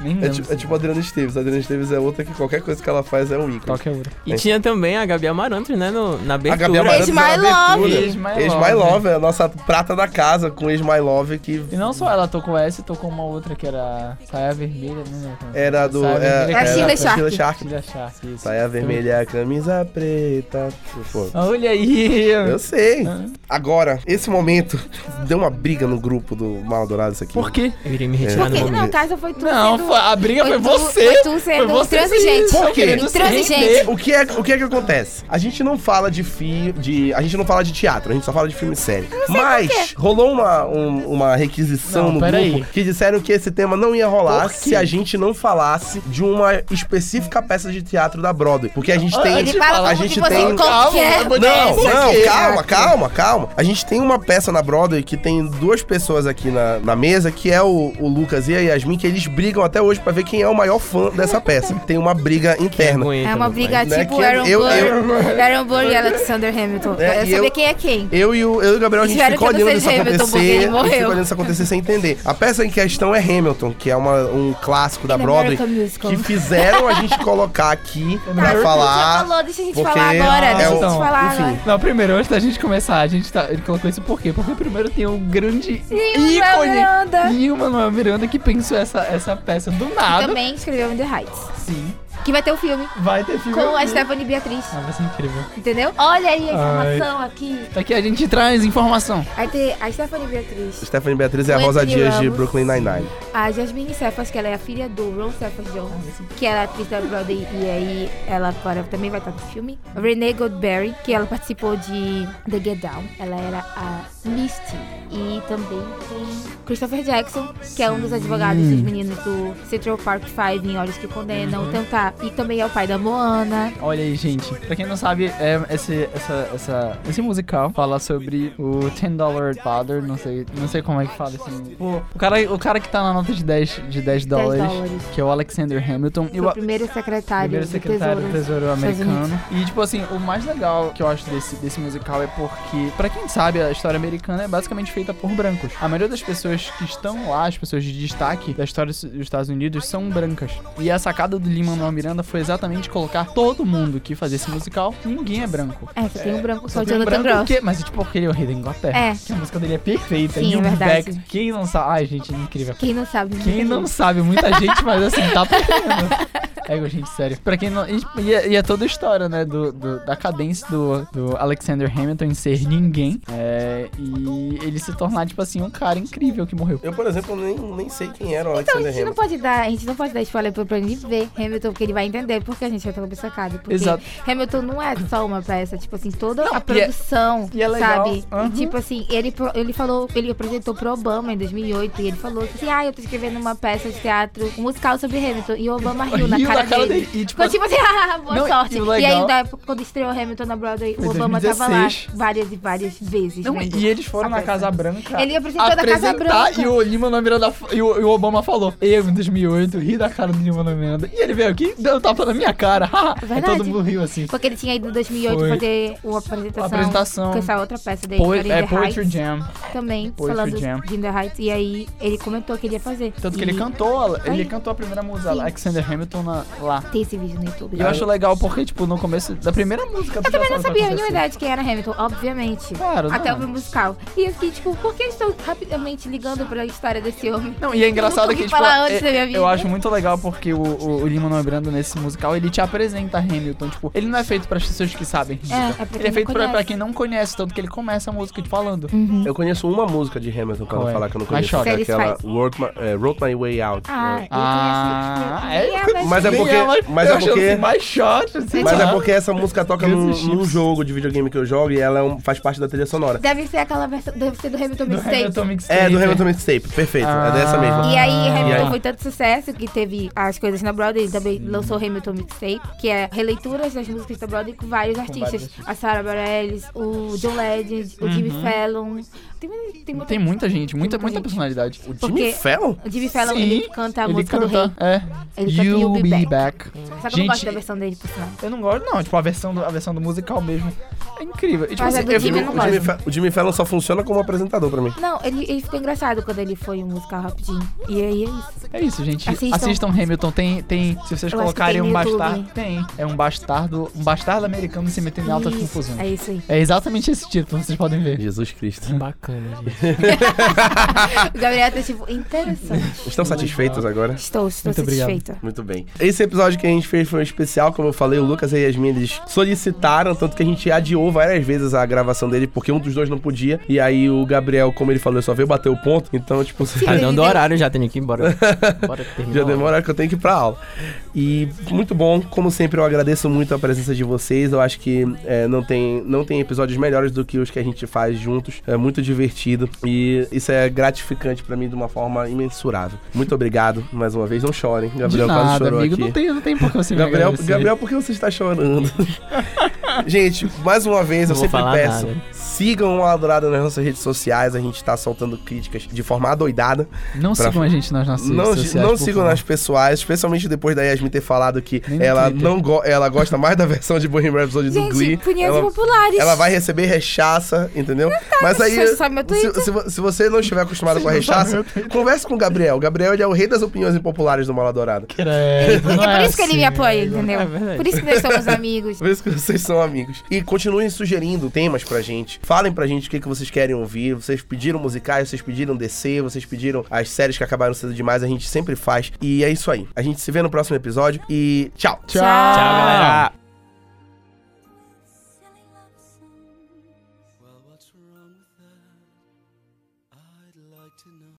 Speaker 3: Nem
Speaker 1: É
Speaker 3: lembro. assim,
Speaker 1: tipo, é tipo a Adriana Esteves. A Adriana Esteves é outra que qualquer coisa que ela faz é um ícone.
Speaker 3: Qualquer outra.
Speaker 4: E tinha também a Gabi Amarantos, né? no- na
Speaker 1: A
Speaker 4: abertura.
Speaker 1: Gabi Amarantos
Speaker 2: Ex My
Speaker 1: era a
Speaker 2: Love.
Speaker 1: é abertura. Ex My Love, é a nossa prata da casa com Ex My Love, que
Speaker 3: E não só ela tocou essa, tocou uma outra que era Saia Vermelha, né?
Speaker 1: era do.
Speaker 3: Saia
Speaker 1: É,
Speaker 3: Vermelha,
Speaker 2: É a
Speaker 1: era-
Speaker 2: Sheila
Speaker 1: é
Speaker 2: Shark.
Speaker 1: Sheila Shark.
Speaker 3: Tira Shark, isso.
Speaker 1: Saia vermelha, camisa preta. Pô,
Speaker 3: Olha aí.
Speaker 1: eu sei.
Speaker 3: Ah.
Speaker 1: Agora, esse momento deu uma briga no grupo do Mal Dourado isso aqui.
Speaker 3: Por quê?
Speaker 4: Eu irei me retirar no
Speaker 2: Porque,
Speaker 4: momento.
Speaker 2: não, Cássio, foi tu
Speaker 3: Não,
Speaker 2: sendo...
Speaker 3: foi- a briga foi
Speaker 2: tu-
Speaker 3: você.
Speaker 2: Foi tu sendo
Speaker 3: Foi você
Speaker 2: intransigente.
Speaker 3: que-
Speaker 1: Por quê?
Speaker 3: querendo se
Speaker 2: Intransigente.
Speaker 3: render.
Speaker 1: O que, é, o que é que acontece? A gente não fala de fi, de A gente não fala de teatro, a gente só fala de filme e série. Mas rolou uma, um- uma requisição
Speaker 3: Não,
Speaker 1: no grupo
Speaker 3: pera aí.
Speaker 1: que disseram que esse tema não ia rolar
Speaker 3: Por quê?
Speaker 1: se a gente não falasse de uma específica peça de teatro da Broadway. Porque a gente tem. um,
Speaker 2: Ele fala
Speaker 1: a
Speaker 2: como
Speaker 1: gente
Speaker 2: se fosse um
Speaker 1: tem-
Speaker 2: qualquer...
Speaker 3: Calma,
Speaker 1: Não,
Speaker 3: Isso
Speaker 1: não,
Speaker 3: aqui.
Speaker 1: calma, calma, calma. A gente tem uma peça na Broadway que tem duas pessoas aqui na, na mesa, que é o, o Lucas e a Yasmin, que eles brigam até hoje pra pra ver quem é o maior fã dessa peça. Tem uma briga interna.
Speaker 2: É uma briga
Speaker 1: Né,
Speaker 2: tipo
Speaker 1: que
Speaker 2: Aaron
Speaker 1: eu-
Speaker 2: Burr,
Speaker 1: eu-
Speaker 2: Aaron Burr e Alexander Hamilton.
Speaker 1: É,
Speaker 2: eu
Speaker 1: e
Speaker 2: sabia
Speaker 1: eu-
Speaker 2: quem é quem.
Speaker 1: Eu e, o, eu e o Gabriel, a gente
Speaker 2: Espero
Speaker 1: ficou
Speaker 2: que eu não
Speaker 1: olhando isso
Speaker 2: seja Hamilton, porque
Speaker 1: acontecer.
Speaker 2: ele
Speaker 1: A gente
Speaker 2: morreu.
Speaker 1: ficou olhando isso acontecer sem entender. A peça em questão é Hamilton, que é uma- um clássico da
Speaker 2: In
Speaker 1: Broadway.
Speaker 2: é American Musical. Tá,
Speaker 1: Que fizeram a gente colocar
Speaker 2: *laughs*
Speaker 1: aqui pra
Speaker 2: Já
Speaker 1: falar.
Speaker 2: falou, deixa a gente
Speaker 1: porque
Speaker 2: falar agora.
Speaker 1: é
Speaker 2: deixa a
Speaker 1: o-
Speaker 2: gente falar
Speaker 1: enfim.
Speaker 2: agora.
Speaker 3: Não, primeiro, antes da gente começar, a gente tá. Ele colocou isso por quê? Porque primeiro tem um grande
Speaker 2: Manuel
Speaker 3: ícone.
Speaker 2: Miranda.
Speaker 3: E o Manuel Miranda que pensou essa, essa peça do nada.
Speaker 2: Também escreveu In The Heights.
Speaker 3: Sim.
Speaker 2: Que vai ter o filme
Speaker 3: Vai ter filme.
Speaker 1: Hum.
Speaker 2: com a Stephanie Beatriz.
Speaker 3: Ah, vai ser incrível.
Speaker 2: Entendeu? Olha aí a informação aqui.
Speaker 3: Daqui a gente traz informação.
Speaker 2: Vai ter a Stephanie Beatriz,
Speaker 1: Stephanie Beatriz é a
Speaker 2: Anthony
Speaker 1: Rosa Dias de
Speaker 2: Ramos.
Speaker 1: Brooklyn Nine-Nine.
Speaker 2: a Jasmine Cephas, que ela é a filha do Ron Cephas Jones, que ela é atriz da Broadway e aí ela agora também vai estar no filme. Renee Goldberry, que ela participou de The Get Down, ela era a Misty. E também tem Christopher Jackson, que é um dos advogados dos meninos do Central Park 5 em Olhos que
Speaker 3: Uhum.
Speaker 2: Condenam, tentar. E também é o pai da Moana.
Speaker 3: Olha aí, gente. Pra quem não sabe, é esse, essa, essa, esse musical fala sobre o 10 Dollar Father, não sei, não sei como é que fala assim. O, o cara, o cara que tá na nota de 10, de 10 dólares,
Speaker 2: dólares.
Speaker 3: que é o Alexander Hamilton. E
Speaker 2: Foi o
Speaker 3: o-
Speaker 2: primeiro secretário,
Speaker 3: Primeiro secretário do Tesouro
Speaker 2: dos Estados
Speaker 3: americano.
Speaker 2: Unidos.
Speaker 3: E, tipo assim, o mais legal que eu acho desse, desse musical é porque, pra quem sabe, a história americana é basicamente feita por brancos. A maioria das pessoas que estão lá, as pessoas de destaque da história dos Estados Unidos, são brancas. E a sacada do Lin-Manuel Miranda foi exatamente colocar todo mundo que fazia esse musical, ninguém é branco.
Speaker 2: É, só tem um branco só,
Speaker 3: Só
Speaker 2: de
Speaker 3: tem um
Speaker 2: Jonathan
Speaker 3: branco
Speaker 2: Groff.
Speaker 3: que, mas tipo, porque ele é o rei da Inglaterra.
Speaker 2: É.
Speaker 3: Que a música dele é perfeita.
Speaker 2: Sim,
Speaker 3: e o
Speaker 2: é verdade.
Speaker 3: Beck, quem não sabe... Ai, gente, é incrível.
Speaker 2: Quem não sabe? né?
Speaker 3: Quem não sabe, muita gente, mas assim, tá perdendo.
Speaker 2: *laughs*
Speaker 3: É, gente, sério. Pra quem não. E, e é- e é toda a história, né? Do, do- da cadência do, do Alexander Hamilton em ser ninguém. É, e ele se tornar, tipo assim, um cara incrível que morreu.
Speaker 1: Eu, por exemplo, nem, nem sei quem era o
Speaker 2: Então, a
Speaker 1: Alexander
Speaker 2: gente não
Speaker 1: Hamilton.
Speaker 2: pode dar, a gente não pode dar spoiler pra, pra ele ver Hamilton, porque ele vai entender porque a gente vai estar obcecado. Porque
Speaker 3: Exato.
Speaker 2: Hamilton não é só uma peça, tipo assim, toda
Speaker 3: Não, e
Speaker 2: a
Speaker 3: é-
Speaker 2: produção,
Speaker 3: e é legal.
Speaker 2: sabe?
Speaker 3: Uhum.
Speaker 2: Tipo assim, ele, pro- ele falou, ele apresentou pro Obama em 2008 e ele falou que, ah, eu tô escrevendo uma peça de teatro, um musical sobre Hamilton. E o Obama riu na
Speaker 3: Riu
Speaker 2: cara, dele.
Speaker 3: E, tipo,
Speaker 2: Ficou tipo assim, *laughs* ah, boa
Speaker 3: Não, e
Speaker 2: sorte.
Speaker 3: o
Speaker 2: E,
Speaker 3: legal-
Speaker 2: aí, da época, quando estreou Hamilton na Broadway,
Speaker 3: Foi
Speaker 2: o Obama tava lá
Speaker 3: 2016.
Speaker 2: várias e várias vezes.
Speaker 3: não,
Speaker 2: né?
Speaker 3: e eles foram na
Speaker 2: Apresenta.
Speaker 3: Casa Branca.
Speaker 2: Ele apresentou na Casa
Speaker 3: apresentar,
Speaker 2: Branca.
Speaker 3: E o Lima na Miranda. f- E o, e o Obama falou: Eu, em 2008, ri da cara do Lima na Miranda. E ele veio aqui e deu um tapa na minha cara. *laughs* e
Speaker 2: Verdade.
Speaker 3: todo mundo riu assim.
Speaker 2: Porque ele tinha ido em 2008
Speaker 3: Foi.
Speaker 2: fazer uma apresentação,
Speaker 3: Apresentação.
Speaker 2: com essa outra peça dele,
Speaker 3: Po
Speaker 2: que era In
Speaker 3: é
Speaker 2: The
Speaker 3: Poetry
Speaker 2: Heights,
Speaker 3: Jam.
Speaker 2: também,
Speaker 3: Poetry
Speaker 2: falando
Speaker 3: Jam.
Speaker 2: de In The Heights, e aí ele comentou que ele ia fazer.
Speaker 3: Tanto que
Speaker 2: E
Speaker 3: ele cantou, ele
Speaker 2: Aí.
Speaker 3: cantou a primeira música,
Speaker 2: Sim.
Speaker 3: Alexander Hamilton, na- lá.
Speaker 2: Tem esse vídeo no YouTube.
Speaker 3: E eu acho legal porque, tipo, no começo da primeira música...
Speaker 2: Eu também não sabia nenhuma ideia de quem era Hamilton, obviamente.
Speaker 3: assim. Claro,
Speaker 2: Até
Speaker 3: não.
Speaker 2: eu ver o musical. E eu fiquei tipo, por que eu estou rapidamente ligando pra história desse homem?
Speaker 3: Não, e é engraçado
Speaker 2: nunca
Speaker 3: que,
Speaker 2: ouvi
Speaker 3: tipo,
Speaker 2: falar antes
Speaker 3: é-
Speaker 2: da minha vida.
Speaker 3: eu acho muito legal porque o, o, o Lin-Manuel Miranda, nesse musical, ele te apresenta Hamilton. Tipo, ele não é feito pras pessoas que sabem.
Speaker 2: É,
Speaker 3: música.
Speaker 2: é pra
Speaker 3: ele é
Speaker 2: quem
Speaker 3: feito
Speaker 2: não
Speaker 3: pra, pra
Speaker 2: conhece.
Speaker 3: quem não conhece, tanto que ele começa a música te falando.
Speaker 2: Uhum.
Speaker 1: Eu conheço uma música de Hamilton que eu
Speaker 3: Qual é?
Speaker 1: vou falar que eu não
Speaker 3: Vai,
Speaker 1: conheço. que é
Speaker 2: choque.
Speaker 1: aquela
Speaker 2: Satisfy.
Speaker 1: Wrote My, é, Wrote My Way Out.
Speaker 2: Ah, assim,
Speaker 1: né?
Speaker 2: eu
Speaker 3: Ah,
Speaker 2: conheço.
Speaker 3: é?
Speaker 2: Quem tipo, mas
Speaker 1: Mas é
Speaker 2: quem
Speaker 1: porque-
Speaker 3: mas
Speaker 1: mas
Speaker 3: eu
Speaker 1: é
Speaker 3: achando
Speaker 1: porque-
Speaker 3: assim, mais short, assim,
Speaker 1: Mas
Speaker 3: sabe?
Speaker 1: é porque essa música toca
Speaker 3: Guns
Speaker 1: num,
Speaker 3: N' Chips.
Speaker 1: num jogo de videogame que eu jogo e ela é um- faz parte da trilha sonora.
Speaker 2: Deve ser aquela versão, deve ser do Hamilton
Speaker 3: Do
Speaker 2: Mixtape.
Speaker 3: Hamilton Mixtape.
Speaker 1: É, do Hamilton Mixtape, perfeito.
Speaker 3: Ah.
Speaker 1: É dessa mesma.
Speaker 2: E aí, Hamilton
Speaker 1: E aí?
Speaker 2: foi tanto sucesso que teve as coisas na Broadway. Ele também lançou Hamilton Mixtape, que é releituras das músicas da Broadway com vários artistas.
Speaker 3: vários
Speaker 2: A Sarah Bareilles, o John Legend, o Jimmy Fallon. Tem, mu- tem muita,
Speaker 3: Tem muita gente,
Speaker 2: muita
Speaker 3: muita, muita
Speaker 2: gente.
Speaker 3: personalidade.
Speaker 1: Jimmy
Speaker 2: porque
Speaker 1: Fallon?
Speaker 2: o Jimmy Fallon,
Speaker 3: Sim,
Speaker 2: ele canta a
Speaker 3: ele
Speaker 2: música do rei.
Speaker 3: canta, é.
Speaker 2: Ele canta You'll Be
Speaker 3: back.
Speaker 2: Só que eu não
Speaker 3: Gente,
Speaker 2: gosto da versão dele, por sinal.
Speaker 3: eu não gosto, não. Tipo, a versão do, a versão do musical mesmo é incrível. E, tipo,
Speaker 2: Mas
Speaker 3: assim,
Speaker 2: a do
Speaker 3: eu
Speaker 2: Jimmy
Speaker 3: fico-
Speaker 2: eu não
Speaker 1: O Jimmy,
Speaker 2: gosto.
Speaker 1: Fa- o Jimmy Fallon só funciona como apresentador pra mim.
Speaker 2: Não, ele, ele ficou engraçado quando ele foi um musical rapidinho. E aí é isso.
Speaker 3: É isso, gente. Assistam,
Speaker 2: Assistam.
Speaker 3: Hamilton. Tem, tem, se vocês
Speaker 2: Eu acho que
Speaker 3: colocarem
Speaker 2: tem
Speaker 3: um
Speaker 2: no YouTube.
Speaker 3: bastardo, tem. É um bastardo, um bastardo americano se metendo em altas
Speaker 2: Isso,
Speaker 3: confusões.
Speaker 2: É isso aí.
Speaker 3: É exatamente esse título, vocês podem ver.
Speaker 1: Jesus Cristo.
Speaker 4: Bacana, gente.
Speaker 2: O Gabriel tá tipo,
Speaker 1: *laughs*
Speaker 2: interessante.
Speaker 1: Estão satisfeitos agora?
Speaker 2: Estou, estou
Speaker 3: Muito obrigado.
Speaker 2: satisfeita.
Speaker 1: Muito bem. Esse episódio que a gente fez foi um especial, como eu falei, o Lucas e a Yasmin eles solicitaram, tanto que a gente adiou várias vezes a gravação dele, porque um dos dois não podia. E aí o Gabriel, como ele falou, só veio bater o ponto. Então, tipo,
Speaker 4: Tá
Speaker 2: Ele
Speaker 4: dando
Speaker 2: deu-
Speaker 4: horário já, tenho que
Speaker 1: *laughs*
Speaker 4: ir embora. Bora terminar.
Speaker 1: Já demora que eu tenho que ir pra aula. E muito bom, como sempre, eu agradeço muito a presença de vocês. Eu acho que é, não, tem, não tem episódios melhores do que os que a gente faz juntos. É muito divertido e isso é gratificante pra mim de uma forma imensurável. Muito obrigado mais uma vez. Não chorem, Gabriel
Speaker 3: De
Speaker 1: quase
Speaker 3: nada,
Speaker 1: chorou
Speaker 3: amigo.
Speaker 1: aqui.
Speaker 3: Não tem, não tem por que você me
Speaker 1: Gabriel,
Speaker 3: agradecer.
Speaker 1: Gabriel, por que você está chorando? *laughs* gente, mais uma vez,
Speaker 4: Não
Speaker 1: eu
Speaker 4: vou
Speaker 1: sempre
Speaker 4: falar
Speaker 1: peço.
Speaker 4: nada.
Speaker 1: Sigam o Adorado nas nossas redes sociais. A gente tá soltando críticas de forma adoidada.
Speaker 3: Não
Speaker 1: Pra-
Speaker 3: sigam a gente nas nossas
Speaker 1: Não,
Speaker 3: redes Assim, sociais.
Speaker 1: não
Speaker 3: por
Speaker 1: sigam
Speaker 3: favor.
Speaker 1: nas pessoais, especialmente depois da Yasmin ter falado que
Speaker 3: Nem no
Speaker 1: ela,
Speaker 3: Twitter.
Speaker 1: não go- ela gosta mais da versão de Bohemian Rhapsody do Glee.
Speaker 2: Gente, é punhas
Speaker 1: Ela,
Speaker 2: populares.
Speaker 1: ela vai receber rechaça, entendeu? Mas aí,
Speaker 2: Você sabe meu Twitter?
Speaker 1: se, se vo- se você não estiver acostumado
Speaker 3: Vocês
Speaker 1: com a
Speaker 3: não tá, sabem
Speaker 1: rechaça, converse com o Gabriel. O Gabriel ele é o rei das opiniões impopulares do Maladourado.
Speaker 3: Credo, não
Speaker 2: É por isso que ele me
Speaker 3: assim,
Speaker 2: apoia,
Speaker 3: velho.
Speaker 2: entendeu?
Speaker 4: É verdade.
Speaker 2: Por isso que nós somos amigos.
Speaker 1: Por isso que vocês são amigos. E continuem sugerindo temas pra gente. Falem pra gente o que, que vocês querem ouvir. Vocês pediram musicais, vocês pediram DC, vocês pediram as séries que acabaram sendo demais. A gente sempre faz. E é isso aí. A gente se vê no próximo episódio e tchau!
Speaker 3: Tchau.
Speaker 2: Tchau,
Speaker 4: Tchau, galera.